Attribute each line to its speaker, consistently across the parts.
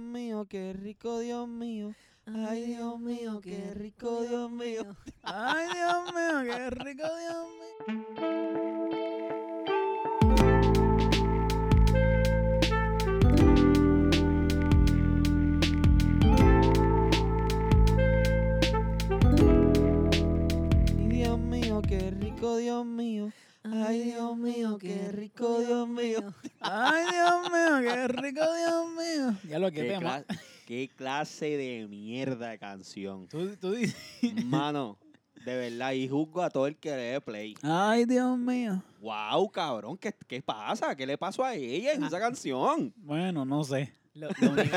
Speaker 1: mío, qué rico, Dios mío. Ay, Dios mío, qué rico, Dios mío. Ay, Dios mío, qué rico, Dios mío. Ay, Dios mío, qué rico, Dios mío. Ay, Dios mío, qué rico, Dios mío. Ay, Dios mío, qué rico, Dios mío. Ya lo que
Speaker 2: ¿Qué,
Speaker 1: tema.
Speaker 2: cla- qué clase de mierda de canción.
Speaker 1: Tú, tú dices.
Speaker 2: Mano, de verdad, y juzgo a todo el que le dé play.
Speaker 1: Ay, Dios mío.
Speaker 2: Wow, cabrón, ¿qué, qué pasa? ¿Qué le pasó a ella
Speaker 1: Ah,
Speaker 2: en esa canción?
Speaker 1: Bueno, no sé.
Speaker 3: Lo- lo único-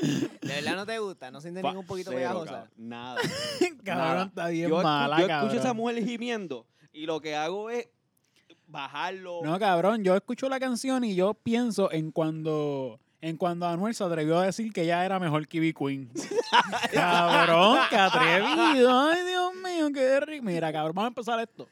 Speaker 3: de verdad no te gusta, no sientes
Speaker 2: Fa-
Speaker 3: ningún poquito
Speaker 2: cero,
Speaker 3: pegajosa.
Speaker 2: cabrón, Nada.
Speaker 1: Cabrón,
Speaker 2: Nada.
Speaker 1: está bien
Speaker 2: yo escu-
Speaker 1: mala,
Speaker 2: yo
Speaker 1: cabrón.
Speaker 2: escucho a esa mujer gimiendo y lo que hago es bajarlo.
Speaker 1: No, cabrón, yo escucho la canción y yo pienso en cuando en cuando Anuel se atrevió a decir que ella era mejor que B Queen. cabrón, qué atrevido. Ay, Dios mío, qué rico. Mira, cabrón, vamos a empezar esto.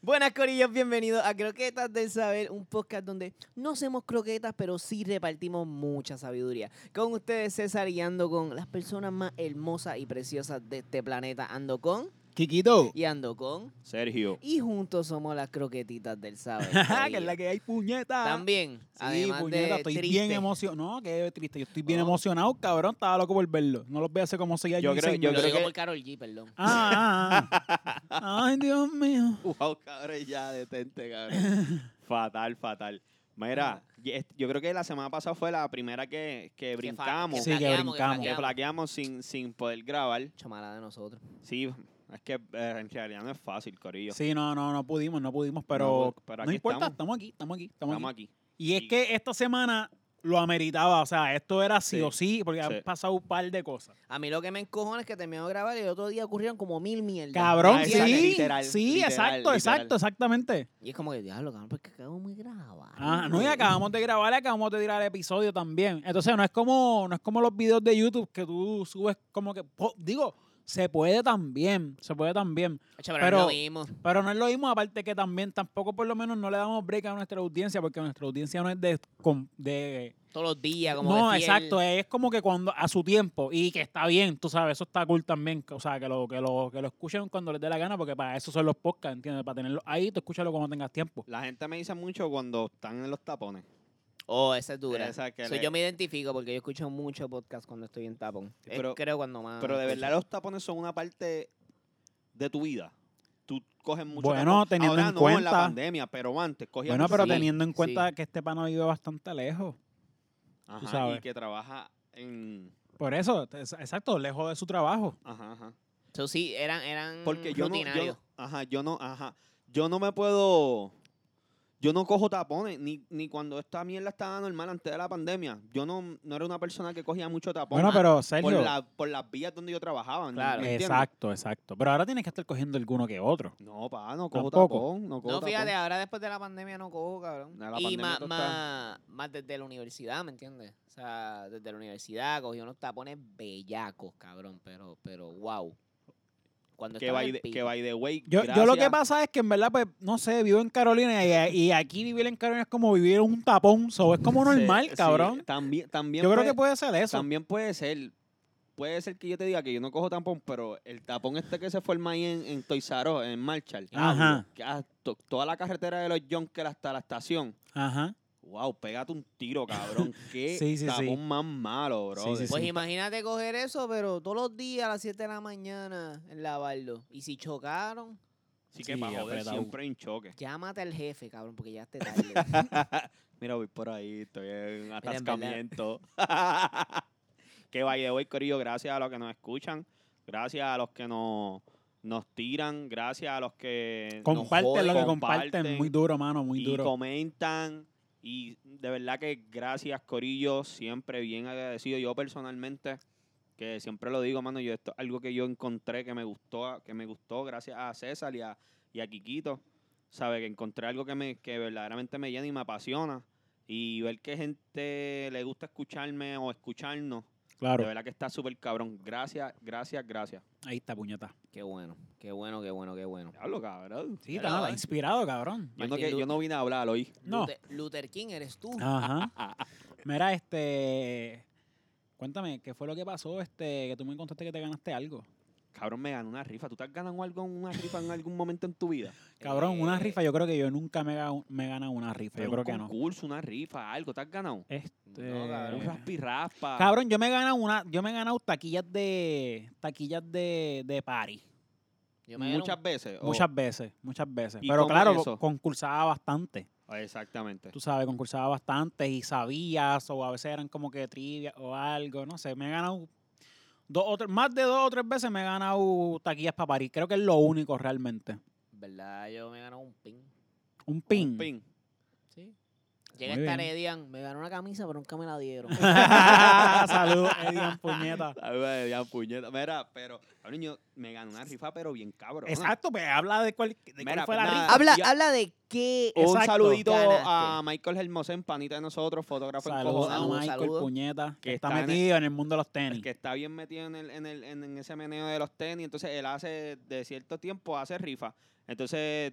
Speaker 3: Buenas corillos, bienvenidos a Croquetas del Saber, un podcast donde no hacemos croquetas, pero sí repartimos mucha sabiduría. Con ustedes César y ando con las personas más hermosas y preciosas de este planeta. Ando con
Speaker 1: Kikito.
Speaker 3: y ando con.
Speaker 2: Sergio.
Speaker 3: Y juntos somos las croquetitas del Saber.
Speaker 1: Ah, que es
Speaker 3: corillo.
Speaker 1: la que hay, puñeta.
Speaker 3: También,
Speaker 1: Sí,
Speaker 3: además
Speaker 1: puñeta,
Speaker 3: de
Speaker 1: estoy
Speaker 3: triste.
Speaker 1: bien emocionado. No, qué triste. Yo estoy bien
Speaker 3: Oh.
Speaker 1: emocionado, cabrón. Estaba loco por verlo. No los veo hace como seis años.
Speaker 2: Yo
Speaker 1: y
Speaker 2: creo-
Speaker 1: seis
Speaker 2: yo
Speaker 3: Lo
Speaker 1: meses.
Speaker 2: creo
Speaker 3: digo
Speaker 2: que-
Speaker 3: por Carol G, perdón.
Speaker 1: Ah, ah, ah. Ay, Dios mío.
Speaker 2: Wow, cabrón, ya detente, cabrón. fatal, fatal. Mira, y es- yo creo que la semana pasada fue la primera que, que
Speaker 3: Que fa-
Speaker 2: brincamos,
Speaker 1: Sí, que
Speaker 3: flaqueamos,
Speaker 1: brincamos.
Speaker 2: que
Speaker 3: flaqueamos.
Speaker 2: flaqueamos sin, sin poder grabar.
Speaker 3: Chamala de nosotros.
Speaker 2: Sí, es que eh, en realidad no es fácil, Corillo.
Speaker 1: Sí, no, no, no pudimos, no pudimos, pero
Speaker 2: No,
Speaker 1: no,
Speaker 2: pero aquí
Speaker 1: importa,
Speaker 2: estamos.
Speaker 1: estamos. aquí, estamos aquí, estamos,
Speaker 2: Estamos
Speaker 1: aquí.
Speaker 2: aquí.
Speaker 1: Y es
Speaker 2: Y-
Speaker 1: que esta semana lo ameritaba, o sea, esto era sí,
Speaker 2: Sí,
Speaker 1: o sí, porque
Speaker 2: sí.
Speaker 1: han pasado un par de cosas.
Speaker 3: A mí lo que me encojona es que terminó de grabar y el otro día ocurrieron como mil mierdas.
Speaker 1: Cabrón,
Speaker 2: Ah,
Speaker 1: sí,
Speaker 2: exacto, literal,
Speaker 1: sí,
Speaker 2: literal,
Speaker 1: exacto,
Speaker 2: literal.
Speaker 1: exacto, exactamente.
Speaker 3: Y es como que, diablo, cabrón, porque acabo muy grabar.
Speaker 1: Ah, no, y acabamos de grabar, y acabamos de tirar el episodio también. Entonces, no es como no es como los videos de YouTube que tú subes como que, po- digo, se puede también, se puede también,
Speaker 3: Ocho, pero,
Speaker 1: pero-
Speaker 3: no lo vimos.
Speaker 1: pero no es lo mismo, aparte que también tampoco por lo menos no le damos break a nuestra audiencia, porque nuestra audiencia no es de, com- de
Speaker 3: Todos los días, como
Speaker 1: no,
Speaker 3: que fiel.
Speaker 1: exacto, es como que cuando a su tiempo y que está bien, tú sabes, eso está cool también, o sea, que lo que lo que lo escuchen cuando les dé la gana porque para eso son los podcasts, ¿entiendes? Para tenerlos ahí, tú escúchalo cuando tengas tiempo.
Speaker 2: La gente me dice mucho cuando están en los tapones.
Speaker 3: Oh, esa es dura.
Speaker 2: Esa que
Speaker 3: So,
Speaker 2: le-
Speaker 3: Yo me identifico porque yo escucho mucho podcast cuando estoy en tapón.
Speaker 2: Sí,
Speaker 3: Es
Speaker 2: pero-
Speaker 3: creo cuando
Speaker 1: Ah,
Speaker 3: más.
Speaker 2: Pero de
Speaker 3: escucho.
Speaker 2: verdad los tapones son una parte de tu vida. Tú coges mucho
Speaker 1: Bueno,
Speaker 2: tapón.
Speaker 1: teniendo
Speaker 2: Ahora
Speaker 1: en
Speaker 2: no en la
Speaker 1: cuenta-
Speaker 2: pandemia, pero antes cogías
Speaker 1: Bueno,
Speaker 2: mucho
Speaker 1: pero
Speaker 3: sí,
Speaker 2: tapón.
Speaker 1: teniendo en
Speaker 3: sí.
Speaker 1: cuenta que este pana vive bastante lejos.
Speaker 2: Ajá,
Speaker 1: sabes.
Speaker 2: y que trabaja en
Speaker 1: Por eso, es- exacto, lejos de su trabajo.
Speaker 2: ajá, ajá.
Speaker 3: So, sí, eran, eran
Speaker 2: Porque yo no, yo
Speaker 3: rutinarios.
Speaker 2: no- ajá, yo no, ajá. Yo no me puedo yo no cojo tapones ni, ni cuando esta mierda estaba normal antes de la pandemia. Yo no, no era una persona que cogía mucho tapón Ah,
Speaker 1: Bueno, pero
Speaker 2: por,
Speaker 1: Sergio,
Speaker 2: la- por las vías donde yo trabajaba, ¿me-
Speaker 3: Claro.
Speaker 2: me entiendes?
Speaker 1: exacto, exacto. Pero ahora tienes que estar cogiendo alguno que otro.
Speaker 2: No, pa, no cojo
Speaker 1: Tampoco.
Speaker 2: tapón, no cojo
Speaker 3: No,
Speaker 2: tapón.
Speaker 3: fíjate, ahora después de la pandemia no cojo, cabrón.
Speaker 2: No, la
Speaker 3: y
Speaker 2: pandemia
Speaker 3: más,
Speaker 2: tú estás-
Speaker 3: más, más desde la universidad, ¿me entiendes? O sea, desde la universidad cogí unos tapones bellacos, cabrón, pero, pero wow. Cuando
Speaker 2: que
Speaker 3: estaba en
Speaker 2: by,
Speaker 3: el
Speaker 2: the- que
Speaker 3: pico.
Speaker 2: by the way,
Speaker 1: Yo, yo lo que
Speaker 2: gracias.
Speaker 1: pasa es que en verdad, pues, no sé, vivo en Carolina y, y aquí vivir en Carolina es como vivir en un tapón, so, es como
Speaker 2: Sí,
Speaker 1: normal,
Speaker 2: sí, pues,
Speaker 1: cabrón.
Speaker 2: también, también
Speaker 1: Yo creo
Speaker 2: puede-
Speaker 1: que puede ser eso.
Speaker 2: También puede ser. Puede ser que yo te diga que yo no cojo tampón, pero el tapón este que se forma ahí en, en Toys R Us, en Marshall,
Speaker 1: Ajá.
Speaker 2: que a- to- toda la carretera de los Junkers hasta la estación.
Speaker 1: Ajá.
Speaker 2: Wow, pégate un tiro, cabrón. Qué
Speaker 1: Sí, sí, sí.
Speaker 2: tapón más malo,
Speaker 1: Sí,
Speaker 2: bro.
Speaker 1: sí,
Speaker 3: Pues
Speaker 1: sí.
Speaker 3: imagínate coger eso, pero todos los días a las 7 de la mañana en lavarlo. Y si chocaron,
Speaker 2: Así que
Speaker 1: Sí,
Speaker 2: para joder,
Speaker 1: apretado.
Speaker 2: siempre hay un choque.
Speaker 3: llámate al jefe, cabrón, porque ya esté tarde.
Speaker 2: Mira, voy por ahí, estoy en
Speaker 3: verdad.
Speaker 2: atascamiento. que vaya hoy, Corillo, gracias a los que nos escuchan, gracias a los que nos, nos tiran, gracias a los que nos
Speaker 1: Comparten lo
Speaker 2: joden,
Speaker 1: que comparten. Muy duro, mano, muy
Speaker 2: y
Speaker 1: duro.
Speaker 2: comentan. Y de verdad que gracias, Corillo. Siempre bien agradecido. Yo personalmente, que siempre lo digo, mano, yo esto es algo que yo encontré que me gustó, que me gustó gracias a César y a, y a Kikito. Sabe que encontré algo que me, que verdaderamente me llena y me apasiona. Y ver que gente le gusta escucharme o escucharnos, de
Speaker 1: Claro.
Speaker 2: verdad que está súper cabrón. Gracias, gracias, gracias.
Speaker 1: Ahí está, puñeta.
Speaker 3: qué bueno, qué bueno, qué bueno, qué bueno.
Speaker 2: Diablo, cabrón.
Speaker 1: Sí,
Speaker 3: está,
Speaker 1: está
Speaker 3: eh.
Speaker 1: inspirado, cabrón.
Speaker 2: Yo no,
Speaker 3: Martin
Speaker 2: que, yo
Speaker 3: Luther-
Speaker 2: no vine a hablar hoy.
Speaker 1: No. Ah,
Speaker 3: Luther, Luther King eres tú.
Speaker 1: Ajá. Mira, este. Cuéntame, ¿qué fue lo que pasó? Este, que tú me contaste que te ganaste algo.
Speaker 2: Cabrón, me ganó una rifa. ¿Tú te has ganado algo en una rifa en algún momento en tu vida?
Speaker 1: Cabrón, una
Speaker 3: Eh,
Speaker 1: rifa, yo creo que yo nunca me, he ga- me he ganado una rifa.
Speaker 2: Pero
Speaker 1: Yo creo
Speaker 2: un
Speaker 1: que no.
Speaker 2: concurso, una rifa, algo. ¿Te has ganado?
Speaker 1: Este...
Speaker 3: No, cabrón.
Speaker 2: Un raspirraspa.
Speaker 1: Cabrón, yo me he ganado una, yo me he ganado taquillas de taquillas de, de party.
Speaker 3: Yo me
Speaker 2: Muchas
Speaker 3: Muchas
Speaker 2: veces. o-
Speaker 1: Muchas veces, muchas veces.
Speaker 2: Oh. ¿Y
Speaker 1: Pero
Speaker 2: cómo
Speaker 1: claro,
Speaker 2: es eso?
Speaker 1: concursaba bastante.
Speaker 2: o- Ah, Exactamente.
Speaker 1: Tú sabes, concursaba bastante y sabías, o a veces eran como que trivia o algo, no sé. Me he ganado dos o tres- más de dos o tres veces me he ganado taquillas para party. Creo que es lo único realmente.
Speaker 3: ¿Verdad? Yo me ganó un pin.
Speaker 1: Un pin.
Speaker 2: Un pin.
Speaker 3: Sí. Llega
Speaker 1: Muy
Speaker 3: esta
Speaker 1: bien.
Speaker 3: Edian, me ganó una camisa, pero nunca me la dieron.
Speaker 1: Salud, Edian Puñeta.
Speaker 2: Ay, güey, ya, puñeta. Mira, pero, cabrón, yo me ganó una rifa, pero bien cabrón.
Speaker 1: Exacto, pues habla de cuál, de cuál
Speaker 2: Mira, pues,
Speaker 1: fue la
Speaker 2: nada.
Speaker 1: rifa.
Speaker 3: habla,
Speaker 2: Yo-
Speaker 3: habla de qué.
Speaker 2: Un
Speaker 1: Exacto.
Speaker 2: saludito
Speaker 3: Ganaste.
Speaker 2: a Michael Hermosén, panita de nosotros, fotógrafo
Speaker 1: Saludos a
Speaker 2: encojonado,
Speaker 1: Michael
Speaker 3: saludos.
Speaker 1: Puñeta, que
Speaker 2: Que
Speaker 1: está,
Speaker 2: está en el-
Speaker 1: metido en el mundo de los tenis.
Speaker 2: que está bien metido en, el, en, el, en en ese meneo de los tenis. Entonces, él hace, de cierto tiempo, hace rifa. Entonces,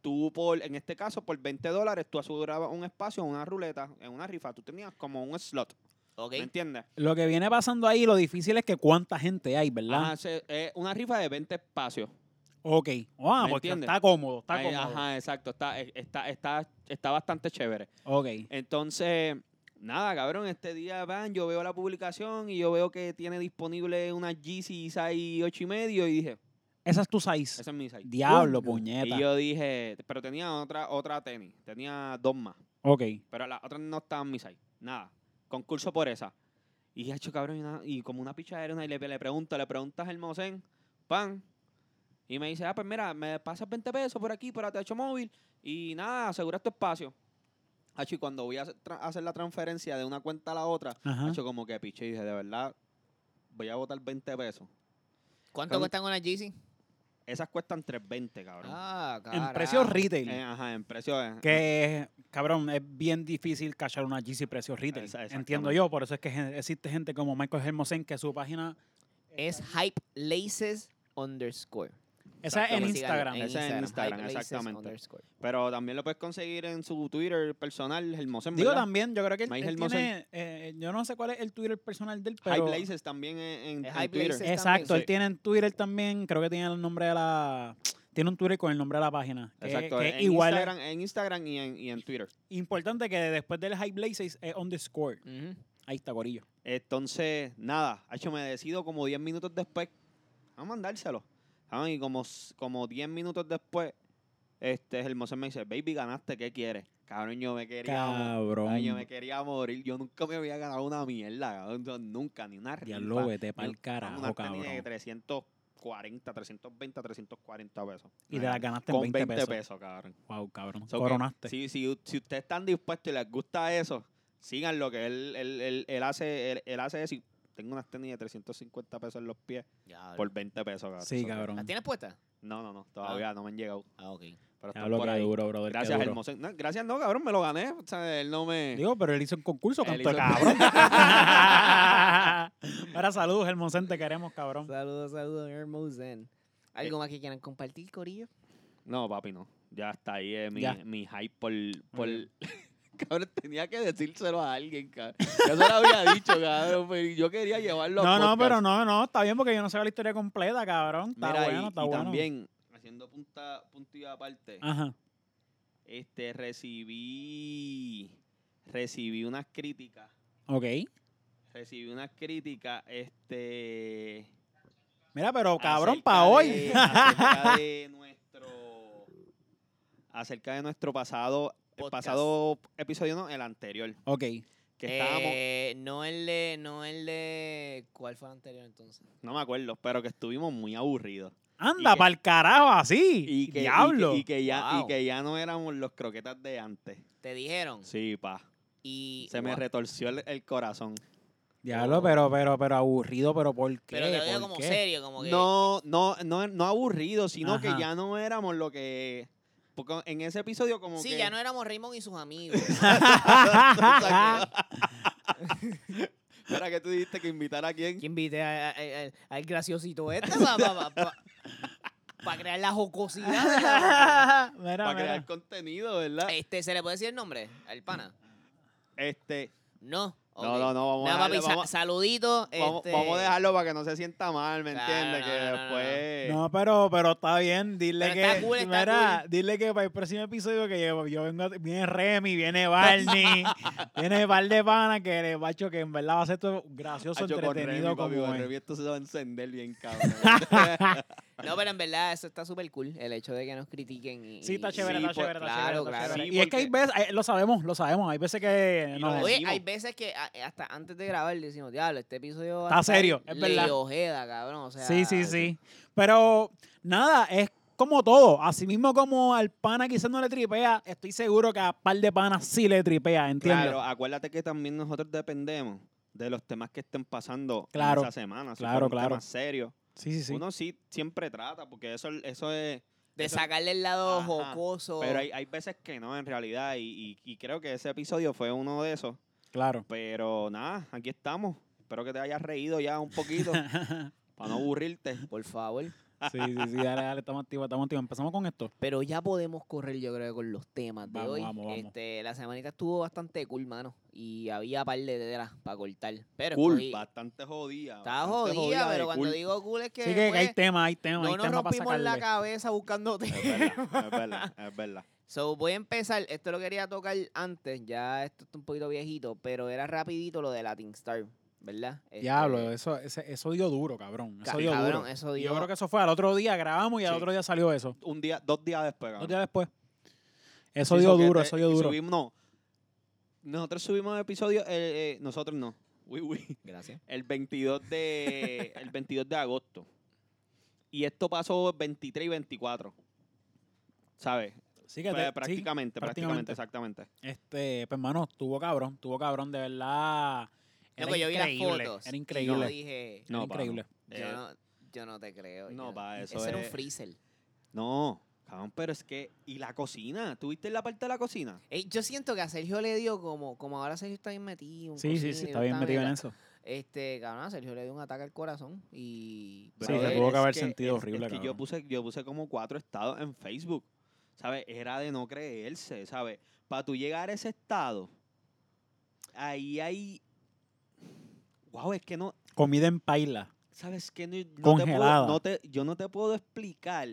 Speaker 2: tú, por en este caso, por 20 dólares, tú asegurabas un espacio en una ruleta, en una rifa. Tú tenías como un slot,
Speaker 3: Ok.
Speaker 2: ¿me entiendes?
Speaker 1: Lo que viene pasando ahí, lo difícil es que cuánta gente hay, ¿verdad?
Speaker 2: Ajá, se- es una rifa de 20 espacios.
Speaker 1: ok. Ah,
Speaker 2: ¿Me
Speaker 1: porque
Speaker 2: entiendes?
Speaker 1: está cómodo, está
Speaker 2: Ay,
Speaker 1: cómodo.
Speaker 2: Ajá, exacto. Está, está, está, está bastante chévere.
Speaker 1: Ok.
Speaker 2: Entonces, nada, cabrón, este día van, yo veo la publicación y yo veo que tiene disponible una Yeezy 6 8 y medio y dije,
Speaker 1: Esa es tu size.
Speaker 2: esa es mi 6.
Speaker 1: Diablo,
Speaker 3: Coño.
Speaker 1: puñeta.
Speaker 2: Y yo dije, pero tenía otra otra tenis, tenía dos más,
Speaker 1: ok.
Speaker 2: pero las otras no estaban mi 6. Nada, concurso por esa. Y dije, "Acho, cabrón, y, una- y como una pichadera, una- y le, le pregunto, le preguntas al Mosén, pan, y me dice, ah, pues mira, me pasas 20 pesos por aquí, para Techo Móvil, y nada, aseguras tu espacio. Acho, y cuando voy a hacer tra- hacer la transferencia de una cuenta a la otra,
Speaker 1: Ajá.
Speaker 2: Nacho, como que piche, dije, de verdad, voy a botar 20 pesos.
Speaker 3: ¿Cuánto
Speaker 2: Con-
Speaker 3: cuestan unas Yeezy?
Speaker 2: Esas cuestan 3.20, cabrón.
Speaker 3: Ah,
Speaker 1: En precios
Speaker 3: ricos.
Speaker 1: retail.
Speaker 2: Eh, ajá, en precio. eh,
Speaker 1: que, cabrón, es bien difícil cachar una GC precio retail.
Speaker 2: Esa- exactamente.
Speaker 1: Entiendo yo. Por eso es que gen- existe gente como Michael Hermosen que su página...
Speaker 3: Es hype laces underscore.
Speaker 1: Esa es en
Speaker 3: Síganlo
Speaker 1: Instagram.
Speaker 2: Esa es en Instagram,
Speaker 3: hype laces
Speaker 2: exactamente.
Speaker 3: underscore.
Speaker 2: Pero también lo puedes conseguir en su Twitter personal, el Mosen.
Speaker 1: Digo también, yo creo que él,
Speaker 2: Michael
Speaker 1: él tiene... eh, yo no sé cuál es el Twitter personal del,
Speaker 2: High
Speaker 1: pero...
Speaker 2: Blazes también en, en,
Speaker 3: Es
Speaker 2: en
Speaker 3: High
Speaker 2: Twitter.
Speaker 3: Blazes.
Speaker 1: Exacto,
Speaker 2: también.
Speaker 1: él tiene en Twitter también, creo que tiene el nombre de la... Tiene un Twitter con el nombre de la página. que-
Speaker 2: Exacto,
Speaker 1: que
Speaker 2: en,
Speaker 1: igual eh. es-
Speaker 2: Instagram, en Instagram y en, y en Twitter.
Speaker 1: Importante que después del High Blazes es underscore.
Speaker 3: Ujú.
Speaker 1: Ahí está, Corillo.
Speaker 2: Entonces, nada, hecho, me decido como 10 minutos después, vamos a mandárselo. Ah, Y como, s- como 10 minutos después, este, el Mosen me dice, baby, ganaste, ¿qué quieres? Cabrón, yo me quería mo-
Speaker 1: Cabrón.
Speaker 2: Ay, yo me quería morir. Yo nunca me había ganado una mierda. cabrón. Yo Nunca, ni una
Speaker 1: Diablo,
Speaker 2: rifa,
Speaker 1: vete
Speaker 2: ni
Speaker 1: pa'l
Speaker 2: un- vamos,
Speaker 1: carajo,
Speaker 2: Una tenis de
Speaker 1: cabrón.
Speaker 2: 340, 320, 340 pesos.
Speaker 1: Y te la ganaste en
Speaker 2: Con
Speaker 1: 20 pesos.
Speaker 2: cabrón.
Speaker 1: Wow, cabrón.
Speaker 2: So que,
Speaker 1: Coronaste.
Speaker 2: sí, sí, u- si ustedes están dispuestos y les gusta eso, sigan lo que él, él, él, él hace. Él, él hace eso y tengo unas tenis de 350 pesos en los pies
Speaker 3: Ya,
Speaker 2: por 20 pesos, cabrón.
Speaker 1: Sí,
Speaker 2: So que-
Speaker 3: ¿Las
Speaker 1: cabrón.
Speaker 3: tienes puestas?
Speaker 2: No, no, no. Todavía no me han llegado.
Speaker 3: Ah, ok.
Speaker 2: Pero están
Speaker 1: Diablo,
Speaker 2: por
Speaker 1: qué
Speaker 2: ahí.
Speaker 1: duro, brother. qué
Speaker 2: Gracias,
Speaker 1: duro.
Speaker 2: hermoso. No, gracias, no, cabrón, me lo gané. O sea, él no me.
Speaker 1: Digo, pero él hizo un concurso,
Speaker 2: Él
Speaker 1: canto de
Speaker 2: hizo-
Speaker 1: cabrón. Ahora saludos, Hermosen, te queremos, cabrón.
Speaker 3: Saludos, saludos, Hermosen. ¿Algo más que quieran compartir, Corillo?
Speaker 2: No, papi, no. Ya está ahí eh, mi,
Speaker 1: Ya.
Speaker 2: mi hype por... por...
Speaker 1: bien.
Speaker 2: cabrón, tenía que decírselo a alguien, cabrón. Ya se lo había dicho, cabrón, pero yo quería llevarlo
Speaker 1: No,
Speaker 2: a
Speaker 1: no,
Speaker 2: podcast.
Speaker 1: pero no, no, está bien porque yo no sé la historia completa, cabrón. Está
Speaker 2: Mira, y-
Speaker 1: bueno,
Speaker 2: y,
Speaker 1: está bueno. Ah.
Speaker 2: también, haciendo punta, punto y aparte,
Speaker 1: Ajá.
Speaker 2: este, recibí... Recibí unas críticas.
Speaker 1: Ok.
Speaker 2: Recibí unas críticas, este...
Speaker 1: Mira, pero Oh, cabrón,
Speaker 2: acerca
Speaker 1: pa'
Speaker 2: de- acerca
Speaker 1: hoy.
Speaker 2: de nuestro... Acerca de nuestro pasado... El
Speaker 3: Podcast.
Speaker 2: pasado episodio, no, el anterior.
Speaker 1: ok.
Speaker 2: Que estábamos...
Speaker 3: Eh, no el de, no el de, ¿cuál fue el anterior entonces?
Speaker 2: No me acuerdo, pero que estuvimos muy aburridos.
Speaker 1: Anda,
Speaker 2: y que-
Speaker 1: pa'l carajo, así.
Speaker 2: Y que, y que-
Speaker 1: Diablo.
Speaker 2: Y que, ya,
Speaker 3: Wow.
Speaker 2: y que ya no éramos los croquetas de antes.
Speaker 3: Te dijeron.
Speaker 2: Sí, pa.
Speaker 3: Y
Speaker 2: Se me
Speaker 3: Wow.
Speaker 2: retorció el, el corazón.
Speaker 1: Diablo, pero, pero, pero aburrido, pero ¿por qué?
Speaker 3: Pero te lo digo
Speaker 1: ¿Por
Speaker 3: como
Speaker 1: qué?
Speaker 3: serio, como que
Speaker 2: No, no, no, no aburridos, sino
Speaker 1: Ajá.
Speaker 2: que ya no éramos lo que. Porque en ese episodio, como
Speaker 3: sí,
Speaker 2: que.
Speaker 3: ya no éramos Raymond y sus amigos.
Speaker 2: Espera, que tú dijiste que invitar a quién.
Speaker 3: ¿Quién invité a- a- a- al graciosito este para crear la jocosidad?
Speaker 1: Mira,
Speaker 2: Para
Speaker 1: mira.
Speaker 3: Eh,
Speaker 2: crear contenido, ¿verdad?
Speaker 3: este, ¿se le puede decir el nombre al pana?
Speaker 2: Este.
Speaker 3: No.
Speaker 2: No, no, no, vamos a
Speaker 3: Nada, papi,
Speaker 2: dejarlo,
Speaker 3: sa-
Speaker 2: vamos-
Speaker 3: saludito.
Speaker 2: Vamos,
Speaker 3: este-
Speaker 2: vamos a dejarlo para que no se sienta mal, ¿me
Speaker 3: Claro,
Speaker 2: entiendes?
Speaker 3: no,
Speaker 2: que
Speaker 3: no, no,
Speaker 2: después...
Speaker 1: No, pero, pero está bien. Dile
Speaker 3: Pero
Speaker 1: que.
Speaker 3: está cool, está
Speaker 1: mira,
Speaker 3: cool.
Speaker 1: dile que para el próximo episodio que yo, yo vengo. Viene Remy, viene Barney, viene un par de pana que le bacho que en verdad va a ser esto gracioso,
Speaker 2: Hacho, con
Speaker 1: entretenido
Speaker 2: Remy, papi,
Speaker 1: como
Speaker 2: con
Speaker 1: es.
Speaker 2: Remy esto se va a encender bien, cabrón.
Speaker 3: No, pero en verdad eso está súper cool, el hecho de que nos critiquen. Y,
Speaker 1: Sí, está chévere,
Speaker 2: Sí,
Speaker 1: está
Speaker 2: pues,
Speaker 1: chévere, está
Speaker 3: claro,
Speaker 1: chévere, está
Speaker 3: claro.
Speaker 1: chévere.
Speaker 2: Sí,
Speaker 1: y es que hay
Speaker 2: porque-
Speaker 1: veces, eh, lo sabemos, lo sabemos. Hay veces que
Speaker 2: Y lo
Speaker 1: nos,
Speaker 2: decimos.
Speaker 3: Oye, hay veces que a- hasta antes de grabar decimos, diablo, este episodio... va a
Speaker 1: Está
Speaker 3: estar
Speaker 1: serio, es
Speaker 3: ley
Speaker 1: verdad.
Speaker 3: Ojeda, cabrón, o sea...
Speaker 1: sí, sí, sí. Pero nada, es como todo. Así mismo como al pana quizás no le tripea, estoy seguro que a par de panas sí le tripea, ¿entiendes?
Speaker 2: Claro, acuérdate que también nosotros dependemos de los temas que estén pasando
Speaker 1: Claro,
Speaker 2: en esa semana. Si claro,
Speaker 1: claro, claro.
Speaker 2: claro. Temas serios.
Speaker 1: Sí, sí, sí.
Speaker 2: Uno sí siempre trata, porque eso, eso es.
Speaker 3: De
Speaker 2: Eso-
Speaker 3: sacarle el lado
Speaker 2: Ajá,
Speaker 3: jocoso.
Speaker 2: Pero hay, hay veces que no, en realidad. Y, y- y creo que ese episodio fue uno de esos.
Speaker 1: Claro.
Speaker 2: Pero nada, aquí estamos. Espero que te hayas reído ya un poquito para no aburrirte.
Speaker 3: Por favor.
Speaker 1: Sí, sí, sí, dale, dale, estamos activos, estamos activos. Empezamos con esto.
Speaker 3: Pero ya podemos correr, yo creo, con los temas de
Speaker 1: Vamos,
Speaker 3: hoy.
Speaker 1: vamos, vamos.
Speaker 3: Este, la semanita estuvo bastante cool, mano. Y había par de telas para cortar. Pero
Speaker 2: Cool,
Speaker 3: escogí-
Speaker 2: bastante jodida.
Speaker 3: Estaba
Speaker 2: bastante
Speaker 3: jodida,
Speaker 2: de
Speaker 3: pero cuando
Speaker 2: cool.
Speaker 3: digo cool es que,
Speaker 1: Así que, que hay
Speaker 3: pues,
Speaker 1: tema, hay tema, hay
Speaker 3: no nos
Speaker 1: tema para
Speaker 3: rompimos la
Speaker 1: sacarle.
Speaker 3: cabeza buscando
Speaker 2: Es
Speaker 3: temas.
Speaker 2: verdad, es verdad, es verdad.
Speaker 3: So, voy a empezar. Esto lo quería tocar antes. Ya esto está un poquito viejito, pero era rapidito lo de Latin Star, ¿verdad? Este,
Speaker 1: Diablo, eso, ese- eso dio duro, cabrón. Eso
Speaker 3: ca-
Speaker 1: dio
Speaker 3: cabrón,
Speaker 1: duro.
Speaker 3: eso
Speaker 1: Y
Speaker 3: dio-
Speaker 1: Yo creo que eso fue al otro día, grabamos y al
Speaker 2: Sí.
Speaker 1: otro día salió eso.
Speaker 2: Un día, dos días después.
Speaker 1: Dos
Speaker 2: cabrón.
Speaker 1: días después. Eso
Speaker 2: Sí,
Speaker 1: dio
Speaker 2: so que
Speaker 1: duro,
Speaker 2: te-
Speaker 1: eso dio
Speaker 2: y
Speaker 1: duro.
Speaker 2: subimos- no. Nosotros subimos episodio, eh, eh, nosotros no. Uy, uy.
Speaker 3: Gracias.
Speaker 2: El 22 de el 22 de agosto. Y esto pasó 23 y 24. ¿Sabes?
Speaker 1: Sí, que
Speaker 2: Pues,
Speaker 1: te-
Speaker 2: prácticamente,
Speaker 1: sí,
Speaker 2: prácticamente,
Speaker 1: prácticamente.
Speaker 2: exactamente.
Speaker 1: Este, pues, hermano, estuvo cabrón, estuvo cabrón, de verdad. Era
Speaker 3: Loco, pues, yo vi las
Speaker 1: increíble,
Speaker 3: fotos.
Speaker 1: Era
Speaker 3: Y yo
Speaker 1: increíble.
Speaker 3: dije,
Speaker 1: Era
Speaker 2: No, pa,
Speaker 1: increíble.
Speaker 2: Eh,
Speaker 3: yo, no, yo no te creo.
Speaker 2: no,
Speaker 3: yo
Speaker 2: pa, eso
Speaker 3: Ese era un
Speaker 2: es-
Speaker 3: freezer.
Speaker 2: No, cabrón, pero es que. ¿Y la cocina? ¿Tuviste la parte de la cocina?
Speaker 3: Ey, yo siento que a Sergio le dio como, como ahora Sergio está bien metido. en
Speaker 1: Sí, sí,
Speaker 3: cocina
Speaker 1: sí,
Speaker 3: y no
Speaker 1: está
Speaker 3: pues,
Speaker 1: bien metido en
Speaker 3: mega-
Speaker 1: eso.
Speaker 3: Este, cabrón, a Sergio le dio un ataque al corazón y...
Speaker 1: Sí,
Speaker 2: Brother,
Speaker 1: se tuvo que
Speaker 2: es
Speaker 1: haber sentido
Speaker 2: es-
Speaker 1: horrible,
Speaker 2: es que yo
Speaker 1: cabrón.
Speaker 2: puse, yo puse como cuatro estados en Facebook. ¿Sabes? Era de no creerse, ¿sabes? Para tú llegar a ese estado, ahí hay. Wow, es que no.
Speaker 1: Comida en paila.
Speaker 2: ¿Sabes qué? No, no
Speaker 1: Congelada.
Speaker 2: Te puedo, no te, yo no te puedo explicar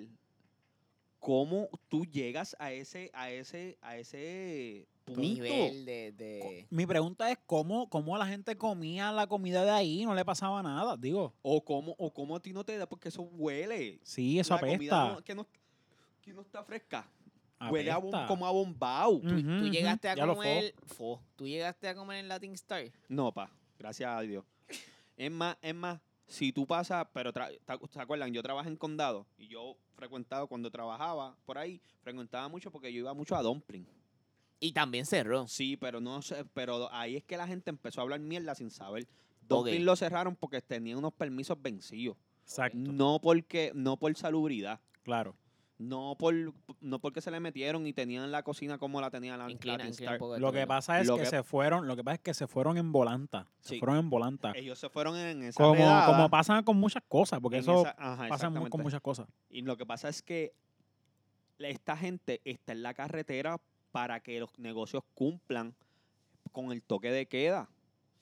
Speaker 2: cómo tú llegas a ese, a ese, a ese punto.
Speaker 3: nivel de... de-
Speaker 1: Mi pregunta es cómo, cómo la gente comía la comida de ahí, no le pasaba nada, digo.
Speaker 2: O cómo, o cómo a ti no te da, porque eso huele.
Speaker 1: Sí, eso
Speaker 2: La comida
Speaker 1: apesta.
Speaker 2: no- que, no, que no está fresca.
Speaker 1: apesta.
Speaker 2: Huele a bom- como a bombao.
Speaker 1: Ujú,
Speaker 3: Tú
Speaker 1: ujú,
Speaker 3: llegaste a
Speaker 1: ya lo fo.
Speaker 3: comer... Fo. Tú llegaste a comer en Latin Star.
Speaker 2: No, pa, gracias a Dios. Es más, es más, si tú pasas, pero tra- ta- ¿se acuerdan? Yo trabajé en condado y yo frecuentaba, cuando trabajaba por ahí, frecuentaba mucho porque yo iba mucho a Dumpling.
Speaker 3: Y también cerró.
Speaker 2: Sí, pero no sé, pero ahí es que la gente empezó a hablar mierda sin saber.
Speaker 3: Ok.
Speaker 2: Dumpling lo cerraron porque tenían unos permisos vencidos.
Speaker 1: Exacto,
Speaker 2: No porque, no por salubridad.
Speaker 1: claro.
Speaker 2: No por, no porque se le metieron y tenían la cocina como la tenía la
Speaker 3: Inclina,
Speaker 2: Latin
Speaker 3: inclina
Speaker 2: Star.
Speaker 3: un poco.
Speaker 1: Lo que pasa es
Speaker 2: Lo
Speaker 1: que,
Speaker 2: que-
Speaker 1: se fueron, lo que pasa es que se fueron en volanta. Se
Speaker 2: Sí.
Speaker 1: fueron en volanta.
Speaker 2: Ellos se fueron en esa
Speaker 1: Como,
Speaker 2: redada,
Speaker 1: como pasan con muchas cosas, porque
Speaker 2: en
Speaker 1: eso
Speaker 2: esa- ajá,
Speaker 1: pasa mu- con
Speaker 2: exactamente.
Speaker 1: muchas cosas.
Speaker 2: Y lo que pasa es que la- esta gente está en la carretera para que los negocios cumplan con el toque de queda.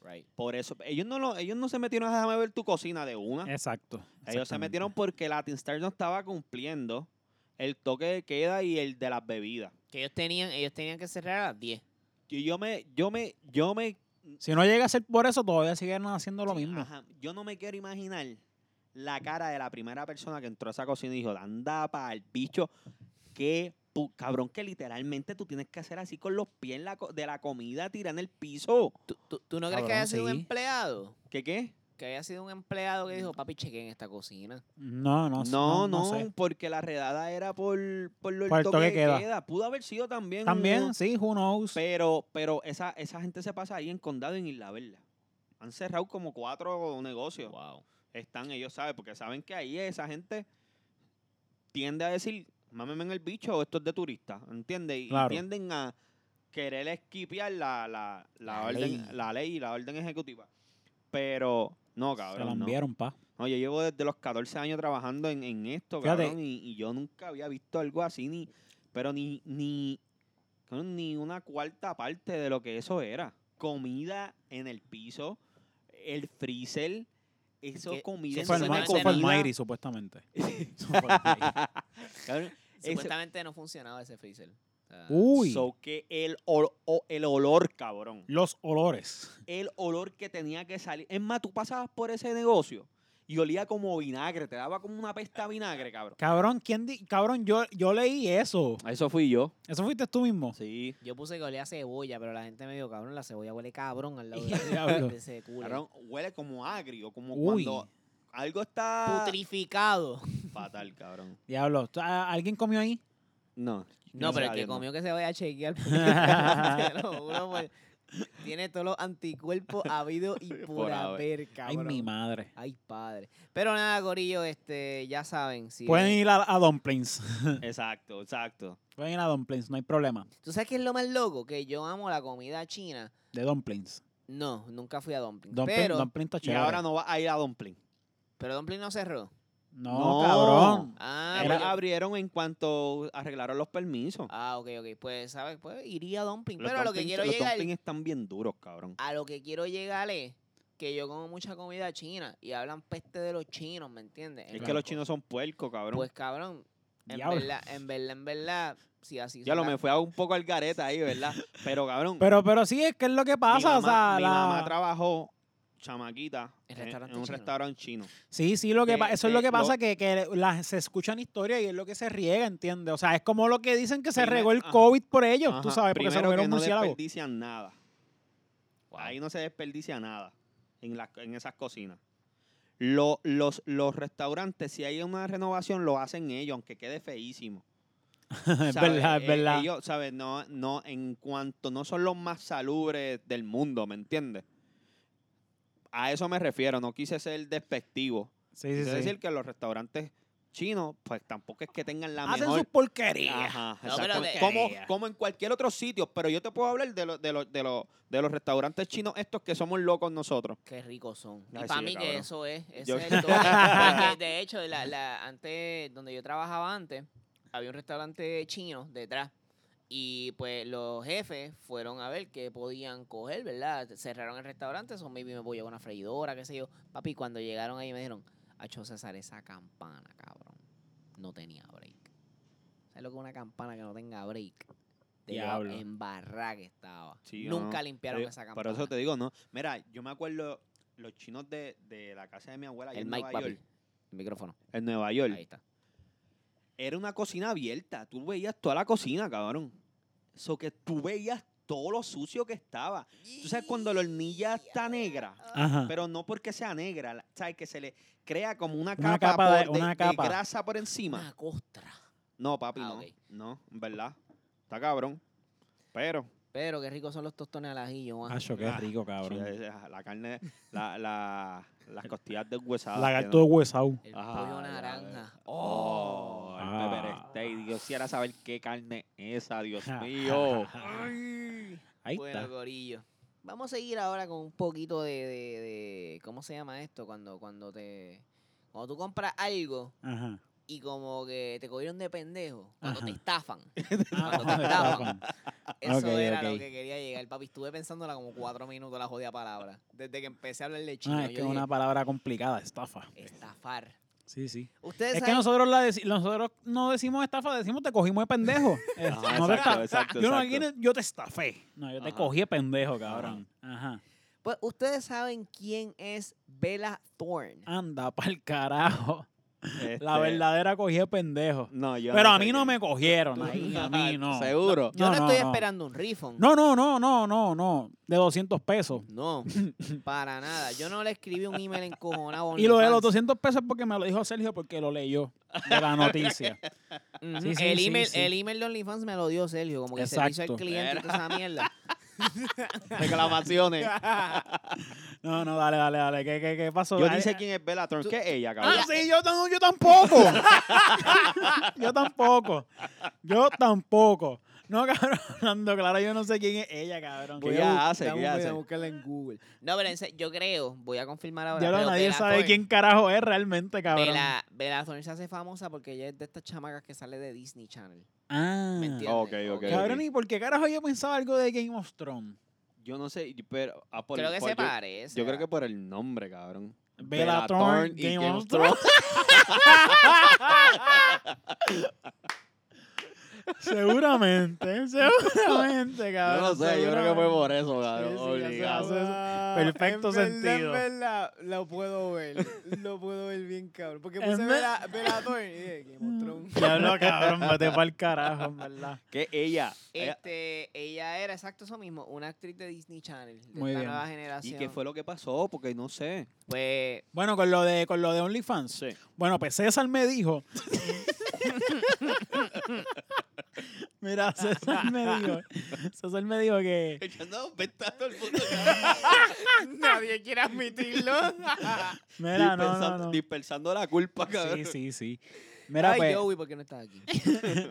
Speaker 3: Right.
Speaker 2: Por eso, ellos no, lo- ellos no se metieron a déjame ver tu cocina de una.
Speaker 1: Exacto.
Speaker 2: Ah, ellos se
Speaker 1: Eh, exactamente.
Speaker 2: metieron porque Latin Star no estaba cumpliendo el toque de queda y el de las bebidas.
Speaker 3: Que ellos tenían, ellos tenían que cerrar a las 10.
Speaker 2: Y yo me, yo me, yo me
Speaker 1: Si no llega a ser por eso, todavía siguen haciendo lo
Speaker 2: Sí,
Speaker 1: mismo.
Speaker 2: ajá. Yo no me quiero imaginar la cara de la primera persona que entró a esa cocina y dijo, anda para el bicho, que pu- cabrón que literalmente tú tienes que hacer así con los pies en la co- de la comida tirando el piso.
Speaker 3: ¿Tú, tú, tú no crees que
Speaker 1: Cabrón,
Speaker 3: haya sido un
Speaker 1: sí. Mm.
Speaker 3: empleado?
Speaker 2: ¿Qué qué?
Speaker 3: Que haya sido un empleado que dijo, papi, chequen esta cocina.
Speaker 1: No,
Speaker 2: No,
Speaker 1: no, sé,
Speaker 2: no,
Speaker 1: sé.
Speaker 2: porque la redada era por, por lo
Speaker 1: Por el
Speaker 2: el toque
Speaker 1: toque
Speaker 2: de
Speaker 1: queda.
Speaker 2: queda. Pudo haber sido también. uno,
Speaker 1: También, sí, who knows.
Speaker 2: Pero, pero esa, esa gente se pasa ahí en Condado y en Isla Verde. Han cerrado como cuatro negocios.
Speaker 3: Wow.
Speaker 2: están, ellos saben, porque saben que ahí esa gente tiende a decir, mámeme en el bicho, esto es de turista, ¿entiendes? Y
Speaker 1: Claro.
Speaker 2: tienden a querer esquipear la, la, la
Speaker 3: La
Speaker 2: orden,
Speaker 3: ley.
Speaker 2: la ley y la orden ejecutiva. Pero, no,
Speaker 1: se la
Speaker 2: cabrón, no.
Speaker 1: enviaron, pa.
Speaker 2: No, yo llevo desde los 14 años trabajando en, en esto,
Speaker 1: Fíjate.
Speaker 2: cabrón, y, y yo nunca había visto algo así, ni, pero ni, ni, cabrón, ni una cuarta parte de lo que eso era. comida en el piso, el freezer, eso
Speaker 3: que-
Speaker 2: comida
Speaker 1: Eso
Speaker 3: Eso se
Speaker 2: en
Speaker 1: fue el
Speaker 3: me
Speaker 1: Ma-
Speaker 2: una
Speaker 1: eso fue el
Speaker 2: comida.
Speaker 1: Mayri, supuestamente. Eso fue el Mayri.
Speaker 2: Cabrón, ese-
Speaker 3: Supuestamente no funcionaba ese freezer. O sea,
Speaker 1: Uy,
Speaker 2: so que el, ol- o- el olor, cabrón.
Speaker 1: los olores.
Speaker 2: El olor que tenía que salir. Es más, tú pasabas por ese negocio y olía como vinagre. Te daba como una pesta a vinagre, cabrón.
Speaker 1: Cabrón, ¿quién di- cabrón, yo, yo leí eso.
Speaker 2: Eso fui yo.
Speaker 1: Eso fuiste tú mismo.
Speaker 2: Sí.
Speaker 3: Yo puse que olía a cebolla, pero la gente me dijo, cabrón, la cebolla huele cabrón al lado
Speaker 1: Diablo.
Speaker 3: de, de ese culo.
Speaker 2: Cabrón, huele como agrio, como
Speaker 1: Uy.
Speaker 2: cuando algo está
Speaker 3: Putrificado.
Speaker 2: fatal, cabrón.
Speaker 1: Diablo, ¿tú- a- ¿alguien comió ahí?
Speaker 2: No.
Speaker 3: No, pero el
Speaker 2: gracias a
Speaker 3: que
Speaker 2: Dios, no.
Speaker 3: comió que se vaya a chequear. pues, te lo juro, pues, tiene todos los anticuerpos habidos y por,
Speaker 2: Por haber.
Speaker 3: haber,
Speaker 1: Ay,
Speaker 3: cabrón.
Speaker 1: mi madre.
Speaker 3: Ay, padre. Pero nada, Gorillo, este, ya saben. Si
Speaker 1: Pueden
Speaker 2: eh.
Speaker 1: ir a, a Dumplings.
Speaker 2: Exacto, exacto.
Speaker 1: Pueden ir a Dumplings, no hay problema.
Speaker 3: ¿Tú sabes qué es lo más loco? Que yo amo la comida china.
Speaker 1: De Dumplings.
Speaker 3: No, nunca fui a Dumpling.
Speaker 1: Dumpling,
Speaker 3: pero,
Speaker 1: dumpling está
Speaker 2: Y
Speaker 1: chévere.
Speaker 2: ahora no va a ir a Dumpling.
Speaker 3: pero Dumpling no cerró.
Speaker 1: No,
Speaker 2: No.
Speaker 1: cabrón.
Speaker 3: Ah,
Speaker 2: Ellos
Speaker 3: pues yo-
Speaker 2: Eh, abrieron en cuanto arreglaron los permisos.
Speaker 3: ah, ok, ok. Pues, ¿sabes? Pues iría a Dumpling.
Speaker 2: Los
Speaker 3: Pero a lo que
Speaker 2: dumplings-
Speaker 3: quiero
Speaker 2: los
Speaker 3: llegar...
Speaker 2: dumplings están bien duros, cabrón.
Speaker 3: a lo que quiero llegar es que yo como mucha comida china y hablan peste de los chinos, ¿me entiendes?
Speaker 2: Es
Speaker 3: En
Speaker 2: que
Speaker 1: Claro.
Speaker 2: los chinos son puercos, cabrón.
Speaker 3: Pues cabrón, en
Speaker 1: Diablo.
Speaker 3: verdad, en verdad, en verdad, si así
Speaker 2: ya lo
Speaker 3: son
Speaker 2: me
Speaker 3: las-
Speaker 2: fue a un poco al gareta ahí, ¿verdad? Pero, cabrón,
Speaker 1: Pero, pero sí, es que es lo que
Speaker 2: mi, mamá,
Speaker 1: pasa. o sea,
Speaker 2: mi
Speaker 1: la-
Speaker 2: mamá trabajó chamaquita
Speaker 3: En
Speaker 2: en,
Speaker 3: restaurante
Speaker 2: en un
Speaker 3: chino.
Speaker 2: restaurante chino.
Speaker 1: Sí, sí, lo que
Speaker 2: de-
Speaker 1: pa- eso es lo
Speaker 2: de
Speaker 1: que
Speaker 2: lo-
Speaker 1: pasa, que, que las- se escuchan historias y es lo que se riega, ¿entiendes? O sea, es como lo que dicen que se
Speaker 2: Primer-
Speaker 1: regó el
Speaker 2: ajá.
Speaker 1: COVID por ellos, tú
Speaker 2: Ajá,
Speaker 1: sabes, porque se
Speaker 2: Primero
Speaker 1: comieron
Speaker 2: que
Speaker 1: un
Speaker 2: no
Speaker 1: murciélago.
Speaker 2: desperdician nada. Ahí no se desperdicia nada en, las- en esas cocinas. Lo- los, los restaurantes, si hay una renovación, lo hacen ellos, aunque quede feísimo.
Speaker 1: es
Speaker 2: ¿sabes?
Speaker 1: verdad, es
Speaker 2: Eh,
Speaker 1: verdad.
Speaker 2: Ellos, ¿sabes? No, no, en cuanto no son los más salubres del mundo, ¿me entiendes? A eso me refiero, no quise ser despectivo.
Speaker 1: sí,
Speaker 2: Es
Speaker 1: sí, sí.
Speaker 2: decir, que los restaurantes chinos, pues tampoco es que tengan la
Speaker 1: Hacen sus
Speaker 2: mejor...
Speaker 1: porquerías.
Speaker 2: Ajá,
Speaker 3: No, pero de-
Speaker 2: exactamente. como, como en cualquier otro sitio, pero yo te puedo hablar de, los de, los de, los de los restaurantes chinos estos que somos locos nosotros.
Speaker 3: Qué ricos son.
Speaker 2: Ay,
Speaker 3: y para
Speaker 2: sí,
Speaker 3: mí que
Speaker 2: cabrón.
Speaker 3: eso es, ese
Speaker 2: Yo-
Speaker 3: es el toque. Porque, de hecho, la, la, antes, donde yo trabajaba antes, había un restaurante chino detrás. Y pues los jefes fueron a ver qué podían coger, ¿verdad? Cerraron el restaurante, son maybe me voy a una freidora, qué sé yo. Papi, cuando llegaron ahí me dijeron, Acho César, esa campana, cabrón, no tenía break. ¿Sabes lo que es una campana que no tenga break? De lo
Speaker 1: Diablo.
Speaker 3: En barra que estaba.
Speaker 2: Sí, yo
Speaker 3: Nunca
Speaker 2: no-
Speaker 3: limpiaron
Speaker 2: Pero-
Speaker 3: esa campana.
Speaker 2: Por eso te digo, ¿no? Mira, yo me acuerdo los chinos de, de la casa de mi abuela allá
Speaker 3: El
Speaker 2: en
Speaker 3: mic,
Speaker 2: Nueva
Speaker 3: papi.
Speaker 2: York.
Speaker 3: El micrófono.
Speaker 2: En Nueva York.
Speaker 3: Ahí está.
Speaker 2: era una cocina abierta. Tú veías toda la cocina, cabrón. Eso que tú veías todo lo sucio que estaba. Tú sabes cuando la hornilla está negra,
Speaker 1: Ajá.
Speaker 2: pero no porque sea negra, la- sabes que se le crea como una capa,
Speaker 1: Una capa de-
Speaker 2: por
Speaker 1: una capa.
Speaker 2: grasa por encima.
Speaker 3: Una costra.
Speaker 2: No, papi,
Speaker 3: Ah,
Speaker 2: no.
Speaker 3: ok.
Speaker 2: No, en verdad. Está cabrón. Pero
Speaker 3: Pero qué ricos son los tostones al ajillo, man.
Speaker 1: Acho, qué
Speaker 2: Ah,
Speaker 1: rico,
Speaker 2: sí,
Speaker 1: cabrón.
Speaker 2: es- es- la carne, la, la- las costillas deshuesadas. que
Speaker 1: Lagarto de
Speaker 2: Ah, no-
Speaker 1: huesau.
Speaker 3: El
Speaker 2: Ah,
Speaker 3: pollo
Speaker 2: ya
Speaker 3: naranja.
Speaker 2: ves.
Speaker 3: Oh.
Speaker 2: Oh, el
Speaker 1: Ah.
Speaker 2: pepper steak. Yo quisiera saber qué carne es esa, Dios mío.
Speaker 3: Ay.
Speaker 1: Ahí
Speaker 3: bueno,
Speaker 1: está.
Speaker 3: gorillo. Vamos a seguir ahora con un poquito de, de- de- ¿cómo se llama esto? Cuando, cuando te. Cuando tú compras algo
Speaker 1: Ajá.
Speaker 3: y como que te cogieron de pendejo. Cuando te
Speaker 1: Ajá.
Speaker 3: estafan.
Speaker 1: Ah,
Speaker 3: Cuando
Speaker 1: no,
Speaker 3: te
Speaker 1: te
Speaker 3: tapan.
Speaker 1: tapan.
Speaker 3: Eso
Speaker 1: Ok,
Speaker 3: era lo
Speaker 1: ok.
Speaker 3: que quería llegar, papi. Estuve pensándola como cuatro minutos la jodida palabra. Desde que empecé a hablarle chino.
Speaker 1: Ah, es que
Speaker 3: yo
Speaker 1: es
Speaker 3: dije, Eh.
Speaker 1: una palabra complicada, estafa.
Speaker 3: Estafar.
Speaker 1: Sí, sí.
Speaker 3: Ustedes
Speaker 1: Es que
Speaker 3: saben-
Speaker 1: nosotros, la deci- nosotros no decimos estafa, decimos te cogimos de pendejo. Eh,
Speaker 2: Ajá,
Speaker 1: no te
Speaker 2: exacto,
Speaker 1: esta-
Speaker 2: exacto,
Speaker 1: yo, no,
Speaker 2: exacto.
Speaker 1: alguien- yo te estafé. No, yo te
Speaker 2: Ajá.
Speaker 1: cogí de pendejo, cabrón. Ajá.
Speaker 3: Pues ustedes saben quién es Bella Thorne.
Speaker 1: Anda, pa'l carajo. La
Speaker 2: Este,
Speaker 1: verdadera cogí de pendejo.
Speaker 2: No, yo
Speaker 1: Pero
Speaker 2: no
Speaker 1: a
Speaker 2: sé
Speaker 1: mí no
Speaker 2: quién.
Speaker 1: me cogieron. ahí, a mí no.
Speaker 2: Seguro.
Speaker 3: Yo no,
Speaker 1: no,
Speaker 3: estoy
Speaker 1: no.
Speaker 3: esperando un rifón.
Speaker 1: No, no, no, no, no, no. De 200 pesos.
Speaker 3: No, para nada. Yo no le escribí un email encojonado. a
Speaker 1: Y lo de los
Speaker 3: OnlyFans.
Speaker 1: 200 pesos porque me lo dijo Sergio porque lo leyó de la noticia.
Speaker 3: Ujú.
Speaker 1: Sí, sí,
Speaker 3: el,
Speaker 1: sí,
Speaker 3: email,
Speaker 1: sí.
Speaker 3: el email de OnlyFans me lo dio Sergio, como que servicio al
Speaker 1: Exacto.
Speaker 3: cliente y toda esa mierda.
Speaker 2: Reclamaciones.
Speaker 1: No, no, dale, dale, dale. ¿Qué, qué, qué pasó?
Speaker 2: yo
Speaker 1: Ay,
Speaker 2: ni sé quién es Bellator. ¿Qué es ella, cabrón?
Speaker 1: Ah, sí, yo, tam- yo tampoco. yo tampoco. Yo tampoco. No, cabrón, hablando claro, yo no sé quién es ella, cabrón.
Speaker 2: ¿Qué ella hace? ¿Qué hace?
Speaker 1: buscarla en Google.
Speaker 3: No, pero en serio, yo creo, voy a confirmar ahora.
Speaker 1: Ya lo
Speaker 3: pero
Speaker 1: nadie
Speaker 3: Bella
Speaker 1: sabe
Speaker 3: Thorne-
Speaker 1: quién carajo es realmente, cabrón.
Speaker 3: Bella, Bella Thorne se hace famosa porque ella es de estas chamacas que sale de Disney Channel.
Speaker 1: Ah.
Speaker 3: ¿Me entiendes?
Speaker 2: ok, ok.
Speaker 1: Cabrón, ¿y por qué carajo yo pensaba algo de Game of Thrones?
Speaker 2: Yo no sé, y- pero. ah, por-
Speaker 3: creo que
Speaker 2: por-
Speaker 3: se
Speaker 2: yo-
Speaker 3: parece.
Speaker 2: Yo creo que por el nombre, cabrón.
Speaker 1: Bella Thorne, Game of Seguramente, seguramente,
Speaker 2: Yo
Speaker 1: cabrón.
Speaker 2: no sé, yo creo que fue por eso,
Speaker 1: Sí,
Speaker 2: cabrón.
Speaker 1: sí, ya
Speaker 2: obligado.
Speaker 1: sabes.
Speaker 4: Ah,
Speaker 1: perfecto
Speaker 4: en verdad,
Speaker 1: sentido.
Speaker 4: En verdad, lo puedo ver. Lo puedo ver bien, cabrón. Porque
Speaker 1: En
Speaker 4: puse
Speaker 1: ver- Mm.
Speaker 4: Vela- Velator y dije, Game of Thrones.
Speaker 1: Diablo, cabrón, vete pa'l carajo, en verdad.
Speaker 2: Que ella. ella-
Speaker 3: Este, ella era exacto eso mismo, una actriz de Disney Channel, de
Speaker 1: Muy
Speaker 3: esta
Speaker 1: bien.
Speaker 3: nueva
Speaker 2: ¿Y
Speaker 3: generación.
Speaker 2: qué fue lo que pasó? Porque no sé.
Speaker 3: Pues,
Speaker 1: Bueno, con lo de, con lo de OnlyFans.
Speaker 2: Sí.
Speaker 1: Bueno, pues César me dijo. Mira, César me dijo. César me dijo que.
Speaker 3: nadie quiere admitirlo.
Speaker 1: Mira, no, no, no.
Speaker 2: Dispersando la culpa,
Speaker 1: Sí,
Speaker 2: cabrón.
Speaker 1: sí, sí. Mira,
Speaker 3: Ay,
Speaker 1: pues,
Speaker 3: Joey, ¿por qué no estás aquí?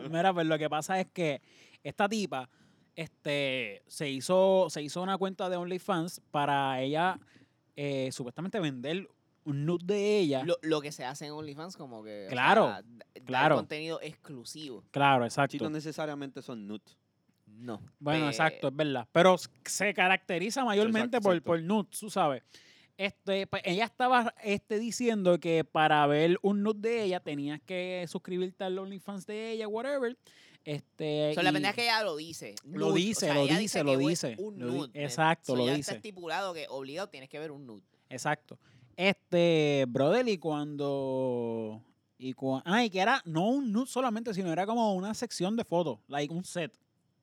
Speaker 1: mira, pues lo que pasa es que esta tipa este, se, hizo, se hizo una cuenta de OnlyFans para ella eh, supuestamente vender un nude de ella.
Speaker 3: Lo, lo que se hace en OnlyFans como que... o
Speaker 1: Claro,
Speaker 3: sea, da- dar
Speaker 1: claro.
Speaker 3: contenido exclusivo.
Speaker 1: Claro,
Speaker 2: Sí,
Speaker 1: exacto.
Speaker 2: no necesariamente son nuts.
Speaker 3: No.
Speaker 1: Bueno,
Speaker 3: Pe-
Speaker 1: exacto, es verdad. Pero s- se caracteriza mayormente por,
Speaker 2: exacto.
Speaker 1: por nudes, tú sabes. Este, pues, ella estaba este, diciendo que para ver un nude de ella tenías que suscribirte al OnlyFans de ella, whatever. Este,
Speaker 3: O sea, la
Speaker 1: y-
Speaker 3: verdad es que ella lo dice.
Speaker 1: Lo
Speaker 3: Nude.
Speaker 1: dice,
Speaker 3: O sea,
Speaker 1: lo
Speaker 3: ella
Speaker 1: dice,
Speaker 3: que
Speaker 1: lo
Speaker 3: ve
Speaker 1: dice,
Speaker 3: Un
Speaker 1: lo di-
Speaker 3: nude. Eh,
Speaker 1: exacto,
Speaker 3: so,
Speaker 1: lo
Speaker 3: ya
Speaker 1: dice.
Speaker 3: está estipulado que obligado tienes que ver un nude.
Speaker 1: Exacto. Este, brother, y cuando... Y cua- ah, y que era no un nude solamente, sino era como una sección de fotos, like un set.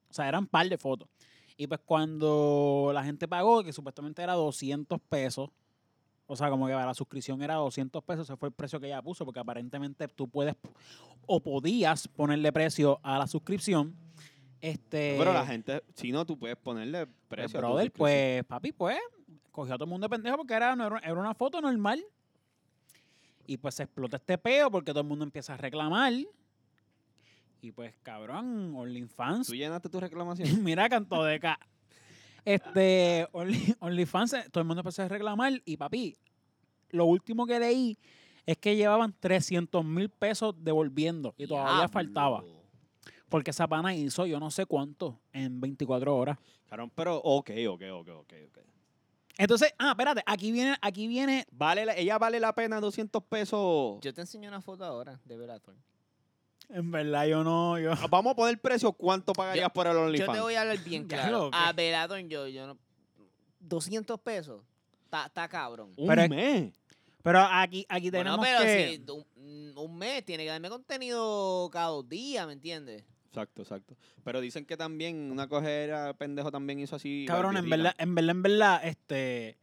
Speaker 1: O sea, eran par de fotos. Y pues cuando la gente pagó, que supuestamente era 200 pesos, o sea, como que la suscripción era 200 pesos, ese fue el precio que ella puso, porque aparentemente tú puedes o podías ponerle precio a la suscripción. Este,
Speaker 2: Pero la gente, si no, tú puedes ponerle
Speaker 1: pues,
Speaker 2: precio. a tu
Speaker 1: brother,
Speaker 2: suscripción.
Speaker 1: pues, papi, pues, cogió a todo el mundo de pendejo porque era, no era, era una foto normal. Y pues se explota este peo porque todo el mundo empieza a reclamar. Y pues, cabrón, OnlyFans.
Speaker 2: Tú llenaste tu reclamación.
Speaker 1: Mira, canto de ca. Este, Only- OnlyFans, eh, todo el mundo empezó a reclamar. Y papi, lo último que leí es que llevaban 300 mil pesos devolviendo. Y todavía faltaba.
Speaker 3: Diablo.
Speaker 1: Porque esa pana hizo yo no sé cuánto en 24 horas.
Speaker 2: Cabrón, pero ok, ok, ok, ok, ok.
Speaker 1: Entonces, ah, espérate, aquí viene, aquí viene
Speaker 2: Vale la- ella vale la pena 200 pesos.
Speaker 3: Yo te enseño una foto ahora de Velator.
Speaker 1: En verdad, yo no, yo.
Speaker 2: Ah, Vamos a poner precio. ¿Cuánto pagarías por el OnlyFans?
Speaker 3: Yo te voy a hablar bien
Speaker 1: Ya
Speaker 3: claro.
Speaker 1: lo
Speaker 3: A
Speaker 1: ve.
Speaker 3: Velador yo, yo no... 200 pesos. Está cabrón.
Speaker 2: Un
Speaker 1: Pero es-
Speaker 2: mes.
Speaker 1: Pero aquí, aquí tenemos
Speaker 3: Bueno, pero
Speaker 1: que.
Speaker 3: si tú- un, un mes tiene que darme contenido cada dos días, ¿me entiendes?
Speaker 2: Exacto, exacto. Pero dicen que también una cojera pendejo también hizo así.
Speaker 1: Cabrón, en
Speaker 2: barbitita.
Speaker 1: verdad, en verdad, en verdad, este.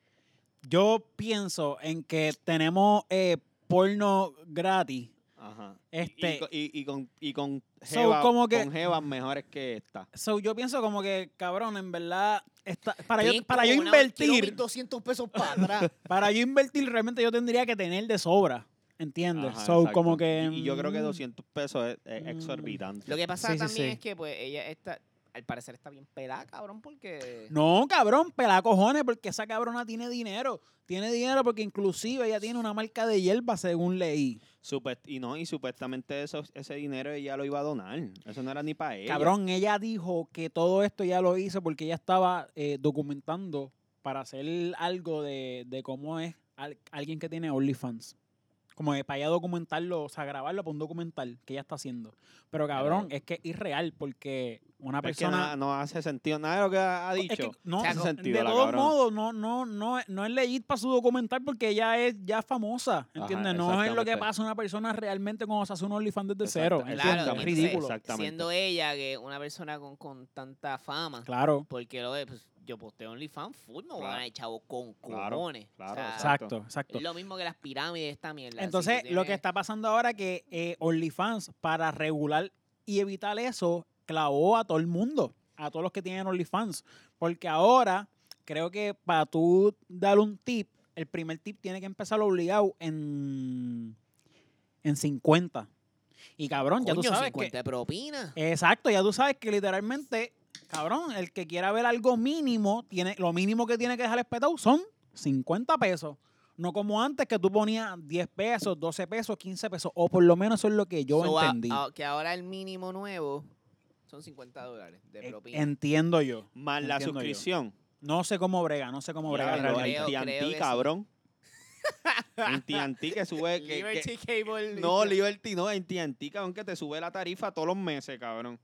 Speaker 1: Yo pienso en que tenemos eh, porno gratis.
Speaker 2: Ajá.
Speaker 1: Este-
Speaker 2: Y, y- y con, y con
Speaker 1: So,
Speaker 2: jeva-
Speaker 1: como que-
Speaker 2: con jevas mejores que esta.
Speaker 1: So, yo pienso como que, cabrón, en verdad, está- para,
Speaker 3: Bien,
Speaker 1: yo, para yo
Speaker 3: como una- quiero
Speaker 1: invertir,
Speaker 3: 1200 pesos para atrás.
Speaker 1: para yo invertir, realmente yo tendría que tener de sobra. ¿Entiendes?
Speaker 2: Ajá,
Speaker 1: so,
Speaker 2: exacto.
Speaker 1: como que.
Speaker 2: Y, y yo creo que
Speaker 1: mm,
Speaker 2: 200 pesos es, es
Speaker 1: Mm.
Speaker 2: exorbitante.
Speaker 3: Lo que pasa
Speaker 1: Sí, sí,
Speaker 3: también
Speaker 1: sí.
Speaker 3: es que pues ella está, al parecer está bien pelada, cabrón, porque...
Speaker 1: No, cabrón, pela cojones, porque esa cabrona tiene dinero. Tiene dinero porque inclusive ella tiene una marca de hierba, según leí.
Speaker 2: Supuest- y no, y supuestamente eso, ese dinero ella lo iba a donar. Eso no era ni para ella.
Speaker 1: Cabrón, ella dijo que todo esto ya lo hizo porque ella estaba eh, documentando para hacer algo de, de cómo es al- alguien que tiene OnlyFans. Como que para ella documentarlo, o sea, grabarlo para un documental que ella está haciendo. Pero cabrón, es que es irreal porque una
Speaker 2: Pero es que
Speaker 1: persona...
Speaker 2: no, no hace sentido nada de lo que ha ha
Speaker 1: Es
Speaker 2: dicho.
Speaker 1: que no,
Speaker 3: hace
Speaker 1: no,
Speaker 2: sentido
Speaker 1: de
Speaker 2: la
Speaker 1: todos
Speaker 2: cabrona.
Speaker 1: modos, no, no, no, no es legit para su documental porque ella es ya famosa, ¿entiendes? no es lo que
Speaker 2: exactamente.
Speaker 1: pasa a una persona realmente cuando se hace un OnlyFans desde
Speaker 2: Exacta-
Speaker 1: cero, ¿entiendes?
Speaker 3: Claro,
Speaker 1: es
Speaker 3: entonces,
Speaker 1: ridículo.
Speaker 2: Exactamente.
Speaker 3: siendo ella que una persona con, con tanta fama,
Speaker 1: Claro,
Speaker 3: porque lo de, pues, yo posteo OnlyFans full, no
Speaker 2: Claro.
Speaker 3: van a echar con
Speaker 2: Claro,
Speaker 3: cojones.
Speaker 2: claro,
Speaker 3: O sea,
Speaker 2: exacto.
Speaker 1: exacto, exacto.
Speaker 3: Es lo mismo que las pirámides de esta mierda. si
Speaker 1: Entonces,
Speaker 3: tú
Speaker 1: lo que
Speaker 3: tienes-
Speaker 1: está pasando ahora es que eh, OnlyFans, para regular y evitar eso, clavó a todo el mundo, a todos los que tienen OnlyFans. Porque ahora, creo que para tú dar un tip, el primer tip tiene que empezar obligado en, en 50. Y cabrón, ya tú
Speaker 3: Coño,
Speaker 1: sabes
Speaker 3: 50 de propina.
Speaker 1: que... Exacto, ya tú sabes que literalmente, cabrón, el que quiera ver algo mínimo, tiene, lo mínimo que tiene que dejar espetado son 50 pesos. No como antes que tú ponías 10 pesos, 12 pesos, 15 pesos, o por lo menos eso es lo que yo
Speaker 2: ah,
Speaker 3: So, a-
Speaker 1: entendí.
Speaker 3: a- que ahora el mínimo nuevo son 50 dólares de
Speaker 1: Eh,
Speaker 3: propina.
Speaker 1: Entiendo yo.
Speaker 2: Más la
Speaker 1: Entiendo yo.
Speaker 2: suscripción.
Speaker 1: No sé cómo brega, no sé cómo brega.
Speaker 3: Diablo,
Speaker 1: realmente.
Speaker 3: creo-
Speaker 2: en
Speaker 3: creo
Speaker 2: TNT,
Speaker 3: que
Speaker 2: cabrón. en TNT que sube... que- que-
Speaker 4: Liberty Cable.
Speaker 2: no, Liberty no, en TNT, cabrón, que te sube la tarifa todos los meses, cabrón.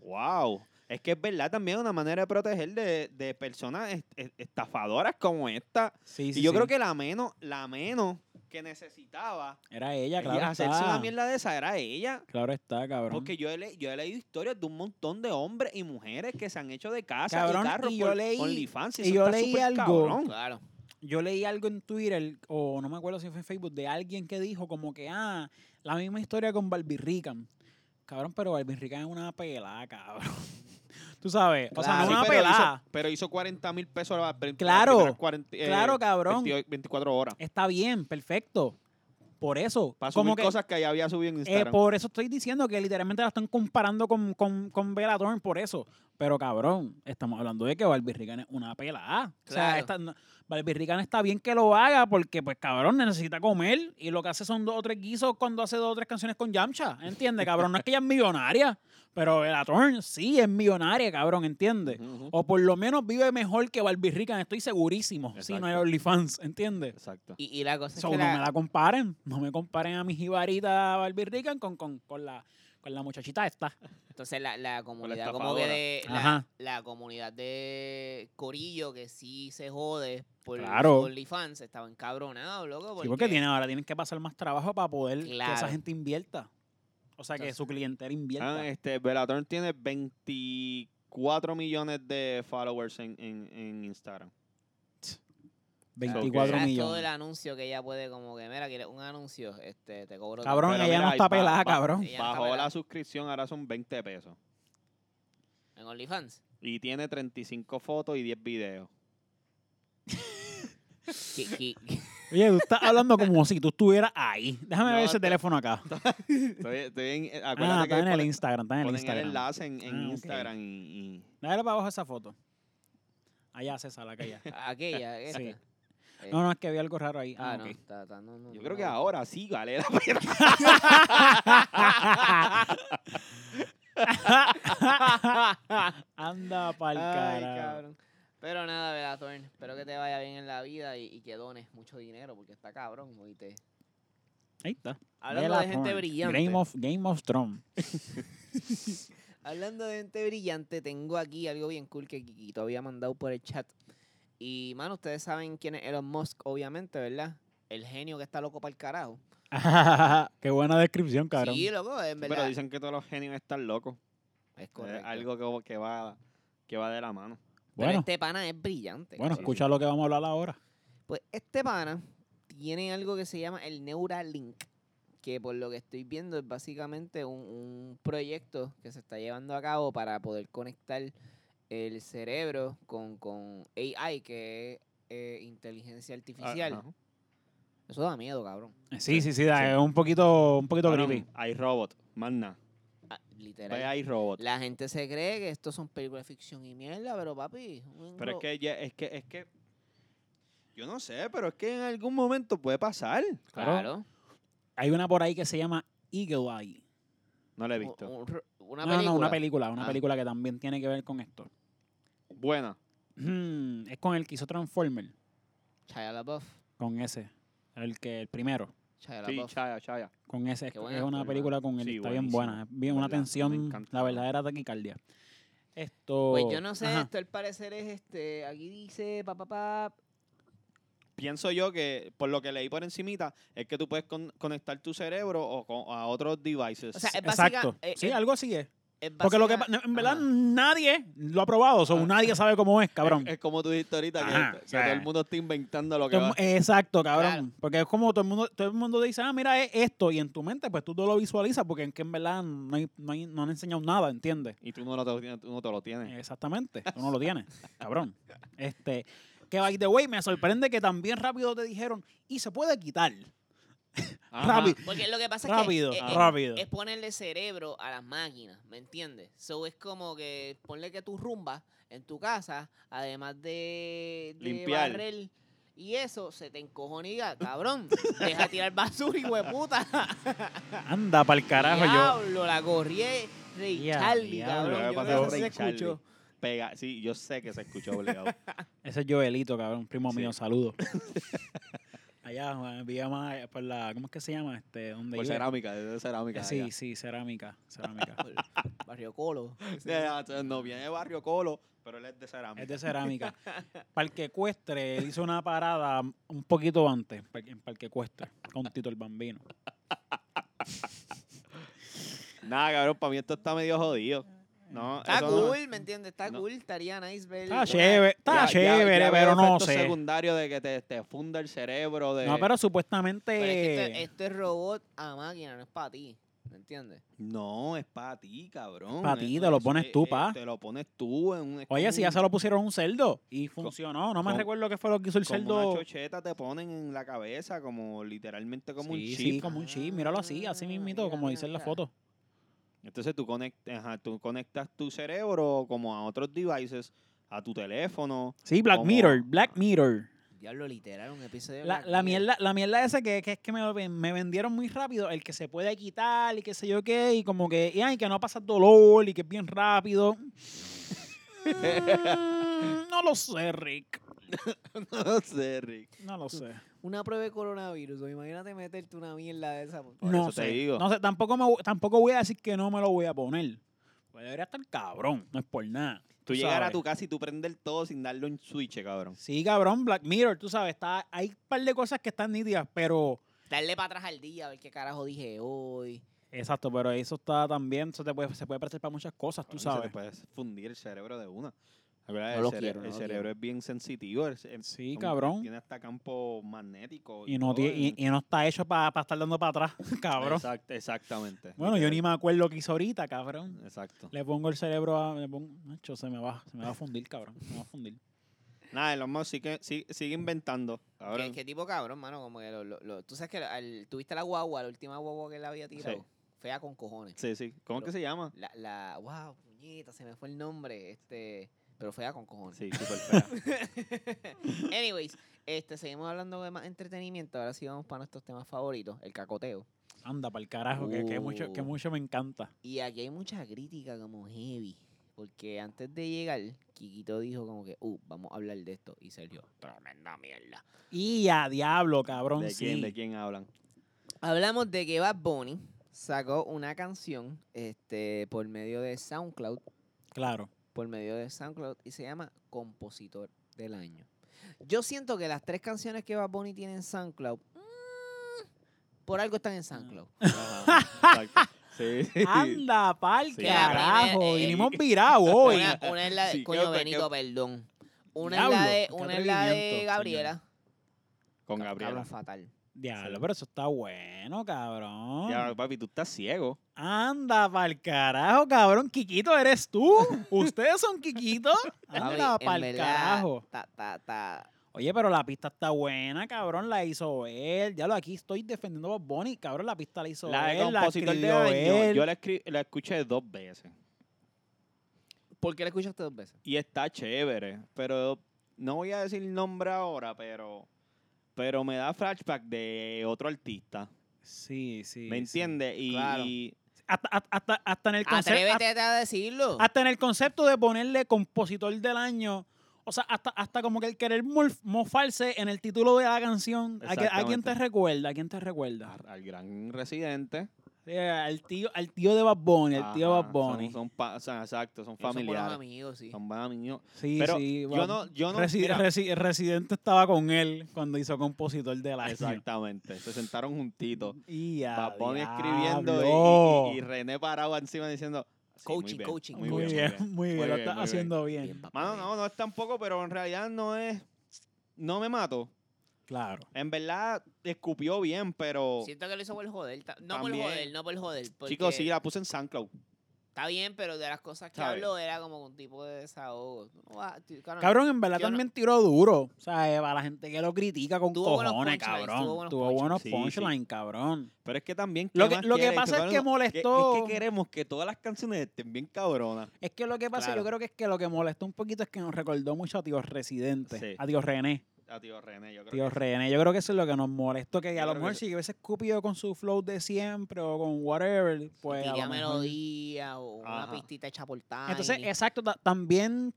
Speaker 2: wow. Es que es verdad también una manera de proteger de, de personas est- est- estafadoras como esta.
Speaker 1: Sí, sí,
Speaker 2: Y yo
Speaker 1: sí.
Speaker 2: creo que la menos, la menos que necesitaba
Speaker 1: Era ella,
Speaker 2: y
Speaker 1: claro
Speaker 2: hacerse
Speaker 1: está.
Speaker 2: una mierda de esa era ella.
Speaker 1: Claro está, cabrón.
Speaker 2: Porque yo he, le- yo he leído historias de un montón de hombres y mujeres que se han hecho de casa
Speaker 1: Cabrón,
Speaker 2: y carros
Speaker 1: y yo
Speaker 2: por
Speaker 1: leí-
Speaker 2: OnlyFans.
Speaker 1: y
Speaker 2: eso
Speaker 1: yo
Speaker 2: está
Speaker 1: leí
Speaker 2: súper
Speaker 1: algo.
Speaker 2: cabrón.
Speaker 3: Claro.
Speaker 1: yo leí algo en Twitter, o no me acuerdo si fue en Facebook, de alguien que dijo como que, ah, la misma historia con Barbie Rican. Cabrón, pero Barbie Rican es una pelada, cabrón. Tú sabes, o sea,
Speaker 3: Claro.
Speaker 1: no
Speaker 2: Sí,
Speaker 1: es una
Speaker 2: pero
Speaker 1: pelada.
Speaker 2: Hizo, pero hizo 40 mil pesos a las veinte-
Speaker 1: Claro,
Speaker 2: las primeras 40, eh,
Speaker 1: claro, cabrón.
Speaker 2: 28 24 horas.
Speaker 1: Está bien, perfecto. Por eso.
Speaker 2: Para subir
Speaker 1: como que,
Speaker 2: cosas que ya había subido en
Speaker 1: eh,
Speaker 2: Instagram.
Speaker 1: por eso estoy diciendo que literalmente la están comparando con, con, con Bella Thorne, por eso. Pero cabrón, estamos hablando de que Barbie Rican es una pelada. O sea,
Speaker 3: Claro.
Speaker 1: esta, no- Barbie Rican está bien que lo haga porque, pues cabrón, necesita comer. Y lo que hace son dos o tres guisos cuando hace dos o tres canciones con Yamcha. ¿Entiendes, cabrón? No es que ella es millonaria, pero Bella Thorne sí es millonaria, cabrón, ¿entiendes?
Speaker 2: Ujú, ujú.
Speaker 1: O por lo menos vive mejor que Barbie Rican, estoy segurísimo. Si no hay
Speaker 2: Exacto.
Speaker 1: OnlyFans, ¿entiendes?
Speaker 2: Exacto.
Speaker 3: Y, y la cosa
Speaker 1: So,
Speaker 3: es Pues que
Speaker 1: no
Speaker 3: la-
Speaker 1: me la comparen, no me comparen a mi jibarita Barbie Rican con, con, con, la, con la muchachita esta.
Speaker 3: Entonces la, la comunidad como que
Speaker 2: estafadora.
Speaker 3: de
Speaker 1: Ajá.
Speaker 3: la, la comunidad de Corillo que sí se jode por
Speaker 1: Claro.
Speaker 3: los OnlyFans estaban encabronados, loco.
Speaker 1: Sí, porque tiene, ahora tienen que pasar más trabajo para poder que esa
Speaker 3: Claro.
Speaker 1: gente invierta. O sea, que
Speaker 3: Entonces-
Speaker 1: su clientela invierta.
Speaker 2: Ah, este, Bellator tiene 24 millones de followers en, en, en Instagram.
Speaker 1: 24
Speaker 2: ok.
Speaker 3: Era todo el
Speaker 1: millones.
Speaker 3: anuncio que ella puede como que, mira, quieres un anuncio, este, te cobro.
Speaker 1: Cabrón,
Speaker 2: Pero
Speaker 1: ella
Speaker 2: mira,
Speaker 1: no está
Speaker 2: ahí va-
Speaker 1: pelada,
Speaker 2: va-
Speaker 1: cabrón.
Speaker 3: Ella no está
Speaker 2: Bajó la
Speaker 3: pelada.
Speaker 2: suscripción, ahora son 20 pesos.
Speaker 3: tanto En OnlyFans.
Speaker 2: Y tiene 35 fotos y 10 videos.
Speaker 3: Qui- qui-
Speaker 1: Oye, tú estás hablando como si tú estuvieras ahí. Déjame
Speaker 2: No,
Speaker 1: ver ese
Speaker 2: está-
Speaker 1: teléfono acá.
Speaker 2: Estoy, estoy en, eh,
Speaker 1: Ah,
Speaker 2: acuérdate
Speaker 1: está en
Speaker 2: que
Speaker 1: el
Speaker 2: ponen-
Speaker 1: Instagram, está en
Speaker 2: ponen
Speaker 1: el
Speaker 2: el
Speaker 1: Instagram.
Speaker 2: enlace en, en
Speaker 1: Ah, ok.
Speaker 2: Instagram y, y-
Speaker 1: Dale para abajo esa foto. Allá, César, acá allá.
Speaker 3: aquella, esta.
Speaker 1: Sí.
Speaker 3: Eh,
Speaker 1: No, no, es que vi algo raro ahí.
Speaker 3: Ah,
Speaker 1: Ah,
Speaker 3: no,
Speaker 1: ok.
Speaker 3: está- está- no, no,
Speaker 2: Yo
Speaker 3: no
Speaker 2: creo
Speaker 3: me
Speaker 2: que
Speaker 3: gusta.
Speaker 2: ahora sí vale la pena.
Speaker 1: Anda pa'l
Speaker 3: Ay,
Speaker 1: carajo.
Speaker 3: cabrón. Pero nada, Velatorn, espero que te vaya bien en la vida y, y que dones mucho dinero porque está cabrón, oíste.
Speaker 1: Ahí está.
Speaker 3: Hablando
Speaker 1: Bella
Speaker 3: de gente
Speaker 1: Thorne,
Speaker 3: brillante.
Speaker 1: Game of, Game of Thrones.
Speaker 3: Hablando de gente brillante, tengo aquí algo bien cool que Kikito había mandado por el chat. Y, mano, ustedes saben quién es Elon Musk, obviamente, ¿verdad? El genio que está loco para el carajo.
Speaker 1: Qué buena descripción, cabrón.
Speaker 3: Sí, loco, en verdad.
Speaker 2: Pero dicen que todos los genios están locos.
Speaker 3: es
Speaker 2: Es
Speaker 3: correcto.
Speaker 2: algo que, que va, que va de la mano.
Speaker 3: Pero
Speaker 1: bueno,
Speaker 3: este pana es brillante.
Speaker 1: bueno,
Speaker 3: cabrón.
Speaker 1: escucha lo que vamos a hablar ahora.
Speaker 3: Pues este pana tiene algo que se llama el Neuralink, que por lo que estoy viendo es básicamente un, un proyecto que se está llevando a cabo para poder conectar el cerebro con, con AI, que es eh, inteligencia artificial.
Speaker 2: Ah, Ajá.
Speaker 3: Eso da miedo, cabrón.
Speaker 1: Eh, Sí, sí, sí, da-
Speaker 2: sí.
Speaker 1: es un poquito, un poquito
Speaker 2: Cabrón,
Speaker 1: creepy.
Speaker 2: Hay robot, más nada.
Speaker 3: Ah, literal.
Speaker 2: Ve, Hay robot.
Speaker 3: La gente se cree que estos son películas de ficción y mierda, pero papi. un
Speaker 2: Pero es
Speaker 3: ro-
Speaker 2: que, ya- es que, es que, yo no sé, pero es que en algún momento puede pasar.
Speaker 3: Claro.
Speaker 1: Hay una por ahí que se llama Eagle Eye.
Speaker 2: No la he
Speaker 3: un-
Speaker 2: visto.
Speaker 3: un ro- una
Speaker 1: No,
Speaker 3: película.
Speaker 1: no, no, una película, una
Speaker 3: Ah.
Speaker 1: película que también tiene que ver con esto.
Speaker 2: Buena.
Speaker 1: Hmm, es con el que hizo Transformer,
Speaker 3: Shia LaBeouf.
Speaker 1: con ese, el que el primero.
Speaker 3: Shia
Speaker 2: Sí,
Speaker 3: LaBeouf.
Speaker 2: chaya, chaya.
Speaker 1: Con ese, es
Speaker 3: Qué buena
Speaker 1: es una
Speaker 3: forma.
Speaker 1: película con él,
Speaker 2: Sí,
Speaker 1: está bien
Speaker 2: buenísimo.
Speaker 1: buena, es bien una
Speaker 2: ¿Verdad? Me
Speaker 1: tensión,
Speaker 2: encanta.
Speaker 1: la verdadera taquicardia. Esto...
Speaker 3: Pues yo no sé,
Speaker 1: Ajá.
Speaker 3: esto al parecer es este, aquí dice pa pa pa.
Speaker 2: Pienso yo que, por lo que leí por encimita, es que tú puedes con- conectar tu cerebro o con- a otros devices.
Speaker 3: O sea, es básica-
Speaker 1: Exacto.
Speaker 3: eh,
Speaker 1: sí,
Speaker 3: eh,
Speaker 1: algo así es.
Speaker 3: es
Speaker 1: Porque lo que
Speaker 3: básica-
Speaker 1: pa- en verdad
Speaker 3: Ajá.
Speaker 1: nadie lo ha probado, o sea,
Speaker 2: Ah.
Speaker 1: nadie sabe cómo es, cabrón.
Speaker 2: Es, es como tú dijiste ahorita, que-
Speaker 1: Ajá,
Speaker 2: que,
Speaker 1: o sea,
Speaker 2: todo el mundo está inventando lo que
Speaker 1: Todo el
Speaker 2: va.
Speaker 1: mu- Exacto, cabrón.
Speaker 3: Claro.
Speaker 1: Porque es como todo el mundo, todo el mundo dice, ah, mira, es esto. Y en tu mente, pues tú todo lo visualizas, porque en que en verdad no, hay- no, hay- no han enseñado nada, ¿entiendes?
Speaker 2: Y tú no, lo, te- tú no te lo
Speaker 1: Eh,
Speaker 2: tienes.
Speaker 1: Exactamente. Tú no lo tienes, cabrón. Este, que by the way, me sorprende que también rápido te dijeron, y se puede quitar.
Speaker 2: Ajá.
Speaker 1: Rápido.
Speaker 3: Porque lo que pasa
Speaker 1: Rápido,
Speaker 3: es que eh,
Speaker 2: ah,
Speaker 3: eh,
Speaker 1: rápido.
Speaker 3: es ponerle cerebro a las máquinas, ¿me entiendes? So es como que ponle que tú rumbas en tu casa, además de, de
Speaker 2: Limpiar.
Speaker 3: barrer y eso, se te encojoniga, cabrón. Deja tirar basura y hueputa.
Speaker 1: Anda, pa'l carajo yo.
Speaker 3: Diablo, la corrié Rey
Speaker 1: Ya,
Speaker 3: Charlie, cabrón.
Speaker 1: diablo,
Speaker 2: lo
Speaker 3: Yo
Speaker 2: que pasa
Speaker 3: creo
Speaker 2: es
Speaker 3: que
Speaker 2: Ray
Speaker 3: se escuchó.
Speaker 2: pega. Sí, yo sé que se escuchó obligado.
Speaker 1: Ese es Joelito, cabrón, primo
Speaker 2: Sí.
Speaker 1: mío, saludo. Allá, Juan, vía más por la, ¿cómo es que se llama? Este, donde
Speaker 2: Por
Speaker 1: vive?
Speaker 2: cerámica, de cerámica.
Speaker 1: Sí,
Speaker 2: allá.
Speaker 1: sí, cerámica, cerámica.
Speaker 3: Barrio Colo.
Speaker 2: Ya, No viene de Barrio Colo, pero él es de cerámica.
Speaker 1: es de cerámica. Parque Ecuestre él hizo una parada un poquito antes, par- en Parque Ecuestre, con Tito el Bambino.
Speaker 2: Nada, cabrón, para mí esto está medio jodido. No,
Speaker 3: Está
Speaker 2: eso no-
Speaker 3: cool, ¿me entiendes? Está
Speaker 2: no.
Speaker 3: cool, estaría nice ver.
Speaker 1: Está Ah, chévere, está
Speaker 2: Ya- ya-
Speaker 1: chévere,
Speaker 2: ya veo
Speaker 1: pero no
Speaker 2: efectos
Speaker 1: sé.
Speaker 2: secundarios de que te, te funda el cerebro. De...
Speaker 1: No, pero
Speaker 3: Pero pues, es que
Speaker 1: supuestamente...
Speaker 3: esto, esto es robot a máquina, no es para ti. ¿Me entiendes?
Speaker 2: No, es para ti, cabrón.
Speaker 1: Pa' ti,
Speaker 2: Eh,
Speaker 1: te lo
Speaker 2: es-
Speaker 1: pones
Speaker 2: eh,
Speaker 1: tú,
Speaker 2: eh,
Speaker 1: pa.
Speaker 2: Te lo pones tú. En un, es
Speaker 1: Oye,
Speaker 2: como
Speaker 1: si ya
Speaker 2: un-
Speaker 1: se lo pusieron a un cerdo y funcionó. No me
Speaker 2: con-
Speaker 1: recuerdo qué fue lo que hizo el
Speaker 2: como
Speaker 1: cerdo.
Speaker 2: una chocheta te ponen en la cabeza, como literalmente como un
Speaker 1: Sí,
Speaker 2: chip.
Speaker 1: sí, como un chip. Míralo así, así
Speaker 3: Ah,
Speaker 1: mismito,
Speaker 3: mira,
Speaker 1: como
Speaker 3: mira
Speaker 1: dice en la
Speaker 3: acá.
Speaker 1: foto.
Speaker 2: Entonces tú, conect- ajá, tú conectas tu cerebro como a otros devices, a tu teléfono.
Speaker 1: Sí, Black
Speaker 2: Como-
Speaker 1: Mirror, Black Mirror.
Speaker 3: Diablo, literal, un episodio. de
Speaker 1: La,
Speaker 3: Black
Speaker 1: la
Speaker 3: Mirror.
Speaker 1: mierda, la mierda esa que, que es que me, lo ven- me vendieron muy rápido, el que se puede quitar y qué sé yo qué, y como que, y ay, que no pasa dolor y que es bien rápido. Mm, no lo sé, Rick.
Speaker 2: no sé, Rick.
Speaker 1: No lo sé.
Speaker 3: Una prueba de coronavirus. o Imagínate meterte una mierda de esa. por favor.
Speaker 2: Por
Speaker 1: no
Speaker 2: eso
Speaker 1: sé.
Speaker 2: te digo.
Speaker 1: No sé, tampoco, me, voy- tampoco voy a decir que no me lo voy a poner. Pues debería estar cabrón, no es por nada.
Speaker 2: Tú llegar a
Speaker 1: sabes.
Speaker 2: tu casa y tú prender todo sin darle un switch, cabrón.
Speaker 1: Sí, cabrón, Black Mirror, tú sabes, está, hay un par de cosas que están nítidas, pero.
Speaker 3: Darle para atrás al día, a ver qué carajo dije hoy.
Speaker 1: Exacto, pero eso está también, eso te puede, se puede prestar para muchas cosas, tú
Speaker 2: Cabrón, se
Speaker 1: sabes.
Speaker 2: te puede fundir el cerebro de una. La verdad,
Speaker 3: No lo
Speaker 2: el cere-
Speaker 3: quiero, no
Speaker 2: el
Speaker 3: lo
Speaker 2: cerebro
Speaker 3: quiero.
Speaker 2: es bien sensitivo. el ce- em,
Speaker 1: Sí,
Speaker 2: como que
Speaker 1: cabrón.
Speaker 2: Tiene hasta campo magnético.
Speaker 1: Y no,
Speaker 2: todo,
Speaker 1: tie- y, y no está hecho para estar dando para atrás, cabrón.
Speaker 2: Exact- exactamente.
Speaker 1: Bueno, yo ni
Speaker 2: literal.
Speaker 1: me acuerdo lo que hizo ahorita, cabrón.
Speaker 2: Exacto.
Speaker 1: Le pongo el cerebro a. Le pongo, macho, se me va, se me va a fundir, cabrón. Se me va a fundir.
Speaker 2: Nada, Elon Musk sigue, sigue, sigue inventando. Ahora,
Speaker 3: ¿Qué, qué tipo cabrón, mano? Como que lo- lo- lo- tú sabes que al- tuviste la guagua, la última guagua que él había tirado.
Speaker 2: Sí.
Speaker 3: Fea con cojones.
Speaker 2: sí, sí. ¿Cómo
Speaker 3: Pero-
Speaker 2: que se llama?
Speaker 3: La, la, wow, puñeta, se me fue el nombre. Este, pero fea con cojones.
Speaker 2: Sí, súper fea.
Speaker 3: Anyways, este, seguimos hablando de más entretenimiento. Ahora sí vamos para nuestros temas favoritos, el cacoteo.
Speaker 1: Anda, para el carajo, que, que mucho, que
Speaker 3: Uh.
Speaker 1: mucho me encanta.
Speaker 3: Y aquí hay mucha crítica como heavy. Porque antes de llegar, Kikito dijo como que, uh, vamos a hablar de esto. Y salió tremenda mierda.
Speaker 1: Y a diablo, cabrón,
Speaker 2: ¿De
Speaker 1: sí.
Speaker 2: quién, ¿De quién hablan?
Speaker 3: Hablamos de que Bad Bunny sacó una canción este, por medio de SoundCloud,
Speaker 1: Claro.
Speaker 3: por medio de SoundCloud y se llama Compositor del Año. Yo siento que las tres canciones que Bad Bunny tiene en SoundCloud, mm, por algo están en SoundCloud.
Speaker 2: Ah. Ajá, exacto. Sí, sí.
Speaker 1: Anda, pa'l
Speaker 2: Sí.
Speaker 1: carajo.
Speaker 3: Eh,
Speaker 1: Y
Speaker 3: eh,
Speaker 1: ni hemos virado hoy.
Speaker 3: Una, una es la de
Speaker 2: Sí,
Speaker 3: coño
Speaker 2: creo que-
Speaker 3: Benito, perdón. Una es la
Speaker 1: Diablo,
Speaker 3: de,
Speaker 1: qué
Speaker 3: una es la de
Speaker 1: atrevimiento,
Speaker 3: Gabriela.
Speaker 2: Con
Speaker 3: Ca-
Speaker 2: Gabriela.
Speaker 3: cabrón, fatal.
Speaker 1: Diablo, pero eso está bueno, cabrón.
Speaker 2: Ya, papi, tú estás ciego.
Speaker 1: Anda, pa'l carajo, cabrón. Kikito, eres tú. Ustedes son Kikito. Anda,
Speaker 3: Papi, en
Speaker 1: pa'l
Speaker 3: verdad,
Speaker 1: carajo.
Speaker 3: ta- ta- ta.
Speaker 1: Oye, pero la pista está buena, cabrón. La hizo él. Ya lo aquí estoy defendiendo a Bob Bunny. Cabrón, la pista la hizo
Speaker 2: La de
Speaker 1: él. La
Speaker 2: compositor de
Speaker 1: escribió
Speaker 2: año,
Speaker 1: él.
Speaker 2: yo la, escri- la escuché dos veces.
Speaker 3: ¿Por qué la escuchaste dos veces?
Speaker 2: Y está chévere. Pero no voy a decir nombre ahora, pero, pero me da flashback de otro artista.
Speaker 1: Sí, sí.
Speaker 2: ¿Me
Speaker 1: sí.
Speaker 2: entiendes? Y,
Speaker 3: Claro.
Speaker 2: y-
Speaker 1: Hasta, hasta- hasta- hasta en el concepto.
Speaker 3: Atrévete a decirlo.
Speaker 1: Hasta en el concepto de ponerle compositor del año. O sea, hasta, hasta como que el querer mol- mofarse en el título de la canción. ¿A, que- a quién te
Speaker 2: Exactamente. Ah.
Speaker 1: recuerda? ¿A quién te recuerda?
Speaker 2: al gran residente.
Speaker 1: Eh, al, tío, al tío de Bad Bunny, al tío
Speaker 2: Ajá,
Speaker 1: Bad Bunny.
Speaker 2: Son, son pa- son- exacto, son
Speaker 3: Ellos son buenos
Speaker 2: familiares.
Speaker 3: amigos, sí.
Speaker 2: Son buenos amigos.
Speaker 1: Sí,
Speaker 2: Pero
Speaker 1: sí.
Speaker 2: yo
Speaker 1: Bad-
Speaker 2: no, yo no.
Speaker 1: Resi-
Speaker 2: mira,
Speaker 1: Resi- Residente estaba con él cuando hizo compositor del año.
Speaker 2: exactamente. Se sentaron juntitos.
Speaker 1: Y a
Speaker 2: Bad Bunny escribiendo y-
Speaker 1: diablo.
Speaker 2: y, y- y René parado encima diciendo. sí, muy
Speaker 3: Coaching,
Speaker 2: bien,
Speaker 3: coaching.
Speaker 1: Muy, bien, muy bien, lo
Speaker 2: bien,
Speaker 1: está
Speaker 2: muy bien.
Speaker 1: haciendo bien.
Speaker 3: Bien, papá,
Speaker 2: Mano,
Speaker 3: bien.
Speaker 2: no, no es tampoco, pero en realidad no es. No me mato.
Speaker 1: Claro.
Speaker 2: En verdad, escupió bien, pero.
Speaker 3: Siento que lo hizo por joder. ta- No
Speaker 2: También.
Speaker 3: por joder, no por joder. porque
Speaker 2: Chicos, sí, la puse en SoundCloud.
Speaker 3: Está bien, pero de las cosas que
Speaker 2: ¿Sabes?
Speaker 3: habló era como un tipo de desahogo. Tú no vas- tú-
Speaker 1: Cabrón, en verdad
Speaker 3: yo no-
Speaker 1: también tiró duro. O sea, eh, para la gente que lo critica con
Speaker 3: Tuvo buenos
Speaker 1: cojones,
Speaker 3: punchlines,
Speaker 1: cabrón.
Speaker 3: tuvo buenos
Speaker 1: Tuvo buenos
Speaker 2: punchlines. Sí, sí.
Speaker 1: punchlines, cabrón.
Speaker 2: Pero es que también. ¿qué
Speaker 1: Lo que,
Speaker 2: más
Speaker 1: lo que
Speaker 2: quieres?
Speaker 1: pasa es que
Speaker 2: Cabrón,
Speaker 1: molestó.
Speaker 2: Es que queremos que todas las canciones estén bien cabronas.
Speaker 1: Es que lo que pasa,
Speaker 2: Claro.
Speaker 1: yo creo que es que lo que molestó un poquito es que nos recordó mucho a Dios Residente,
Speaker 2: Sí.
Speaker 1: a Dios René.
Speaker 2: a tío René, yo creo.
Speaker 1: Tío
Speaker 2: que-
Speaker 1: René, yo creo que eso es lo que nos molestó, que
Speaker 2: Yo
Speaker 1: a lo
Speaker 2: creo que
Speaker 1: mejor
Speaker 2: sí.
Speaker 1: si hubiese escupido con su flow de siempre o con whatever, pues... a lo
Speaker 3: Diría
Speaker 1: mejor-
Speaker 3: melodía o una
Speaker 2: Ajá.
Speaker 3: pistita hecha por Tiny.
Speaker 1: Entonces, exacto, ta- también...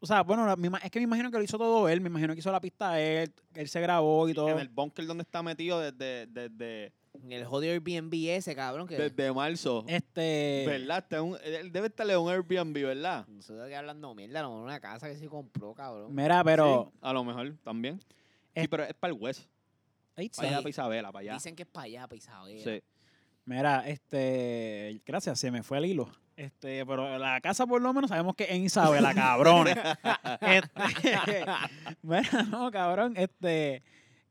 Speaker 1: O sea, bueno, la- me ima- es que me imagino que lo hizo todo él, me imagino que hizo la pista él, él se grabó y todo.
Speaker 2: En el búnker donde está metido desde, desde,
Speaker 3: El jodido Airbnb ese, cabrón, que...
Speaker 2: desde marzo.
Speaker 1: Este...
Speaker 2: ¿Verdad? Está en un- él debe estarle en un Airbnb, ¿verdad?
Speaker 3: No sé de qué hablando mierda, no, una casa que se compró, cabrón.
Speaker 1: Mira, pero...
Speaker 2: Sí, a lo mejor también.
Speaker 1: Es-
Speaker 2: Sí, pero es para el West.
Speaker 1: Ahí está.
Speaker 2: Para allá,
Speaker 3: Sí.
Speaker 2: para Isabela, para allá.
Speaker 3: Dicen que es para allá, para Isabela.
Speaker 2: Sí.
Speaker 1: Mira, este... Gracias, se me fue el hilo. Este, pero la casa por lo menos sabemos que es en Isabela, cabrones. Este, mira, no, cabrón, este...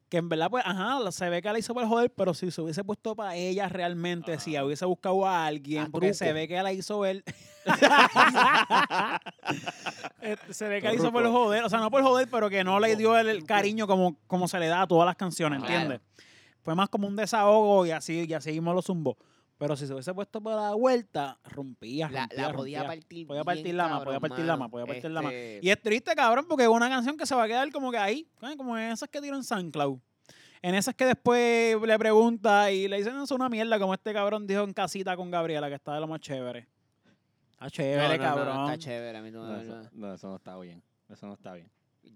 Speaker 1: Que en verdad, pues, ajá, se ve que la hizo para joder, pero si se hubiese puesto para ella realmente, si
Speaker 2: Ajá.
Speaker 1: hubiese buscado a alguien,
Speaker 3: A
Speaker 1: porque
Speaker 3: Ah. Truco.
Speaker 1: se ve que la hizo él. Este, se ve que la hizo por
Speaker 2: Truco.
Speaker 1: joder, o sea, no por joder, pero que no le dio el, el
Speaker 3: Truco.
Speaker 1: cariño como, como se le da a todas las canciones,
Speaker 3: Claro.
Speaker 1: ¿entiendes? Fue más como un desahogo y así, y así mismo lo zumbó. Pero si se hubiese puesto para la vuelta, rompía,
Speaker 3: La,
Speaker 1: rompía,
Speaker 3: la podía
Speaker 1: rompía.
Speaker 3: partir.
Speaker 1: Podía
Speaker 3: bien,
Speaker 1: partir la más, podía
Speaker 3: cabrón,
Speaker 1: partir la más,
Speaker 3: mano.
Speaker 1: podía partir la más.
Speaker 3: Este,
Speaker 1: Y es triste, cabrón, porque es una canción que se va a quedar como que ahí, ¿eh? como en esas que tiró en SoundCloud. En esas que después le pregunta y le dicen, "No, es una mierda, como este cabrón dijo en casita con Gabriela, que está de lo más chévere. Está
Speaker 3: no,
Speaker 1: chévere,
Speaker 3: no, no, no,
Speaker 1: cabrón.
Speaker 3: está chévere, a mí no,
Speaker 2: No,
Speaker 3: no,
Speaker 2: eso, no, eso no está bien. Eso no está bien.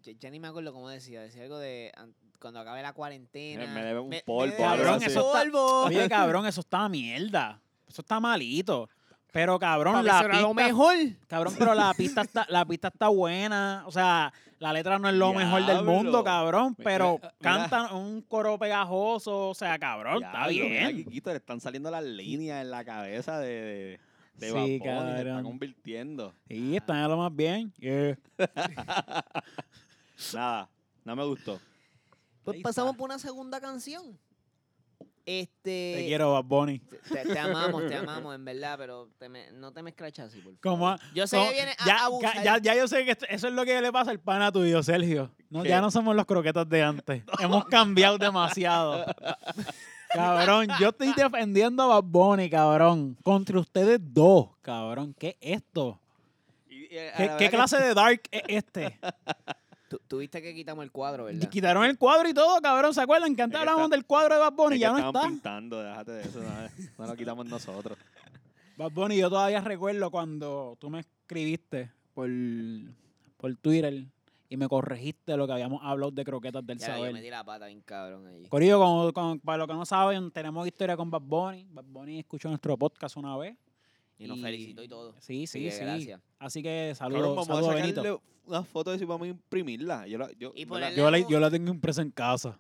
Speaker 3: Ya, ya ni me acuerdo cómo decía. Decía algo de an- cuando acabe la cuarentena.
Speaker 2: Me- me debe un polvo,
Speaker 3: debe
Speaker 1: Cabrón,
Speaker 3: un
Speaker 1: eso está-
Speaker 3: polvo.
Speaker 1: Oye, cabrón, eso está mierda. Eso está malito. Pero,
Speaker 3: Papi,
Speaker 1: cabrón,
Speaker 3: eso
Speaker 1: la
Speaker 3: era lo
Speaker 1: pista,
Speaker 3: mejor.
Speaker 1: cabrón, pero la pista está, la pista está buena. O sea, la letra no es lo mejor del
Speaker 2: Diablo.
Speaker 1: mundo, cabrón.
Speaker 2: Mi- eh,
Speaker 1: Pero
Speaker 2: mira, mira.
Speaker 1: canta un coro pegajoso. O sea, cabrón, está
Speaker 2: Diablo, mira,
Speaker 1: bien.
Speaker 2: Kikito, le están saliendo las líneas en la cabeza de, de, de
Speaker 1: Sí,
Speaker 2: Bad Bunny, Se está
Speaker 1: cabrón.
Speaker 2: convirtiendo.
Speaker 1: Y está en lo más bien. Yeah.
Speaker 2: Nada, no me gustó.
Speaker 3: Pues
Speaker 1: Ahí
Speaker 3: pasamos
Speaker 1: está.
Speaker 3: por una segunda canción.
Speaker 1: Te
Speaker 3: Este.
Speaker 1: quiero, Bad Bunny.
Speaker 3: te- Te, te amamos, te amamos, en verdad, pero te me- no te me escrachas así, por favor.
Speaker 1: Como a-
Speaker 3: Yo sé
Speaker 1: como-
Speaker 3: que viene a
Speaker 1: ya,
Speaker 3: abusar.
Speaker 1: ya- ya- ya yo sé que esto- eso es lo que le pasa al pana tuyo, Sergio. No,
Speaker 2: ¿Qué?
Speaker 1: ya no somos los croquetas de antes. Hemos cambiado demasiado. cabrón, yo estoy defendiendo a Bad Bunny, cabrón. Contra ustedes dos, cabrón. ¿Qué es esto?
Speaker 2: Y- y, eh, la
Speaker 1: ¿Qué,
Speaker 2: verdad
Speaker 1: qué
Speaker 2: que-
Speaker 1: clase de dark es este?
Speaker 3: Tú- Tuviste que quitamos el cuadro, ¿verdad?
Speaker 1: Quitaron el cuadro y todo, cabrón. ¿Se acuerdan que antes
Speaker 2: Es que
Speaker 1: hablábamos
Speaker 2: está-
Speaker 1: del cuadro de Bad
Speaker 2: es
Speaker 1: Bunny?
Speaker 2: que
Speaker 1: Ya no
Speaker 2: estaban
Speaker 1: está.
Speaker 2: pintando, déjate de eso. No, no lo quitamos nosotros.
Speaker 1: Bad Bunny, yo todavía recuerdo cuando tú me escribiste por, por Twitter y me corregiste lo que habíamos hablado de croquetas del
Speaker 3: Ya, yo
Speaker 1: saber.
Speaker 3: metí la pata bien cabrón allí.
Speaker 1: Corillo, como- como- para los que no saben, tenemos historia con Bad Bunny. Bad Bunny escuchó nuestro podcast una vez.
Speaker 3: Y nos felicitó y todo.
Speaker 1: Sí, sí,
Speaker 3: que
Speaker 1: sí.
Speaker 3: gracias.
Speaker 1: Así que
Speaker 2: Cabrón,
Speaker 1: saludos,
Speaker 2: vamos a
Speaker 1: saludos
Speaker 2: sacarle
Speaker 1: Benito.
Speaker 2: una foto de eso y vamos a imprimirla. Yo la, yo,
Speaker 3: Y
Speaker 2: yo la-
Speaker 3: ponerle-
Speaker 1: Yo la, yo la tengo impresa en casa.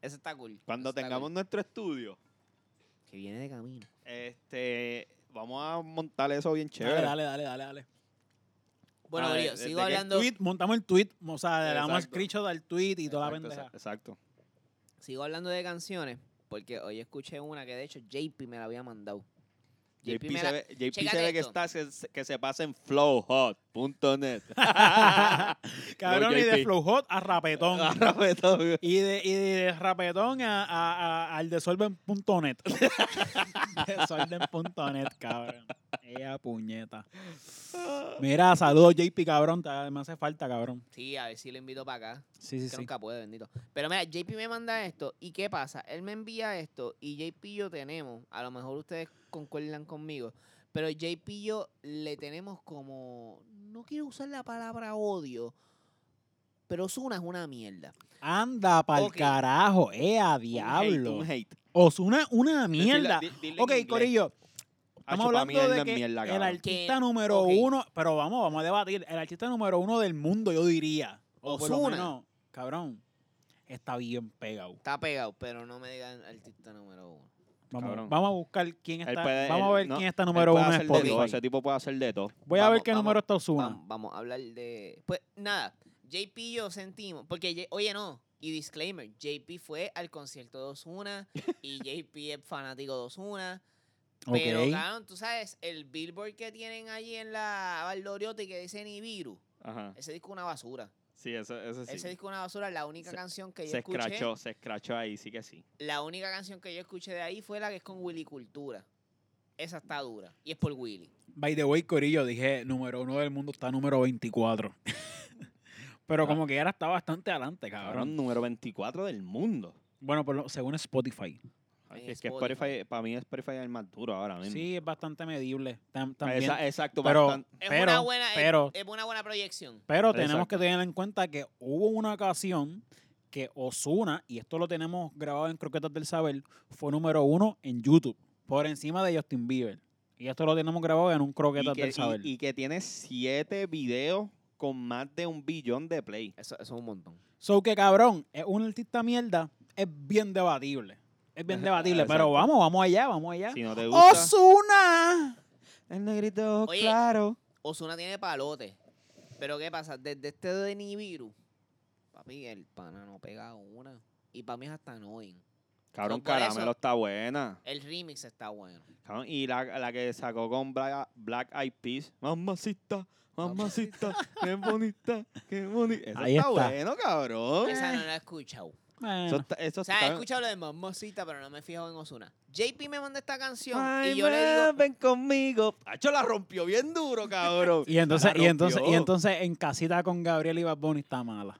Speaker 3: Eso está cool.
Speaker 2: cuando
Speaker 3: eso está
Speaker 2: tengamos
Speaker 3: cool.
Speaker 2: nuestro estudio,
Speaker 3: Que viene de camino.
Speaker 2: este, vamos a montar eso bien chévere.
Speaker 1: Dale, dale, dale, dale, dale.
Speaker 3: Bueno,
Speaker 2: Ah,
Speaker 3: Corillo,
Speaker 2: desde
Speaker 3: sigo
Speaker 2: que
Speaker 3: hablando.
Speaker 1: Tweet, montamos el tweet, o sea, le damos
Speaker 2: Exacto.
Speaker 1: screenshot al tweet y toda la
Speaker 2: Exacto,
Speaker 1: pendeja.
Speaker 2: Exacto.
Speaker 3: Sigo hablando de canciones, porque hoy escuché una que de hecho JP me la había mandado.
Speaker 2: JP,
Speaker 3: me
Speaker 2: se
Speaker 3: la-
Speaker 2: ve, JP se
Speaker 3: Chécate
Speaker 2: ve que
Speaker 3: esto.
Speaker 2: está que, se- que se pasa en flowhot.net.
Speaker 1: Cabrón, y de
Speaker 2: JP.
Speaker 1: Flowhot a Rapetón.
Speaker 2: Agárrame todo.
Speaker 1: Y de, y de rapetón a, a- a- al desolven.net. desolven.net, cabrón. Ella puñeta. Mira, saludos JP, cabrón. te- Me hace falta, cabrón.
Speaker 3: Sí, a ver si lo invito para acá.
Speaker 1: Sí, sí,
Speaker 3: Que
Speaker 1: sí.
Speaker 3: nunca puede, bendito. Pero mira, JP me manda esto. ¿Y qué pasa? Él me envía esto y JP y yo tenemos. A lo mejor ustedes concuerdan conmigo. Pero JP y yo le tenemos como. No quiero usar la palabra odio. Pero Osuna es una mierda.
Speaker 1: Anda pa'l
Speaker 3: Ok.
Speaker 1: carajo, ea,
Speaker 2: Un
Speaker 1: diablo.
Speaker 2: hate.
Speaker 1: Osuna, una mierda.
Speaker 2: Decirle- di- dile
Speaker 1: Ok,
Speaker 2: en inglés.
Speaker 1: Corillo,
Speaker 2: Ah,
Speaker 1: estamos
Speaker 2: chupa
Speaker 1: hablando de
Speaker 2: mierda,
Speaker 1: que
Speaker 2: mierda,
Speaker 1: el
Speaker 2: cabrón.
Speaker 1: artista
Speaker 3: Que-
Speaker 1: número
Speaker 3: ok.
Speaker 1: uno, pero vamos, vamos a debatir. El artista número uno del mundo, yo diría. O por lo
Speaker 3: Ozuna.
Speaker 1: menos, cabrón, está bien pegado.
Speaker 3: Está pegado, pero no me digan artista número uno.
Speaker 1: Vamos,
Speaker 2: Cabrón.
Speaker 1: vamos a buscar quién
Speaker 2: Él
Speaker 1: está.
Speaker 2: puede-
Speaker 1: vamos a
Speaker 2: él-
Speaker 1: ver
Speaker 2: no,
Speaker 1: quién está
Speaker 2: él
Speaker 1: número
Speaker 2: puede
Speaker 1: uno en
Speaker 2: hacer de todo, Ese
Speaker 1: Spotify.
Speaker 2: tipo puede hacer de todo.
Speaker 1: Voy a
Speaker 3: Vamos,
Speaker 1: ver qué
Speaker 3: vamos,
Speaker 1: número está Osuna.
Speaker 3: Vam- Vamos a hablar de. Pues nada, JP y yo sentimos. Porque, J- oye, no. Y disclaimer: JP fue al concierto de Osuna y JP es fanático de Osuna. Pero,
Speaker 1: Ok.
Speaker 3: claro, tú sabes, el billboard que tienen allí en la Valdoriote que dice Nibiru,
Speaker 2: Ajá.
Speaker 3: ese disco es una basura.
Speaker 2: Sí, eso, eso sí.
Speaker 3: Ese disco es una basura. La única
Speaker 2: Se-
Speaker 3: canción que yo
Speaker 2: Se
Speaker 3: escuché.
Speaker 2: escrachó, se escrachó ahí, sí que sí.
Speaker 3: La única canción que yo escuché de ahí fue la que es con Willy Cultura. Esa está dura. Y es por Willy.
Speaker 1: By the way, Corillo, dije número uno del mundo está número 24. Pero como que ahora está bastante adelante, cabrón.
Speaker 2: Ah. Cabrón, número 24 del mundo.
Speaker 1: Bueno, por lo- según Spotify.
Speaker 2: Ay,
Speaker 3: En
Speaker 2: es que
Speaker 3: Spotify.
Speaker 2: Spotify, para mí Spotify es el más duro ahora mismo.
Speaker 1: Sí, es bastante medible. tam- también.
Speaker 2: Esa- exacto,
Speaker 1: pero,
Speaker 2: bastante.
Speaker 3: Es, una
Speaker 1: pero,
Speaker 3: buena, es-
Speaker 1: pero,
Speaker 3: es una buena proyección.
Speaker 1: pero tenemos
Speaker 2: Exacto.
Speaker 1: que tener en cuenta que hubo una ocasión que Osuna, y esto lo tenemos grabado en Croquetas del Saber, fue número uno en YouTube, por encima de Justin Bieber. Y esto lo tenemos grabado en un
Speaker 2: Y
Speaker 1: Croquetas
Speaker 2: que,
Speaker 1: del Saber.
Speaker 2: y- y que tiene siete videos con más de un billón de play.
Speaker 3: Eso, eso es un montón.
Speaker 1: So que cabrón, es un artista mierda, es bien debatible. Es bien
Speaker 2: Ajá,
Speaker 1: debatible, pero
Speaker 2: exacto.
Speaker 1: vamos, vamos allá, vamos allá.
Speaker 2: Si no te gusta.
Speaker 1: ¡Osuna!
Speaker 2: El negrito,
Speaker 3: Oye.
Speaker 2: claro.
Speaker 3: Osuna tiene palote. Pero ¿qué pasa? Desde este de Nibiru, papi, el pana no pega una. Y para mí es hasta annoying.
Speaker 2: Cabrón,
Speaker 3: No, por eso.
Speaker 2: caramelo está buena.
Speaker 3: El remix está bueno.
Speaker 2: Cabrón, y la, la que sacó con Black, Black Eyed Peas. Mamacita, mamacita, qué bonita, qué bonita. Eso
Speaker 1: Ahí
Speaker 2: está,
Speaker 1: está.
Speaker 2: bueno, cabrón.
Speaker 3: Esa no la he escuchado.
Speaker 2: Eso
Speaker 1: Bueno,
Speaker 2: está, eso
Speaker 3: O sea, he
Speaker 2: está-
Speaker 3: escuchado lo de mamacita, pero no me he fijado en Osuna. JP me manda esta canción
Speaker 2: Ay,
Speaker 3: y yo le
Speaker 2: ma,
Speaker 3: digo,
Speaker 2: ven conmigo. Hacho la rompió bien duro, cabrón.
Speaker 1: y entonces,
Speaker 2: La
Speaker 1: y entonces, y
Speaker 2: rompió.
Speaker 1: entonces en casita con Gabriel y Bad Bunny está mala.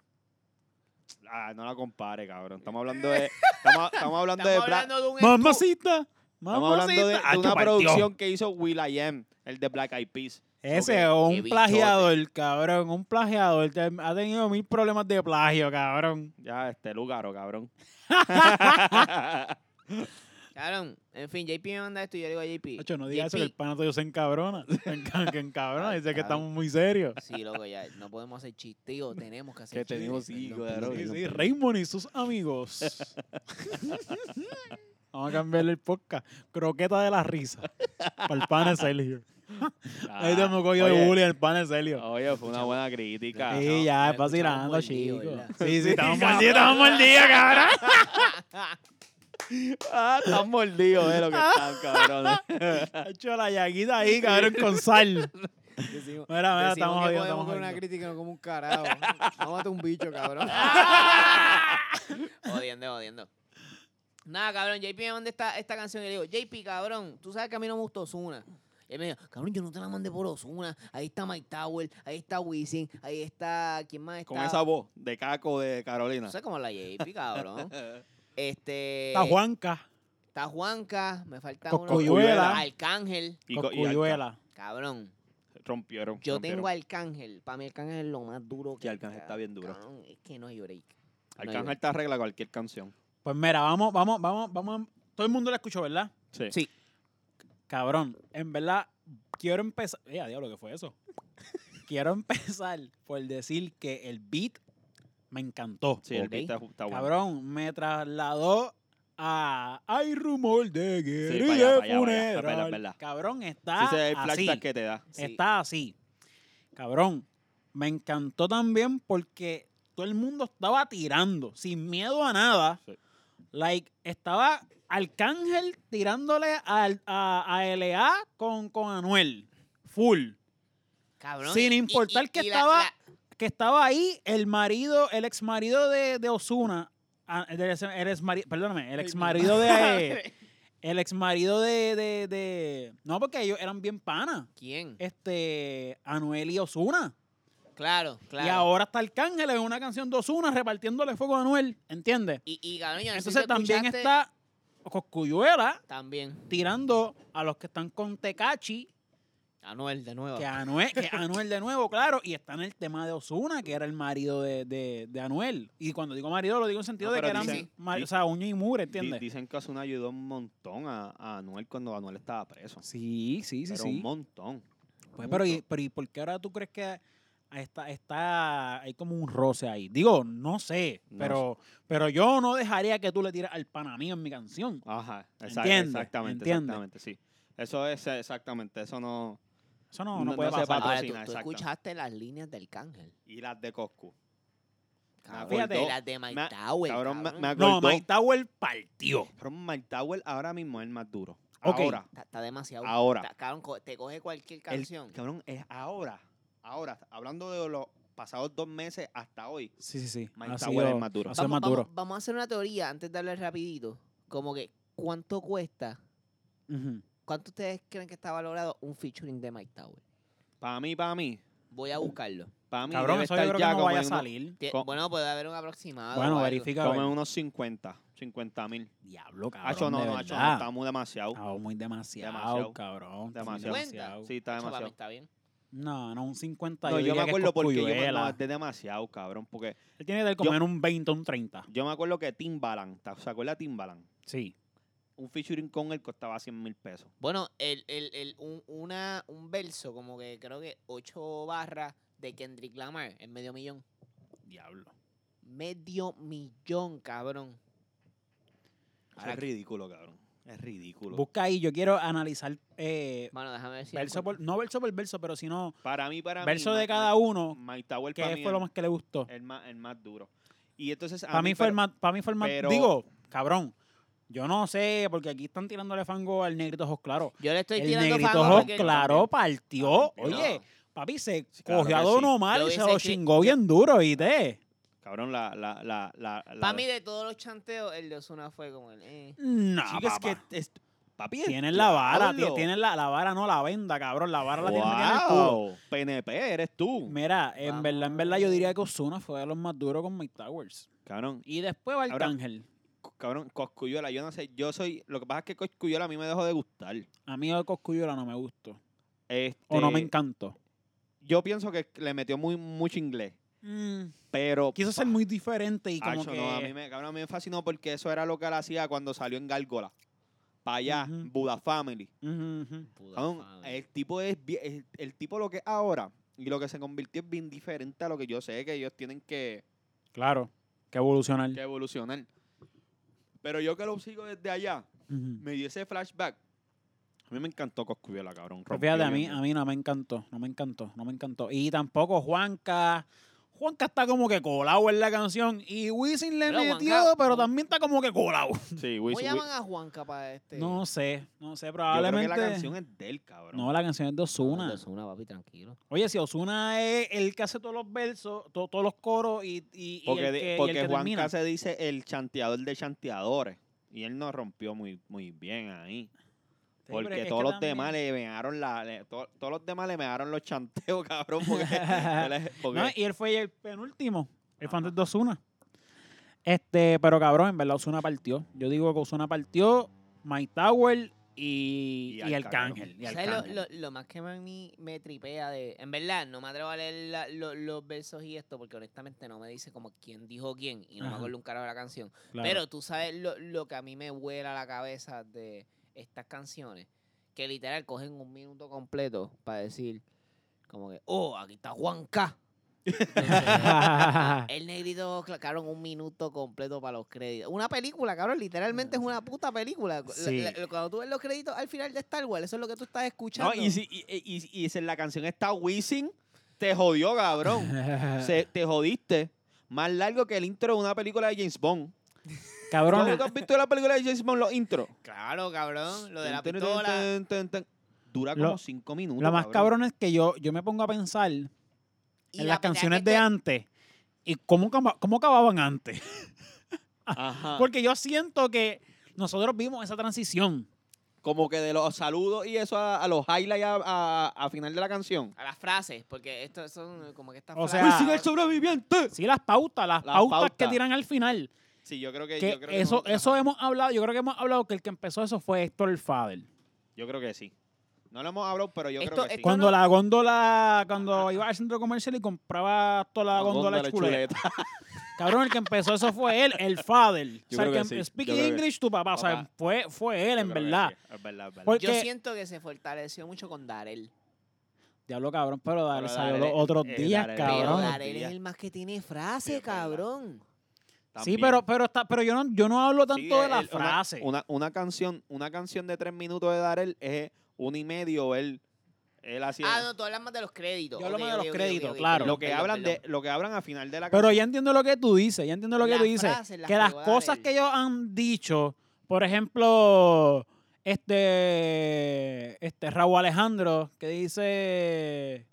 Speaker 2: Ah, no la compare, cabrón. Estamos hablando de. Estamos, estamos hablando
Speaker 3: estamos
Speaker 2: de Black.
Speaker 3: hablando de un...
Speaker 1: Mamacita,
Speaker 2: Pues Estamos hablando de, de
Speaker 1: mamacita. Ah,
Speaker 2: una
Speaker 1: chupa, tío.
Speaker 2: producción que hizo Will I Am, el de Black Eyed Peas. Ok,
Speaker 1: Ese es
Speaker 3: qué
Speaker 1: un
Speaker 3: bichote.
Speaker 1: plagiador, cabrón. Un plagiador. Te- Ha tenido mil problemas de plagio, cabrón.
Speaker 2: Ya, este Lugaro, cabrón.
Speaker 3: Cabrón, en fin, JP me manda esto y yo le digo a JP.
Speaker 1: Ocho, no digas eso, que
Speaker 3: JP,
Speaker 1: el pana tuyo se encabrona. Se enca- que encabrona. Dice que
Speaker 3: Claro.
Speaker 1: estamos muy serios.
Speaker 3: Sí, loco, ya no podemos hacer chisteo, tenemos que hacer
Speaker 2: Que tenemos sí,
Speaker 3: perdón,
Speaker 2: claro.
Speaker 3: perdón,
Speaker 1: Sí,
Speaker 2: no,
Speaker 1: sí,
Speaker 2: no.
Speaker 1: Raymond y sus amigos. Vamos a cambiarle el podcast. Croqueta de la risa. Para el pana Sergio. Ahí te me cogido de
Speaker 2: Ah, Oye, Oh,
Speaker 1: bullying el pana Sergio.
Speaker 2: Oye, fue una buena crítica.
Speaker 1: Sí,
Speaker 3: no,
Speaker 1: ya, es
Speaker 3: me escuchamos
Speaker 1: vacilando,
Speaker 3: mordido,
Speaker 1: chicos.
Speaker 3: ¿verdad?
Speaker 1: Sí, sí, estamos
Speaker 2: Sí,
Speaker 1: mordidos, estamos mordidos, cabrón.
Speaker 2: Ah, están mordidos de lo que están, cabrón.
Speaker 1: Ha hecho la llaguita ahí, cabrón, con sal.
Speaker 4: Decimos,
Speaker 1: Mira, mira,
Speaker 4: decimos
Speaker 1: estamos
Speaker 4: que
Speaker 1: jodiendo,
Speaker 4: podemos
Speaker 1: estamos
Speaker 4: con una
Speaker 1: jodiendo.
Speaker 4: crítica no como un carajo. Mámate un bicho, cabrón.
Speaker 3: perdón. Odiando, odiando. Nada, cabrón, JP me manda esta, esta canción y le digo, JP, cabrón, tú sabes que a mí no me gustó Ozuna. Y él me dijo, cabrón, yo no te la mandé por Ozuna. Ahí está Mike Tower, ahí está Wisin, ahí está, ¿quién más está?
Speaker 2: Con esa voz de caco de Carolina.
Speaker 3: No sé cómo la JP, cabrón. Este...
Speaker 1: Está Juanca,
Speaker 3: Está Juanca, me falta uno.
Speaker 1: Coscuyuela.
Speaker 3: Arcángel,
Speaker 2: Y co- y
Speaker 1: Coscuyuela.
Speaker 3: cabrón.
Speaker 2: Arca- Rompieron.
Speaker 3: Yo
Speaker 2: rompieron.
Speaker 3: tengo a Arcángel. Para mí Arcángel es lo más duro que...
Speaker 2: Y Arcángel está bien duro.
Speaker 3: Cabrón, es que no hay break.
Speaker 2: Arcángel te arregla cualquier canción.
Speaker 1: Pues mira, vamos, vamos, vamos, vamos. a- Todo el mundo la escuchó, ¿verdad?
Speaker 2: Sí.
Speaker 3: Sí.
Speaker 1: Cabrón, en verdad, quiero empezar. Eh, diablo, ¿qué fue eso? quiero empezar por decir que el beat me encantó.
Speaker 2: Sí, el
Speaker 3: Ok.
Speaker 2: beat está, está bueno.
Speaker 1: Cabrón, me trasladó a Hay rumor de
Speaker 2: pa'
Speaker 1: guerra y
Speaker 2: allá,
Speaker 1: de
Speaker 2: pa' allá, pa' allá. Es
Speaker 1: funeral".
Speaker 2: verdad, es verdad.
Speaker 1: Cabrón,
Speaker 2: Sí,
Speaker 1: está
Speaker 2: ese es el
Speaker 1: ah, así.
Speaker 2: flashback que te da.
Speaker 3: Sí.
Speaker 1: Está así. Cabrón, me encantó también porque todo el mundo estaba tirando, sin miedo a nada.
Speaker 2: Sí.
Speaker 1: Like, estaba Arcángel tirándole al- a, a LA con, con Anuel. Full.
Speaker 3: Cabrón.
Speaker 1: Sin
Speaker 3: y-
Speaker 1: importar
Speaker 3: y-
Speaker 1: que
Speaker 3: y la-
Speaker 1: estaba-
Speaker 3: la-
Speaker 1: Que estaba ahí el marido, el ex marido de, de Osuna. El ex perdóname, el ex marido de. El ex marido de, de- de- No, porque ellos eran bien panas.
Speaker 3: ¿Quién?
Speaker 1: Este. Anuel y Osuna.
Speaker 3: Claro, claro.
Speaker 1: Y ahora está Arcángel en una canción de Osuna repartiéndole fuego a Anuel, ¿entiendes?
Speaker 3: Y, y, cabrón, yo no sé si
Speaker 1: Entonces
Speaker 3: tú
Speaker 1: también
Speaker 3: escuchaste-
Speaker 1: está Coscuyuela
Speaker 3: También.
Speaker 1: tirando a los que están con Tecachi,
Speaker 3: Anuel, de nuevo.
Speaker 1: que Anuel, que Anuel de nuevo, claro, y está en el tema de Osuna, que era el marido de, de- de Anuel. Y cuando digo marido, lo digo en sentido
Speaker 2: No,
Speaker 1: de que
Speaker 2: pero
Speaker 1: eran
Speaker 2: dicen-
Speaker 1: mar-
Speaker 2: di-
Speaker 1: o sea, uña y mugre,
Speaker 2: Di-
Speaker 1: ¿entiendes?
Speaker 2: Dicen que Ozuna ayudó un montón a, a Anuel cuando Anuel estaba preso.
Speaker 1: sí, sí, sí,
Speaker 2: Pero
Speaker 1: sí.
Speaker 2: un montón.
Speaker 1: Pues, pero, y,
Speaker 2: mucho.
Speaker 1: pero ¿y por qué ahora tú crees que está, está, hay como un roce ahí? Digo, no sé,
Speaker 2: No
Speaker 1: pero, pero yo no dejaría que tú le tires al pana mío en mi canción.
Speaker 2: Ajá, exa-
Speaker 1: Entiende,
Speaker 2: exactamente,
Speaker 1: entiende.
Speaker 2: exactamente, sí. Eso es eh, exactamente, eso no.
Speaker 1: Eso no, no,
Speaker 2: No-
Speaker 1: puede
Speaker 2: no se
Speaker 1: pasar.
Speaker 3: Ahora,
Speaker 2: patrocina,
Speaker 3: tú, tú
Speaker 2: exacto.
Speaker 3: escuchaste las líneas del Cángel.
Speaker 2: Y las de Coscu.
Speaker 3: Cabrón,
Speaker 1: Fíjate.
Speaker 3: y las de Mike
Speaker 2: Me-
Speaker 3: Tower,
Speaker 2: cabrón, me-
Speaker 3: Pues, cabrón.
Speaker 2: me ac-
Speaker 1: No,
Speaker 2: acordó.
Speaker 1: Mike Tower partió.
Speaker 2: Pero Mike Tower ahora mismo es el más duro.
Speaker 1: Ok.
Speaker 2: Ahora.
Speaker 3: Está, está demasiado.
Speaker 2: Ahora.
Speaker 3: Está- cabrón, co- te coge cualquier
Speaker 2: El-
Speaker 3: canción.
Speaker 2: cabrón, es ahora. Ahora, hablando de los pasados dos meses hasta hoy.
Speaker 1: Sí, sí, sí.
Speaker 2: Mike
Speaker 1: ha
Speaker 2: Tower
Speaker 1: sido-
Speaker 2: es más duro.
Speaker 1: ha sido más duro.
Speaker 3: vamos a hacer una teoría antes de hablar rapidito. Como que, ¿cuánto cuesta?
Speaker 1: Ujú.
Speaker 3: ¿Cuánto ustedes creen que está valorado un featuring de Mike Tower?
Speaker 2: Para mí, para mí,
Speaker 3: Uh, Voy a buscarlo.
Speaker 2: Para mí
Speaker 1: Cabrón,
Speaker 2: debe
Speaker 1: eso yo
Speaker 2: estar
Speaker 1: creo que
Speaker 2: ya
Speaker 1: no
Speaker 2: como
Speaker 1: vaya a
Speaker 2: en unos-
Speaker 1: salir.
Speaker 3: Tie-
Speaker 2: Co-
Speaker 3: Bueno, puede haber un aproximado. o
Speaker 1: Bueno,
Speaker 3: algo.
Speaker 1: verifica. a
Speaker 2: Como en
Speaker 1: ver.
Speaker 2: unos 50, 50 mil.
Speaker 1: Diablo, cabrón.
Speaker 2: Hacho, no,
Speaker 1: de
Speaker 2: no,
Speaker 1: verdad.
Speaker 2: hacho, no, está muy demasiado.
Speaker 1: Ah, muy demasiado,
Speaker 2: Demasiado.
Speaker 1: cabrón.
Speaker 2: Demasiado. Sí, está
Speaker 3: Eso para mí
Speaker 2: demasiado.
Speaker 3: está bien.
Speaker 1: No, no, un 50.
Speaker 2: No, yo me
Speaker 1: diría que es
Speaker 2: acuerdo porque yo me,
Speaker 1: cosculluela.
Speaker 2: no, es de demasiado, cabrón. Porque
Speaker 1: Él tiene que dar como
Speaker 2: yo-
Speaker 1: en un 20 o un 30.
Speaker 2: yo me acuerdo que Timbaland, ¿te- ¿se acuerda de Timbaland?
Speaker 1: Sí.
Speaker 2: Un featuring con él costaba 100 mil pesos.
Speaker 3: Bueno, el, el, el, un, una, un verso, como que creo que ocho barras de Kendrick Lamar en medio millón.
Speaker 1: Diablo.
Speaker 3: Medio millón, cabrón.
Speaker 2: Eso es ridículo, cabrón. Es ridículo.
Speaker 1: Busca ahí, yo quiero analizar eh,
Speaker 3: Bueno, déjame ver si
Speaker 1: verso por, no verso por verso, pero sino
Speaker 2: para mí, para mí.
Speaker 1: verso de
Speaker 2: Ma-
Speaker 1: cada
Speaker 2: Ma-
Speaker 1: uno,
Speaker 2: Mike Tower para
Speaker 1: que
Speaker 2: mí
Speaker 1: fue lo
Speaker 2: el-
Speaker 1: más que le gustó.
Speaker 2: el más, el más duro. Y entonces. a
Speaker 1: Para mí, fue el
Speaker 2: pero-
Speaker 1: más, para mí fue el más,
Speaker 2: pero-
Speaker 1: digo, cabrón, yo no sé, porque aquí están tirándole fango al Negrito Ojos Claro.
Speaker 3: Yo le estoy
Speaker 1: El
Speaker 3: tirando
Speaker 1: Negrito
Speaker 3: fango
Speaker 1: Ojos
Speaker 3: porque-
Speaker 1: Claro partió,
Speaker 2: Partió.
Speaker 1: oye, papi, se
Speaker 2: Sí, claro
Speaker 1: cogió a
Speaker 2: que
Speaker 1: Don
Speaker 2: sí.
Speaker 1: Omar
Speaker 3: Yo
Speaker 1: y se
Speaker 3: hubiese
Speaker 1: lo
Speaker 3: que-
Speaker 1: chingó
Speaker 3: yo-
Speaker 1: bien duro, ¿viste?
Speaker 2: Cabrón, la. la, la, la, la-
Speaker 3: Para mí, de todos los chanteos, el de Osuna fue como el. eh.
Speaker 1: No,
Speaker 2: Sí, que es
Speaker 1: papá.
Speaker 2: que. es- papi,
Speaker 1: Tienen la vara,
Speaker 2: diablo.
Speaker 1: tie- tienen la, la vara, no la venda, cabrón. La vara la tienen aquí en el culo.
Speaker 2: Wow, PNP, eres tú.
Speaker 1: Mira, en
Speaker 3: Vamos.
Speaker 1: verdad, en verdad, yo diría que Osuna fue de los más duros con Mike Towers.
Speaker 2: Cabrón,
Speaker 1: Y después va
Speaker 2: Ahora-
Speaker 1: Arcángel.
Speaker 2: c- cabrón, Coscuyola, yo no sé, yo soy. Lo que pasa es que Coscuyola a mí me dejó de gustar.
Speaker 1: A mí de Coscuyola no me gustó.
Speaker 2: Este,
Speaker 1: O no me encantó.
Speaker 2: Yo pienso que le metió muy, mucho inglés.
Speaker 1: Mm,
Speaker 2: Pero.
Speaker 1: quiso ser
Speaker 2: pa-
Speaker 1: muy diferente y como
Speaker 2: Acho,
Speaker 1: que...
Speaker 2: Ah, no, a mí me, cabrón, a mí me fascinó porque eso era lo que él hacía cuando salió en Gárgola. Para allá,
Speaker 1: Ujú.
Speaker 2: Buda Family.
Speaker 1: Ujú, ujú.
Speaker 2: Cabrón,
Speaker 1: eh,
Speaker 2: el tipo es bien- el, el tipo lo que es ahora y lo que se convirtió es bien diferente a lo que yo sé que ellos tienen que,
Speaker 1: Claro, que evolucionar.
Speaker 2: que evolucionar. Pero yo que lo sigo desde allá,
Speaker 1: Ujú.
Speaker 2: me dio ese flashback. A mí me encantó Coscubiola, cabrón.
Speaker 1: Pues
Speaker 2: rompió
Speaker 1: fíjate, a mí,
Speaker 2: bien.
Speaker 1: a mí no me encantó, no me encantó, no me encantó. Y tampoco Juanca... Juanca está como que colado en la canción y Wisin le
Speaker 3: Pero
Speaker 1: metió,
Speaker 3: Juanca-
Speaker 1: pero también está como que colado.
Speaker 2: Sí,
Speaker 3: ¿Cómo
Speaker 2: Wisin-
Speaker 3: llaman a Juanca para este?
Speaker 1: No sé, no sé,
Speaker 2: Yo creo
Speaker 1: probablemente...
Speaker 2: que la canción es del cabrón.
Speaker 1: No, la canción es de Osuna.
Speaker 3: Osuna, papi, tranquilo.
Speaker 1: Oye, si Osuna es el que hace todos los versos, to- todos los coros y, y, y
Speaker 2: porque
Speaker 1: el
Speaker 2: de-
Speaker 1: que, y el
Speaker 2: porque
Speaker 1: que termina.
Speaker 2: Juanca se dice el chanteador de chanteadores. Y él no rompió muy, muy bien ahí.
Speaker 1: Sí, pero es
Speaker 2: Porque
Speaker 1: que
Speaker 2: todos los
Speaker 1: también-
Speaker 2: demás le mearon la. le- to- todos los demás le mearon los chanteos, cabrón. Porque, él es- porque-
Speaker 1: No, y él fue el penúltimo, el fan
Speaker 2: Ajá.
Speaker 1: de Osuna. Este, pero cabrón, en verdad Osuna partió. Yo digo que Osuna partió, Mike Tower y,
Speaker 2: Y
Speaker 1: y
Speaker 2: Arcángel.
Speaker 1: Arcángel. Y
Speaker 3: ¿Sabes lo,
Speaker 1: Arcángel.
Speaker 3: lo- lo más que a mí me tripea de... En verdad, no me atrevo a leer la- lo- los versos y esto porque honestamente no me dice como quién dijo quién y no me
Speaker 1: Ajá.
Speaker 3: acuerdo un carajo de la canción.
Speaker 1: Claro.
Speaker 3: Pero tú sabes lo, lo que a mí me vuela la cabeza de estas canciones que literal cogen un minuto completo para decir como que, oh, aquí está Juanca. El negrito, cla- cabrón, un minuto completo para los créditos. Una película, cabrón, literalmente es una puta película. La-
Speaker 1: Sí.
Speaker 3: la- cuando tú ves los créditos al final de Star Wars, eso es lo que tú estás escuchando.
Speaker 2: No, y, si, y, y- y- y si en la canción está Wisin, te jodió, cabrón. Se- te jodiste. Más largo que el intro de una película de James Bond. ¿Tú
Speaker 1: cabrón,
Speaker 2: nunca has visto la película de James Bond, los intros?
Speaker 3: Claro, cabrón, lo de la
Speaker 2: Tun, tun, tun,
Speaker 3: pistola.
Speaker 2: tun, tun, tun. Dura
Speaker 1: Lo-
Speaker 2: como cinco minutos.
Speaker 1: lo más cabrón es que yo, yo me pongo a pensar en
Speaker 3: Y
Speaker 1: las
Speaker 3: la pelea
Speaker 1: canciones
Speaker 3: que
Speaker 1: de
Speaker 3: te-
Speaker 1: antes y cómo, acaba- cómo acababan antes.
Speaker 3: Ah.
Speaker 2: Ajá.
Speaker 1: Porque yo siento que nosotros vimos esa transición.
Speaker 2: Como que de los saludos y eso a, a los highlights a, a- a final de la canción.
Speaker 3: A las frases, porque esto son como que estas
Speaker 1: O sea-
Speaker 3: frases.
Speaker 2: Wisin el sobreviviente.
Speaker 1: Sí, las pautas, las,
Speaker 2: Las
Speaker 1: pautas, que
Speaker 2: pautas.
Speaker 1: tiran al final.
Speaker 2: Sí, yo creo que,
Speaker 1: Que
Speaker 2: yo creo que
Speaker 1: eso,
Speaker 2: nosotros-
Speaker 1: eso hemos hablado, yo creo que hemos hablado que el que empezó eso fue Héctor el Fader.
Speaker 2: Yo creo que sí. No lo hemos hablado, pero yo
Speaker 3: Esto-
Speaker 2: creo que sí.
Speaker 3: esto-
Speaker 1: Cuando
Speaker 3: no-
Speaker 1: la góndola, cuando iba al centro comercial y compraba toda la
Speaker 2: Con
Speaker 1: góndola de
Speaker 2: góndola
Speaker 1: chuleta.
Speaker 2: chuleta.
Speaker 1: Cabrón, el que empezó eso fue él, el Fader. O sea, el
Speaker 2: creo
Speaker 1: que em,
Speaker 2: que sí, yo
Speaker 1: speaking
Speaker 2: creo que
Speaker 1: English, tu papá, o sea,
Speaker 2: Papá.
Speaker 1: fue, fue él,
Speaker 2: Yo creo
Speaker 1: en
Speaker 2: que
Speaker 1: verdad.
Speaker 2: sí, Es verdad, es verdad.
Speaker 1: Porque-
Speaker 3: Yo siento que se fortaleció mucho con Darel.
Speaker 1: Diablo, cabrón, pero dale,
Speaker 2: Pero
Speaker 1: salió
Speaker 2: dale,
Speaker 1: los otros
Speaker 2: eh,
Speaker 1: días,
Speaker 2: dale,
Speaker 3: Pero
Speaker 1: cabrón.
Speaker 3: Darel
Speaker 2: Tía.
Speaker 3: es el más que tiene
Speaker 2: Sí,
Speaker 3: frase,
Speaker 2: es verdad.
Speaker 3: cabrón.
Speaker 1: Sí,
Speaker 2: También.
Speaker 1: pero, pero, está, pero yo, no, yo no hablo tanto
Speaker 2: Sí,
Speaker 1: de las
Speaker 2: él- una-
Speaker 1: frases.
Speaker 2: Una, una canción, una canción de tres minutos de Darel es una y medio él, él haciendo.
Speaker 3: Ah, no, tú hablas más de los créditos.
Speaker 1: Yo hablo
Speaker 3: Ok,
Speaker 1: más de
Speaker 3: ok,
Speaker 1: los
Speaker 3: ok, ok,
Speaker 1: créditos,
Speaker 3: ok,
Speaker 1: claro.
Speaker 2: lo que
Speaker 3: perdón,
Speaker 2: hablan
Speaker 3: perdón.
Speaker 2: de, lo que hablan al final de la
Speaker 1: Pero
Speaker 2: canción.
Speaker 1: ya entiendo lo que tú dices, ya entiendo lo que
Speaker 3: Las
Speaker 1: tú dices.
Speaker 3: frases
Speaker 1: que las
Speaker 3: pegó
Speaker 1: cosas
Speaker 3: Darel.
Speaker 1: que ellos han dicho, por ejemplo, este, este Raúl Alejandro, que dice,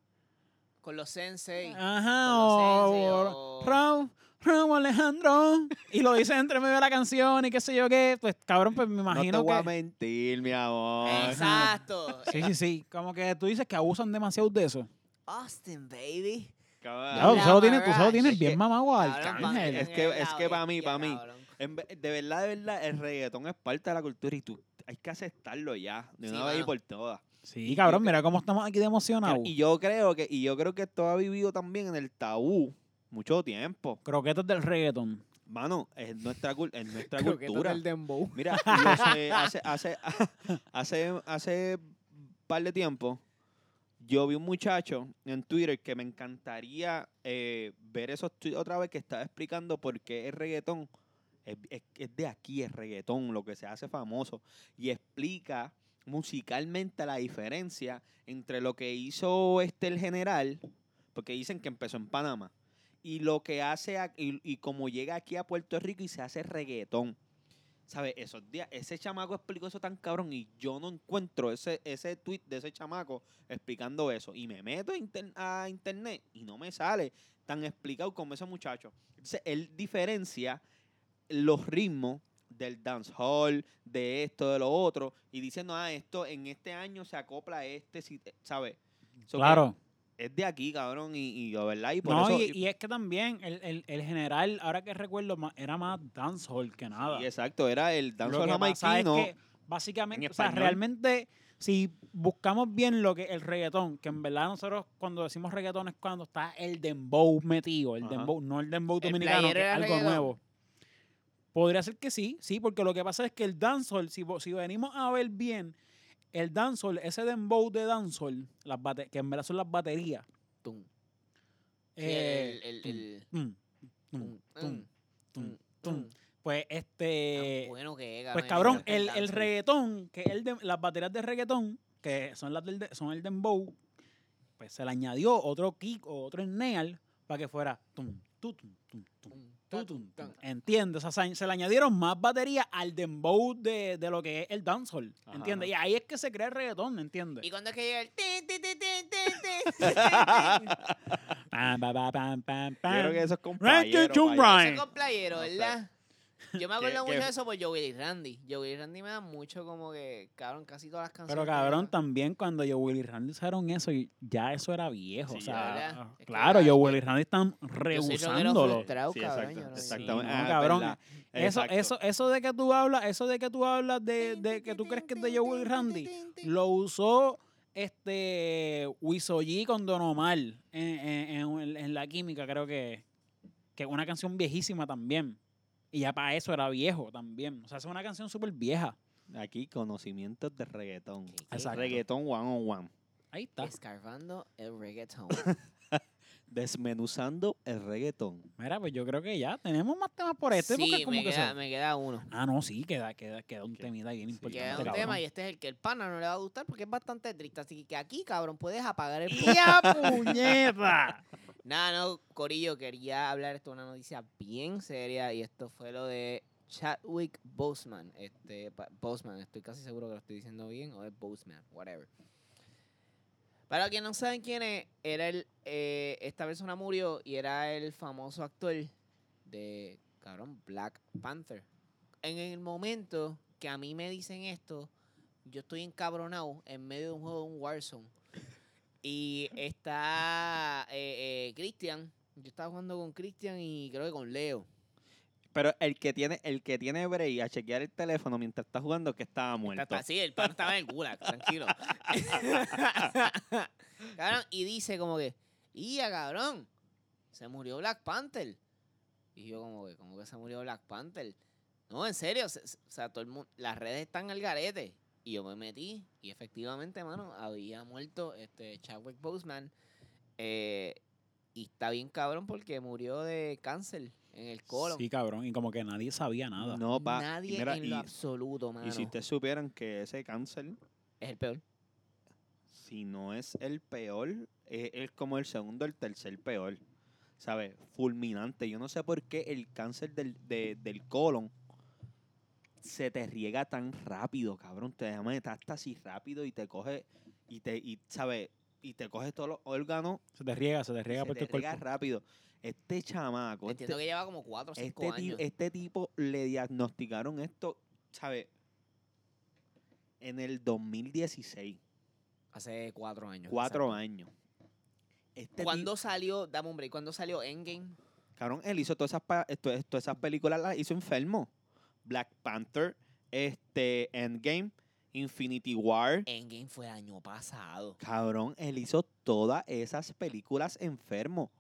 Speaker 3: Con los sensei.
Speaker 1: Ah. ajá,
Speaker 3: con los
Speaker 1: o,
Speaker 3: senseis, o-
Speaker 1: Raúl, Raúl Alejandro, y lo dice entre medio de la canción y qué sé yo qué, pues cabrón, pues me
Speaker 2: no
Speaker 1: imagino
Speaker 2: te voy a
Speaker 1: que...
Speaker 2: mentir, mi amor.
Speaker 3: Exacto.
Speaker 1: Sí, sí, sí, como que tú dices que abusan demasiado de eso.
Speaker 3: Austin, baby.
Speaker 1: Ya,
Speaker 2: cabrón.
Speaker 1: tú solo
Speaker 3: Ah, La
Speaker 1: tienes, tú solo
Speaker 3: madracha,
Speaker 1: tienes
Speaker 3: es
Speaker 1: bien
Speaker 3: que-
Speaker 1: mamado al
Speaker 3: Cabrón,
Speaker 2: Arcángel.
Speaker 3: pa' mí
Speaker 2: Es que- es que pa' mí,
Speaker 3: bestia,
Speaker 2: pa' mí.
Speaker 3: cabrón.
Speaker 2: En ve- de verdad, de verdad, el reggaetón es parte de la cultura y tú hay que aceptarlo ya, de
Speaker 3: Sí,
Speaker 2: una vez y
Speaker 3: mano.
Speaker 2: por todas.
Speaker 1: Sí, cabrón, mira cómo estamos aquí de emocionados.
Speaker 2: Y yo creo que y yo creo que esto ha vivido también en el tabú mucho tiempo.
Speaker 1: Croquetas del reggaeton.
Speaker 2: Mano, es nuestra cul- es nuestra
Speaker 4: Croquetas
Speaker 2: cultura.
Speaker 4: del dembow.
Speaker 2: Mira, yo sé, hace, hace, hace, hace par de tiempo, yo vi un muchacho en Twitter que me encantaría eh, ver esos tweets otra vez que estaba explicando por qué el reggaetón es, es- es de aquí, el reggaetón, lo que se hace famoso. Y explica musicalmente la diferencia entre lo que hizo este el general, porque dicen que empezó en Panamá, y lo que hace ac- y, y como llega aquí a Puerto Rico y se hace reggaetón. ¿Sabes? Esos días, ese chamaco explicó eso tan cabrón y yo no encuentro ese, ese tweet de ese chamaco explicando eso. Y me meto a, inter- a internet y no me sale tan explicado como ese muchacho. Entonces, él diferencia los ritmos del dancehall, de esto, de lo otro, y diciendo, ah, esto en este año se acopla a este, si- ¿sabes? So que
Speaker 1: Claro.
Speaker 2: Es de aquí, cabrón, y, y la verdad, y por
Speaker 1: No,
Speaker 2: eso...
Speaker 1: y, y es que también el, el- el general, ahora que recuerdo, ma- era más dancehall que nada.
Speaker 2: y exacto, era el
Speaker 1: Lo
Speaker 2: dancehall
Speaker 1: que pasa es
Speaker 2: jamaiquino.
Speaker 1: que básicamente,
Speaker 2: en
Speaker 1: o sea,
Speaker 2: español.
Speaker 1: realmente, si buscamos bien lo que el reggaetón, que en verdad nosotros cuando decimos reggaetón es cuando está el dembow metido, el
Speaker 2: Ajá.
Speaker 1: dembow, no el dembow
Speaker 3: El
Speaker 1: dominicano,
Speaker 3: playero
Speaker 1: que es
Speaker 3: era
Speaker 1: algo
Speaker 3: reggaetón.
Speaker 1: nuevo. Podría ser que sí, sí, porque lo que pasa es que el dancehall, si, vo- si venimos a ver bien, el dancehall, ese dembow de dancehall, las bate- que en verdad son las baterías.
Speaker 3: Tum. Sí,
Speaker 1: eh,
Speaker 3: el- el-
Speaker 1: tum,
Speaker 3: el-
Speaker 1: tum, tum,
Speaker 3: tum,
Speaker 1: tum, tum,
Speaker 3: tum.
Speaker 1: tum. mm. Pues este...
Speaker 3: Tan bueno que es,
Speaker 1: Pues
Speaker 3: cabrón,
Speaker 1: cabrón,
Speaker 3: encanta
Speaker 1: el, el
Speaker 3: dancehall.
Speaker 1: reggaetón, que el de, las baterías de reggaetón, que son las del de- son el dembow, pues se le añadió otro kick o otro enneal para que fuera tum, tu, tum, tum, tum, tu, tum, tum. ¿Entiendes? O sea, se- se le añadieron más baterías al dembow de, de lo que es el dancehall,
Speaker 2: Ajá.
Speaker 1: ¿entiendes? Y ahí es que se crea el reggaetón, ¿entiendes?
Speaker 3: Y cuando es que llega el tin, tin, tin, tin, tin, tin, tin, tin.
Speaker 1: Pam, pam, pam, pam, pam,
Speaker 2: Yo creo que
Speaker 1: pam.
Speaker 2: eso es
Speaker 1: Ranking
Speaker 2: compañero.
Speaker 1: Chum
Speaker 2: vaya.
Speaker 1: Brian.
Speaker 3: Ese con playero,
Speaker 2: No sé.
Speaker 3: ¿verdad?
Speaker 1: pues.
Speaker 3: Yo me
Speaker 2: Que-
Speaker 3: acuerdo mucho
Speaker 2: que-
Speaker 3: de eso por Joey y Randy. Joey y Randy me dan mucho como que, cabrón, casi todas las canciones.
Speaker 1: Pero
Speaker 3: que
Speaker 1: cabrón,
Speaker 3: sacan.
Speaker 1: también cuando yo Willy Randy usaron eso, y ya eso era viejo.
Speaker 2: Sí,
Speaker 1: o
Speaker 2: ya,
Speaker 1: sea,
Speaker 3: ¿verdad?
Speaker 1: ah,
Speaker 3: Es que
Speaker 1: claro,
Speaker 3: ya-
Speaker 1: yo Willy Randy están
Speaker 3: Yo soy rockero
Speaker 1: rehusándolo.
Speaker 3: frustrado,
Speaker 2: Sí,
Speaker 3: cabrón,
Speaker 2: exacto,
Speaker 3: yo no-
Speaker 2: exactamente.
Speaker 1: Sí, no,
Speaker 2: Ah,
Speaker 1: cabrón.
Speaker 2: verdad.
Speaker 1: Eso,
Speaker 2: Exacto.
Speaker 1: eso, eso de que tú hablas, eso de que tú hablas de, de que tú crees que es de Joe y Randy, lo usó este Wisoji con Don Omar en, en- en- en La Química, creo que que es una canción viejísima también. Y ya para eso era viejo también. O sea, es una canción súper vieja.
Speaker 2: Aquí conocimientos de reggaetón.
Speaker 3: Sí, sí.
Speaker 1: Exacto.
Speaker 2: Reggaetón one on one.
Speaker 1: Ahí está.
Speaker 3: Escarbando el reggaetón.
Speaker 2: Desmenuzando el reggaetón.
Speaker 1: Mira, pues yo creo que ya tenemos más temas por este. porque
Speaker 3: sí,
Speaker 1: como
Speaker 3: me
Speaker 1: que se-
Speaker 3: queda, me queda uno.
Speaker 1: Ah, no, sí, queda, queda, queda un
Speaker 2: Que-
Speaker 1: temita bien
Speaker 2: sí,
Speaker 1: importante.
Speaker 3: Queda un
Speaker 1: cabrón.
Speaker 3: tema y este es el que el pana no le va a gustar porque es bastante triste. Así que aquí, cabrón, puedes apagar el... pu-
Speaker 1: ¡Ya, puñeta!
Speaker 3: Nada, no, Corillo, quería hablar esto es una noticia bien seria y esto fue lo de Chadwick Boseman. Este, pa- Boseman, estoy casi seguro que lo estoy diciendo bien o es Boseman, whatever. Para quien no saben quién es, era el, eh, esta persona murió y era el famoso actor de, cabrón, Black Panther. En el momento que a mí me dicen esto, yo estoy encabronado en medio de un juego de un Warzone. Y está eh, eh, Cristian. Yo estaba jugando con Cristian y creo que con Leo.
Speaker 2: Pero el que tiene, el que tiene break a chequear el teléfono mientras está jugando es que estaba muerto.
Speaker 3: Está así, el pan estaba en el gulag, tranquilo. cabrón, y dice como que, ¡ya, cabrón! Se murió Black Panther. Y yo como que, ¿cómo que se murió Black Panther? No, en serio, se- se- o sea, todo el mundo, las redes están al garete. Y yo me metí y efectivamente, mano, había muerto este Chadwick Boseman. eh, y está bien cabrón porque murió de cáncer en el colon.
Speaker 1: Sí, cabrón. Y como que nadie sabía nada.
Speaker 2: No, pa.
Speaker 3: Nadie
Speaker 2: y mira,
Speaker 3: en
Speaker 2: y,
Speaker 3: lo absoluto, mano.
Speaker 2: y si ustedes supieran que ese cáncer,
Speaker 3: Es el peor.
Speaker 2: si no es el peor, es, es como el segundo, el tercer peor. ¿Sabes? Fulminante. Yo no sé por qué el cáncer del, de- del colon se te riega tan rápido, cabrón. Te da metástasis rápido y te coge, y te, y, ¿sabes? Y te coge todos los órganos
Speaker 1: Se te riega, se te
Speaker 2: y
Speaker 1: riega
Speaker 2: se
Speaker 1: por
Speaker 2: te
Speaker 1: tu
Speaker 2: riega
Speaker 1: cuerpo.
Speaker 2: rápido. Este chamaco, este,
Speaker 3: Entiendo que lleva como 4 o 5
Speaker 2: este, ti-
Speaker 3: años.
Speaker 2: este tipo le diagnosticaron esto, ¿sabes? En el 2016,
Speaker 3: Hace 4 años.
Speaker 2: cuatro
Speaker 3: exacto.
Speaker 2: años.
Speaker 1: Este
Speaker 3: ¿Cuándo salió, dame un break, ¿cuándo salió Endgame?
Speaker 2: Cabrón, él hizo todas esas, pa- esto- esto- todas esas películas, las hizo enfermo. Black Panther, este, Endgame, Infinity War.
Speaker 3: Endgame fue el año pasado.
Speaker 2: Cabrón, él hizo todas esas películas enfermo.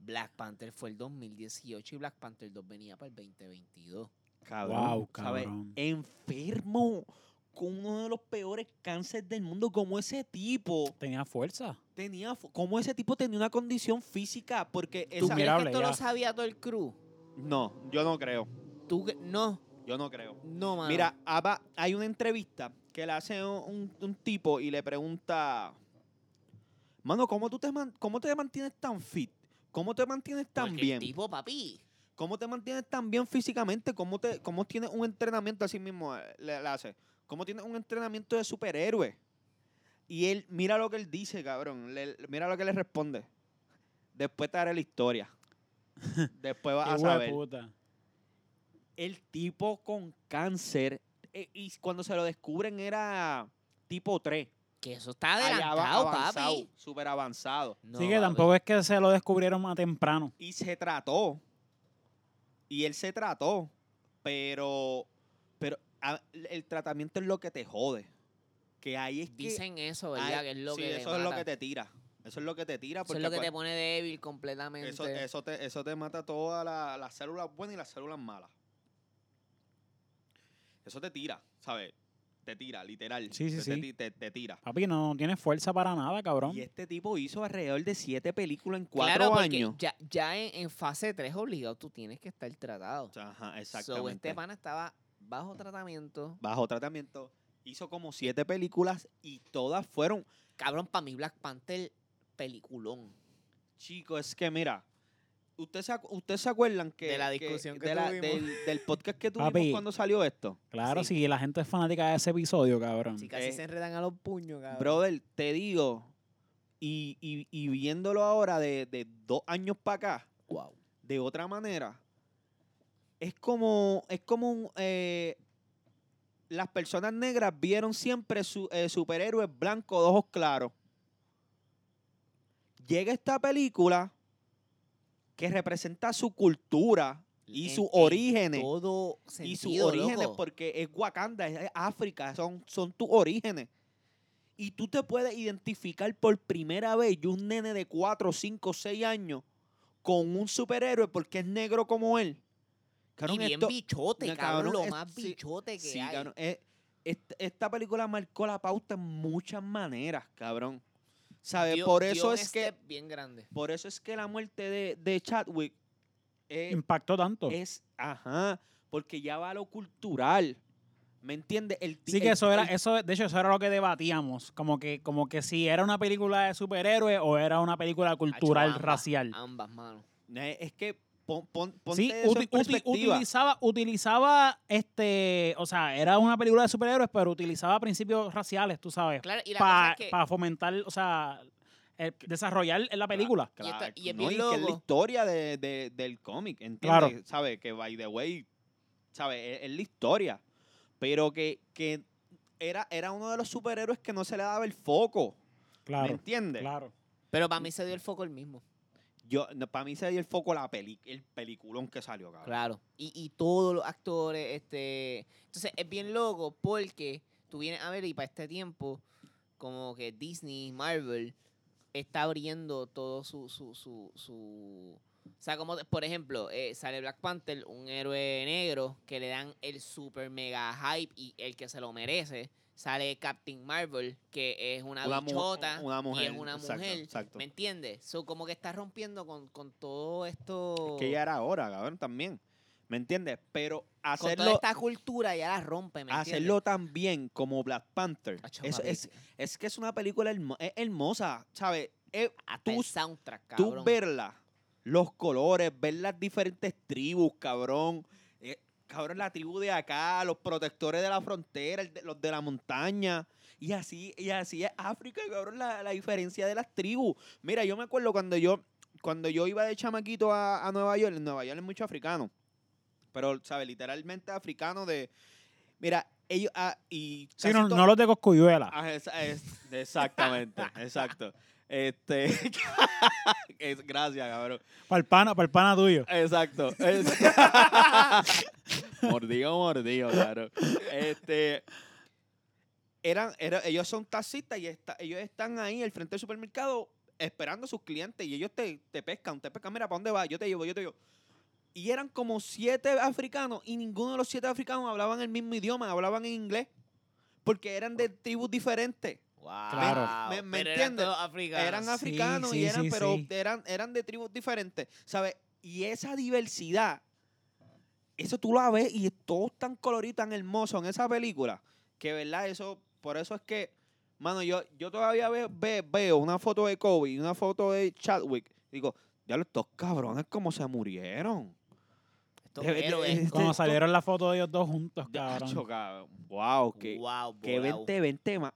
Speaker 3: Black Panther fue el 2018 y Black Panther 2 venía para el 2022.
Speaker 2: Cabrón.
Speaker 1: Guau,
Speaker 2: ¿sabes?
Speaker 1: cabrón.
Speaker 2: Enfermo. Con uno de los peores cánceres del mundo. Como ese tipo
Speaker 1: tenía fuerza.
Speaker 2: tenía. fu- Como ese tipo tenía una condición física. Porque
Speaker 3: ¿Tú
Speaker 2: esa.
Speaker 1: mira-
Speaker 3: crees que
Speaker 1: Admirable,
Speaker 3: esto lo
Speaker 1: ya.
Speaker 3: sabía todo el crew?
Speaker 2: No, yo no creo.
Speaker 3: ¿Tú cre- No,
Speaker 2: Yo no creo.
Speaker 3: no, mano.
Speaker 2: Mira, Abba, hay una entrevista que le hace un, un tipo y le pregunta, mano, ¿cómo tú te, man- cómo te mantienes tan fit? ¿Cómo te mantienes tan
Speaker 3: Porque el
Speaker 2: bien?
Speaker 3: tipo, papi.
Speaker 2: ¿Cómo te mantienes tan bien físicamente? ¿Cómo, te, cómo tienes un entrenamiento así mismo? eh, Le, le hace. ¿Cómo tienes un entrenamiento de superhéroe? Y él, mira lo que él dice, cabrón. Le- mira lo que le responde. Después te haré la historia. Después vas a
Speaker 1: Hijo de
Speaker 2: saber
Speaker 1: puta.
Speaker 2: el tipo con cáncer, eh, y cuando se lo descubren era tipo 3.
Speaker 3: Que eso está adelantado, papi.
Speaker 2: Súper avanzado.
Speaker 3: No,
Speaker 1: Así que
Speaker 3: papi.
Speaker 1: tampoco es que se lo descubrieron más temprano.
Speaker 2: Y se trató. Y él se trató. Pero, pero ah, el tratamiento es lo que te jode. Que ahí es que...
Speaker 3: Dicen eso, ¿verdad?
Speaker 2: ahí-
Speaker 3: que es lo
Speaker 2: sí,
Speaker 3: que te
Speaker 2: eso es lo
Speaker 3: mata.
Speaker 2: que te tira. Eso es lo que te tira.
Speaker 3: Eso
Speaker 2: Porque
Speaker 3: es lo que te
Speaker 2: cua-
Speaker 3: pone débil completamente.
Speaker 2: eso, eso te, eso te mata todas la- las células buenas y las células malas. Eso te tira, ¿sabes? Te tira, literal.
Speaker 1: Sí, sí,
Speaker 2: te, te
Speaker 1: sí.
Speaker 2: ti- Te, te tira.
Speaker 1: Papi, no, no tiene fuerza para nada, cabrón.
Speaker 2: Y este tipo hizo alrededor de siete películas en
Speaker 3: Claro,
Speaker 2: cuatro
Speaker 3: porque
Speaker 2: años.
Speaker 3: Ya, ya en, en fase 3 obligado tú tienes que estar tratado.
Speaker 2: O sea, Ajá,
Speaker 3: So,
Speaker 2: exactamente.
Speaker 3: este pana estaba bajo tratamiento.
Speaker 2: Bajo tratamiento. Hizo como siete películas y todas fueron.
Speaker 3: Cabrón, para mí Black Panther, peliculón.
Speaker 2: Chicos, es que mira. ¿Ustedes se, acu- ¿ustedes se acuerdan que.
Speaker 3: De la discusión que
Speaker 2: de la-
Speaker 3: tuvimos.
Speaker 2: del, del podcast que tuvimos
Speaker 1: Papi.
Speaker 2: cuando salió esto?
Speaker 1: claro,
Speaker 3: sí.
Speaker 1: si la gente es fanática de ese episodio, cabrón.
Speaker 3: Si casi
Speaker 2: Eh,
Speaker 3: se enredan a los puños, cabrón.
Speaker 2: Brother, te digo, y, y- y viéndolo ahora de, de dos años para acá,
Speaker 3: Wow.
Speaker 2: de otra manera, es como, es como un, eh, las personas negras vieron siempre su, eh, superhéroes blancos de ojos claros. Llega esta película que representa su cultura y
Speaker 3: En-
Speaker 2: sus
Speaker 3: en
Speaker 2: orígenes
Speaker 3: Todo sentido,
Speaker 2: y sus orígenes,
Speaker 3: loco.
Speaker 2: porque es Wakanda, es es África, son, son tus orígenes. Y tú te puedes identificar por primera vez, y un nene de 4, 5, 6 años, con un superhéroe porque es negro como él.
Speaker 3: Y
Speaker 2: Cabrón,
Speaker 3: bien
Speaker 2: esto-
Speaker 3: bichote,
Speaker 2: Ya,
Speaker 3: cabrón.
Speaker 2: cabrón,
Speaker 3: Lo
Speaker 2: es-
Speaker 3: más
Speaker 2: sí,
Speaker 3: bichote que
Speaker 2: sí,
Speaker 3: hay.
Speaker 2: cabrón, es- est- esta película marcó la pauta en muchas maneras, cabrón. ¿Sabes?
Speaker 3: Dio-
Speaker 2: por
Speaker 3: dio
Speaker 2: eso
Speaker 3: un
Speaker 2: es que
Speaker 3: step bien grande.
Speaker 2: por eso es que la muerte de, de Chadwick es,
Speaker 1: Impactó tanto.
Speaker 2: es, ajá, porque ya va a lo cultural. ¿Me entiendes? El ti-
Speaker 1: Sí que
Speaker 2: el-
Speaker 1: eso era,
Speaker 2: el-
Speaker 1: eso, de hecho, eso era lo que debatíamos. Como que, como que si era una película de superhéroes o era una película cultural,
Speaker 3: Hacho, ambas,
Speaker 1: racial.
Speaker 3: Ambas, manos.
Speaker 2: Eh, es que pon, pon- ponte
Speaker 1: Sí,
Speaker 2: eso
Speaker 1: uti-
Speaker 2: en
Speaker 1: uti-
Speaker 2: perspectiva.
Speaker 1: utilizaba, utilizaba este, o sea, era una película de superhéroes, pero utilizaba principios raciales, tú sabes,
Speaker 3: Claro, y la cosa
Speaker 1: para
Speaker 3: es que...
Speaker 1: fomentar, o sea, el- desarrollar en la película.
Speaker 3: Y esta- y es
Speaker 2: no,
Speaker 3: bien
Speaker 2: que es la
Speaker 3: loco.
Speaker 2: historia de, de- del cómic, ¿entiendes?
Speaker 1: Claro.
Speaker 2: ¿Sabe? Que by the way, ¿sabe? Es, es la historia. Pero que, que era, era uno de los superhéroes que no se le daba el foco. ¿Me
Speaker 1: Claro,
Speaker 2: entiendes?
Speaker 1: claro.
Speaker 3: Pero para mí se dio el foco el mismo.
Speaker 2: Yo, para mí se dio el foco la peli, el peliculón que salió, cabrón.
Speaker 3: Claro. Y, y todos los actores, este... Entonces, es bien loco porque tú vienes a ver y para este tiempo, como que Disney, Marvel, está abriendo todo su... su, su, su- O sea, como, por ejemplo, eh, sale Black Panther, un héroe negro, que le dan el super mega hype y el que se lo merece. Sale Captain Marvel, que es una,
Speaker 2: Una mu-
Speaker 3: bichota
Speaker 2: una mujer,
Speaker 3: y es una
Speaker 2: exacto,
Speaker 3: mujer.
Speaker 2: exacto.
Speaker 3: ¿Me entiendes? So, como que está rompiendo con, con todo esto...
Speaker 2: que ya era hora, cabrón, también. ¿Me entiendes? Pero
Speaker 3: con toda
Speaker 2: hacerlo,
Speaker 3: esta cultura ya la rompe, ¿me
Speaker 2: hacerlo tan bien como Black Panther.
Speaker 3: entiendes? Hacho,
Speaker 2: eso
Speaker 3: papi,
Speaker 2: es, es que es una película hermo- es hermosa, ¿sabes? Es-
Speaker 3: hasta
Speaker 2: tú,
Speaker 3: el soundtrack,
Speaker 2: tú
Speaker 3: cabrón.
Speaker 2: verla, los colores, ver las diferentes tribus, cabrón. Eh, cabrón, la tribu de acá, los protectores de la frontera, el de- los de la montaña. Y así, y así es África, cabrón, la, la diferencia de las tribus. Mira, yo me acuerdo cuando yo, cuando yo iba de chamaquito a, a Nueva York, en Nueva York es mucho africano. Pero, ¿sabes? Literalmente africano de. Mira, ellos. ah, y
Speaker 1: Sí,
Speaker 2: casi
Speaker 1: no,
Speaker 2: to-
Speaker 1: no los de Coscuyuela.
Speaker 2: Ah, es- es- exactamente, exacto. Este, es- gracias, cabrón.
Speaker 1: Para el pana, pa'l pana tuyo.
Speaker 2: Este, Exacto. Es- mordido, mordido, claro. Este, eran, era- ellos son taxistas y esta- ellos están ahí al frente del supermercado esperando a sus clientes y ellos te, te pescan, te pescan, mira, ¿para dónde vas? Yo te llevo, yo te llevo. Y eran como siete africanos y ninguno de los siete africanos hablaban el mismo idioma, hablaban en inglés, porque eran de tribus diferentes.
Speaker 1: Claro.
Speaker 2: Me- me- me
Speaker 3: Pero
Speaker 2: entiendes.
Speaker 3: Eran todos africanos.
Speaker 2: eran
Speaker 1: af-
Speaker 2: africanos
Speaker 1: sí,
Speaker 2: y eran,
Speaker 1: sí,
Speaker 2: pero
Speaker 1: sí.
Speaker 2: eran, eran de tribus diferentes, ¿sabes? Y esa diversidad, eso tú la ves y es todo tan colorido, tan hermoso en esa película, que verdad, eso, por eso es que, mano, yo, yo todavía veo, ve- veo una foto de Kobe y una foto de Chadwick, digo, ya estos cabrones como se murieron.
Speaker 3: Estos
Speaker 2: De- de-
Speaker 3: héroes.
Speaker 2: de-
Speaker 1: Cuando
Speaker 2: estos-
Speaker 1: salieron las fotos de ellos dos juntos,
Speaker 2: Yacho,
Speaker 1: cabrón.
Speaker 2: cabrón. Wow, qué,
Speaker 3: wow,
Speaker 2: que
Speaker 3: volao.
Speaker 2: 20, 20 más.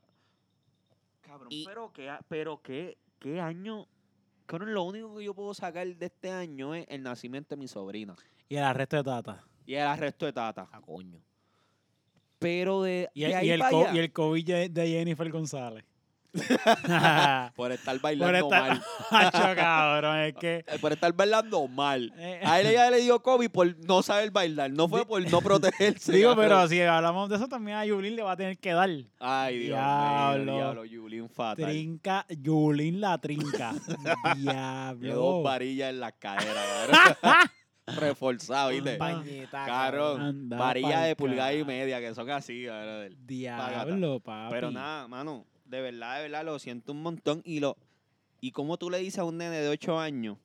Speaker 2: Cabrón,
Speaker 3: Y-
Speaker 2: pero qué, a- pero qué, qué año. Cabrón, lo único que yo puedo sacar de este año es el nacimiento de mi sobrina.
Speaker 1: Y el arresto de Tata.
Speaker 2: Y el arresto de Tata.
Speaker 3: Ah, coño.
Speaker 2: Pero de,
Speaker 1: Y
Speaker 2: de
Speaker 1: el,
Speaker 2: ahí
Speaker 1: y el,
Speaker 2: pa'
Speaker 1: co-
Speaker 2: allá,
Speaker 1: y el COVID de de Jennifer González.
Speaker 2: Por estar bailando
Speaker 1: estar-
Speaker 2: mal.
Speaker 1: Hacho, cabrón, es que...
Speaker 2: eh, Por estar bailando mal.
Speaker 1: eh,
Speaker 2: A él ya le dio COVID por no saber bailar. No fue
Speaker 1: Di-
Speaker 2: por no protegerse.
Speaker 1: digo,
Speaker 2: cabrón.
Speaker 1: pero si hablamos de eso, también a Yulín le va a tener que dar.
Speaker 2: Ay, Dios
Speaker 1: Diablo.
Speaker 2: mío. Diablo, Yulín fatal.
Speaker 1: Trinca, Yulín la trinca.
Speaker 2: Le dio dos
Speaker 1: Diablo.
Speaker 2: varillas en la cadera, cabrón. Reforzado, ¿viste?
Speaker 3: Pañetaca.
Speaker 2: Cabrón,
Speaker 1: Anda
Speaker 2: varilla
Speaker 1: pa'l
Speaker 2: de pulgada y
Speaker 1: carajo.
Speaker 2: media, que son así, brother.
Speaker 1: Diablo, papi.
Speaker 2: Pero nada, mano, de verdad, de verdad, lo siento un montón. Y lo y como tú le dices a un nene de 8 años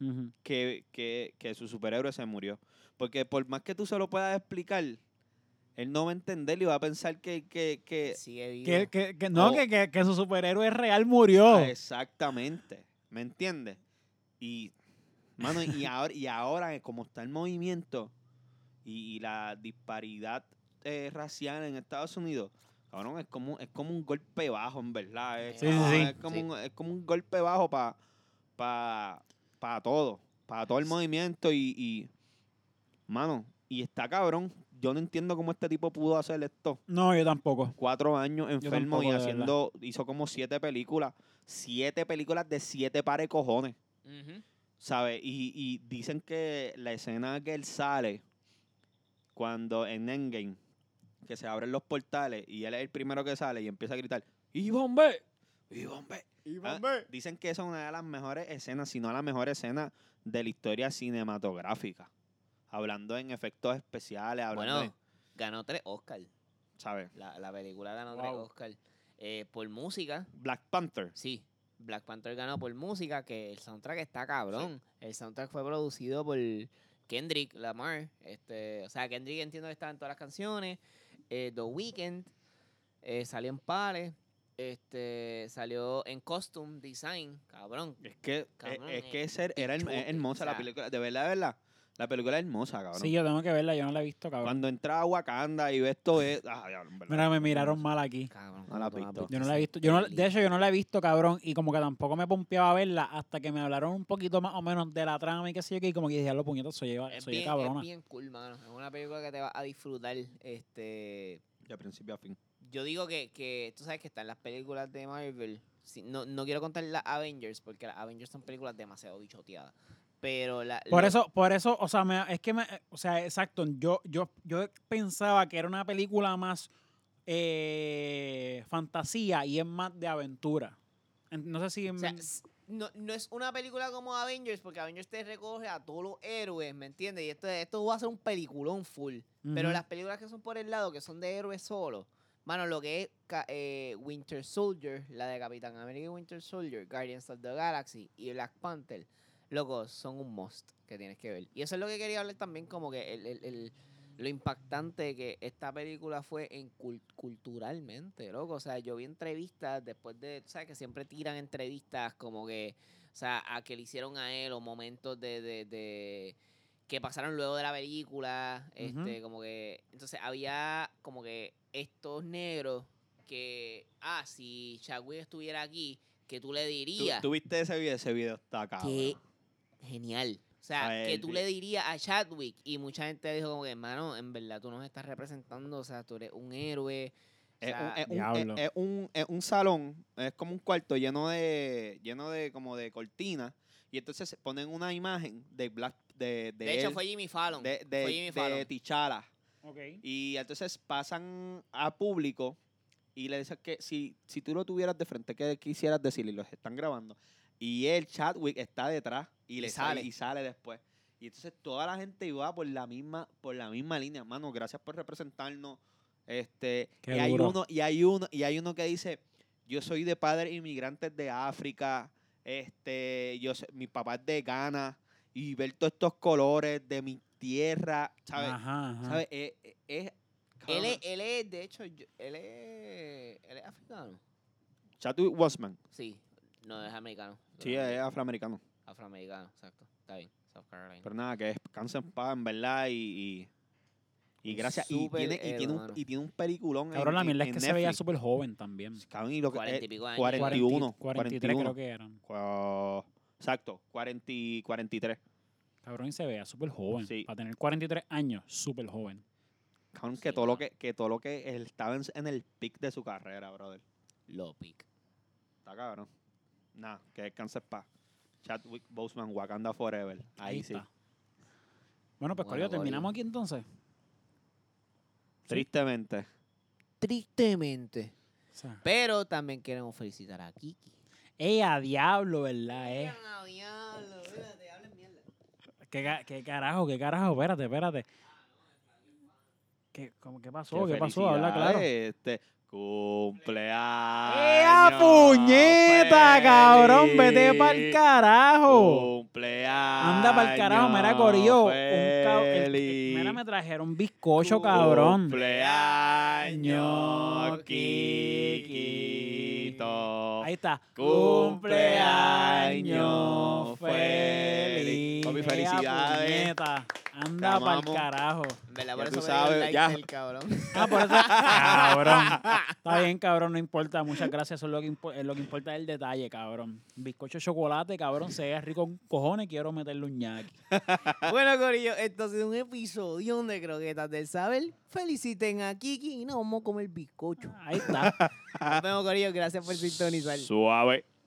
Speaker 1: Ujú.
Speaker 2: que, que, que su superhéroe se murió. Porque por más que tú se lo puedas explicar, él no va a entender y va a pensar que... que, que
Speaker 3: Sigue vivo.
Speaker 1: Que, que- que- no,
Speaker 2: Oh.
Speaker 1: que, que- que su superhéroe real murió.
Speaker 2: Ah, Exactamente, ¿me entiendes? Y, mano, y ahora, y ahora eh, como está el movimiento y, y la disparidad eh, racial en Estados Unidos, cabrón, es como, es como un golpe bajo, en verdad. Es,
Speaker 3: Sí,
Speaker 1: sí, sí.
Speaker 2: es como,
Speaker 3: Sí.
Speaker 2: Un, es como un golpe bajo para pa, pa todo, para todo el movimiento y, y, mano, y está cabrón. Yo no entiendo cómo este tipo pudo hacer esto
Speaker 1: No, yo tampoco.
Speaker 2: cuatro años enfermo
Speaker 1: tampoco, de
Speaker 2: y
Speaker 1: verdad.
Speaker 2: haciendo, hizo como siete películas, siete películas de siete pares de cojones,
Speaker 3: Ujú.
Speaker 2: ¿sabes? Y, y dicen que la escena que él sale cuando en Endgame, que se abren los portales y él es el primero que sale y empieza a gritar, ¡Y bombe! ¡Y bombe!
Speaker 4: Y
Speaker 2: Ah,
Speaker 4: bombé.
Speaker 2: Dicen que esa es una de las mejores escenas, si no la mejor escena de la historia cinematográfica. Hablando en efectos especiales, hablando
Speaker 3: Bueno,
Speaker 2: en-
Speaker 3: ganó tres Oscars.
Speaker 2: ¿sabes?
Speaker 3: La, la película ganó tres
Speaker 1: Wow.
Speaker 3: Oscars. Eh, por música,
Speaker 2: Black Panther.
Speaker 3: sí. Black Panther ganó por música, que el soundtrack está cabrón. El soundtrack fue producido por Kendrick Lamar. Este, o sea, Kendrick entiendo que está en todas las canciones. Eh, The Weeknd eh, salió en pares. Este, salió en Costume Design, cabrón.
Speaker 2: Es que,
Speaker 3: Cabrón,
Speaker 2: es,
Speaker 3: eh,
Speaker 2: que ese era herm-
Speaker 3: bichote,
Speaker 2: es
Speaker 3: o
Speaker 2: hermosa la
Speaker 3: sea.
Speaker 2: película. De verdad, de verdad. La película es hermosa, cabrón.
Speaker 1: Sí, yo tengo que verla, yo no la he visto, cabrón.
Speaker 2: Cuando entra a Wakanda y ve esto es. Ah, diablo, en verdad.
Speaker 1: Mira, me miraron mal aquí.
Speaker 3: Cabrón,
Speaker 2: No la has
Speaker 3: ¿cómo tú has
Speaker 2: visto.
Speaker 1: Yo no
Speaker 3: esa
Speaker 1: la he visto. Yo no, de
Speaker 3: película?
Speaker 1: hecho, yo no la he visto, cabrón. Y como que tampoco me pompeaba verla hasta que me hablaron un poquito más o menos de la trama y qué sé yo. qué, Y como que dije, los puñetos, soy, yo-
Speaker 3: Es
Speaker 1: soy yo
Speaker 3: bien,
Speaker 1: cabrona.
Speaker 3: es bien cool, mano. Es una película que te vas a disfrutar. Este,
Speaker 2: De principio a fin.
Speaker 3: yo digo que, que tú sabes que están las películas de Marvel. Si- no, no quiero contar las Avengers, porque las Avengers son películas demasiado bichoteadas. Pero la,
Speaker 1: Por
Speaker 3: lo-
Speaker 1: eso, por eso, o sea, me- es que me, eh, o sea, exacto, yo, yo, yo pensaba que era una película más eh, fantasía y es más de aventura. En- No sé si
Speaker 3: o sea,
Speaker 1: me-
Speaker 3: s- no, no es una película como Avengers, porque Avengers te recoge a todos los héroes, ¿me entiendes? Y esto, esto va a ser un peliculón full. Pero
Speaker 1: Ujú.
Speaker 3: las películas que son por el lado, que son de héroes solo. Mano, lo que es ca- eh, Winter Soldier, la de Capitán América y Winter Soldier, Guardians of the Galaxy y Black Panther, loco, son un must que tienes que ver. Y eso es lo que quería hablar también, como que el, el- el- lo impactante que esta película fue en cul- culturalmente, loco. O sea, yo vi entrevistas después de, ¿sabes? Que siempre tiran entrevistas como que, o sea, a que le hicieron a él o momentos de- de- de que pasaron luego de la película,
Speaker 1: Ujú.
Speaker 3: este, como que, entonces había como que estos negros que, ah, si Chadwick estuviera aquí, que tú le
Speaker 2: ¿Tú,
Speaker 3: dirías,
Speaker 2: tú viste ese video? Ese video está cabrón.
Speaker 3: que genial, o sea,
Speaker 2: Ah,
Speaker 3: que
Speaker 2: el
Speaker 3: tú
Speaker 2: vi-
Speaker 3: le dirías a Chadwick y mucha gente dijo como que, hermano, en verdad tú nos estás representando, o sea, tú eres un héroe,
Speaker 2: Es un-
Speaker 3: sea,
Speaker 2: es un, es-
Speaker 1: Diablo.
Speaker 2: es un- es un salón, es como un cuarto lleno de, lleno de como de cortinas. Y entonces ponen una imagen de Black, de, de
Speaker 3: De hecho,
Speaker 2: él,
Speaker 3: fue Jimmy Fallon.
Speaker 2: de, de-
Speaker 3: fue Jimmy
Speaker 2: de
Speaker 3: Fallon.
Speaker 2: T'Challa.
Speaker 1: Ok.
Speaker 2: Y entonces pasan a público y le dicen que si, si tú lo tuvieras de frente, ¿qué quisieras decir? Y los están grabando. Y el Chadwick está detrás y le sale.
Speaker 3: sale.
Speaker 2: y sale después. Y entonces toda la gente iba por la misma, por la misma línea, hermano. Gracias por representarnos. Este,
Speaker 1: Qué
Speaker 2: y hay
Speaker 1: duro.
Speaker 2: uno, y hay uno, y hay uno que dice, yo soy de padres inmigrantes de África, este, yo sé- mi papá es de Ghana, y ver todos estos colores de mi tierra, ¿sabes?
Speaker 1: Ajá, ajá.
Speaker 2: ¿Sabes?
Speaker 3: Eh,
Speaker 2: Es. es- es-
Speaker 3: Él
Speaker 2: cabrón.
Speaker 3: es, él es, de hecho, yo- él es, él es africano.
Speaker 2: Chadwick Boseman.
Speaker 3: Sí, no, es americano.
Speaker 2: Sí, es afroamericano.
Speaker 3: Afroamericano, exacto. Está bien, South Carolina.
Speaker 2: Pero nada, que es Cancer Paz, en verdad, y. y y
Speaker 3: Un
Speaker 2: gracias. Y tiene, y,
Speaker 3: superhéroe,
Speaker 2: tiene un,
Speaker 3: mano.
Speaker 2: y tiene un peliculón. en-
Speaker 1: Cabrón, la
Speaker 2: en-
Speaker 1: mierda es
Speaker 2: en
Speaker 1: que se veía
Speaker 2: Netflix.
Speaker 1: súper joven también.
Speaker 2: Cabrón, y lo que-
Speaker 3: Cuarenta y
Speaker 2: eh,
Speaker 3: pico años.
Speaker 2: 41.
Speaker 1: 43
Speaker 2: 41.
Speaker 1: creo que eran.
Speaker 2: Cua- Exacto, 40 y 43.
Speaker 1: Cabrón, y se veía súper joven.
Speaker 2: Sí.
Speaker 1: Para tener 43 años, súper joven.
Speaker 2: Cabrón, que,
Speaker 3: Sí,
Speaker 2: todo lo
Speaker 3: mano.
Speaker 2: que, que todo lo que él estaba en, en el pic de su carrera, brother.
Speaker 3: Lopic.
Speaker 2: Está cabrón. Nada, que es Cancer Paz. Chadwick Boseman, Wakanda Forever. Ahí, sí.
Speaker 1: está. Bueno,
Speaker 3: Bueno,
Speaker 1: pues, Corillo,
Speaker 3: Corillo.
Speaker 1: terminamos aquí entonces.
Speaker 2: Tristemente.
Speaker 3: Tristemente.
Speaker 1: O sea,
Speaker 3: Pero también queremos felicitar a Kiki.
Speaker 1: ¡Eh, a diablo, verdad! Eh.
Speaker 3: Ah, diablo, fíjate, hablen mierda.
Speaker 1: ¿Qué, ca- qué carajo, qué carajo? Espérate, espérate. ¿Qué, cómo- qué pasó?
Speaker 2: Qué
Speaker 1: ¿Qué, pasó? Habla claro.
Speaker 2: felicidades, Este cumpleaños.
Speaker 1: ¡Ea, puñeta,
Speaker 2: feliz! Oh,
Speaker 1: cabrón! ¡Vete pa'l carajo!
Speaker 2: Cumpleaños.
Speaker 1: Anda pa'l carajo, mira, Corillo. Un cab- el- el-
Speaker 2: feliz.
Speaker 1: Mira, me trajeron un bizcocho, cabrón.
Speaker 2: Cumpleaños, Kikito.
Speaker 1: Ahí está.
Speaker 2: Cumpleaños feliz. Papi,
Speaker 1: Ea,
Speaker 2: felicidades.
Speaker 1: puñeta.
Speaker 2: Te
Speaker 1: Anda pa'l
Speaker 2: amamos.
Speaker 1: carajo.
Speaker 3: En verdad,
Speaker 2: Ya
Speaker 3: por
Speaker 2: tú
Speaker 3: eso me dio el
Speaker 2: sabes,
Speaker 3: like
Speaker 2: ya.
Speaker 3: del cabrón.
Speaker 1: Ah, por eso. Cabrón. Está bien, cabrón, no importa. Muchas gracias. Eso es lo que, impo- eh, lo que importa es el detalle, cabrón. Bizcocho de chocolate, cabrón, se ve rico con cojones. Quiero meterle un ñaqui.
Speaker 3: bueno, Corillo, esto ha sido un episodio de Croquetas del Saber. Feliciten a Kiki y nos vamos a comer bizcocho.
Speaker 1: Ahí está.
Speaker 3: Nos vemos, Corillo. Gracias por sintonizar.
Speaker 2: Suave.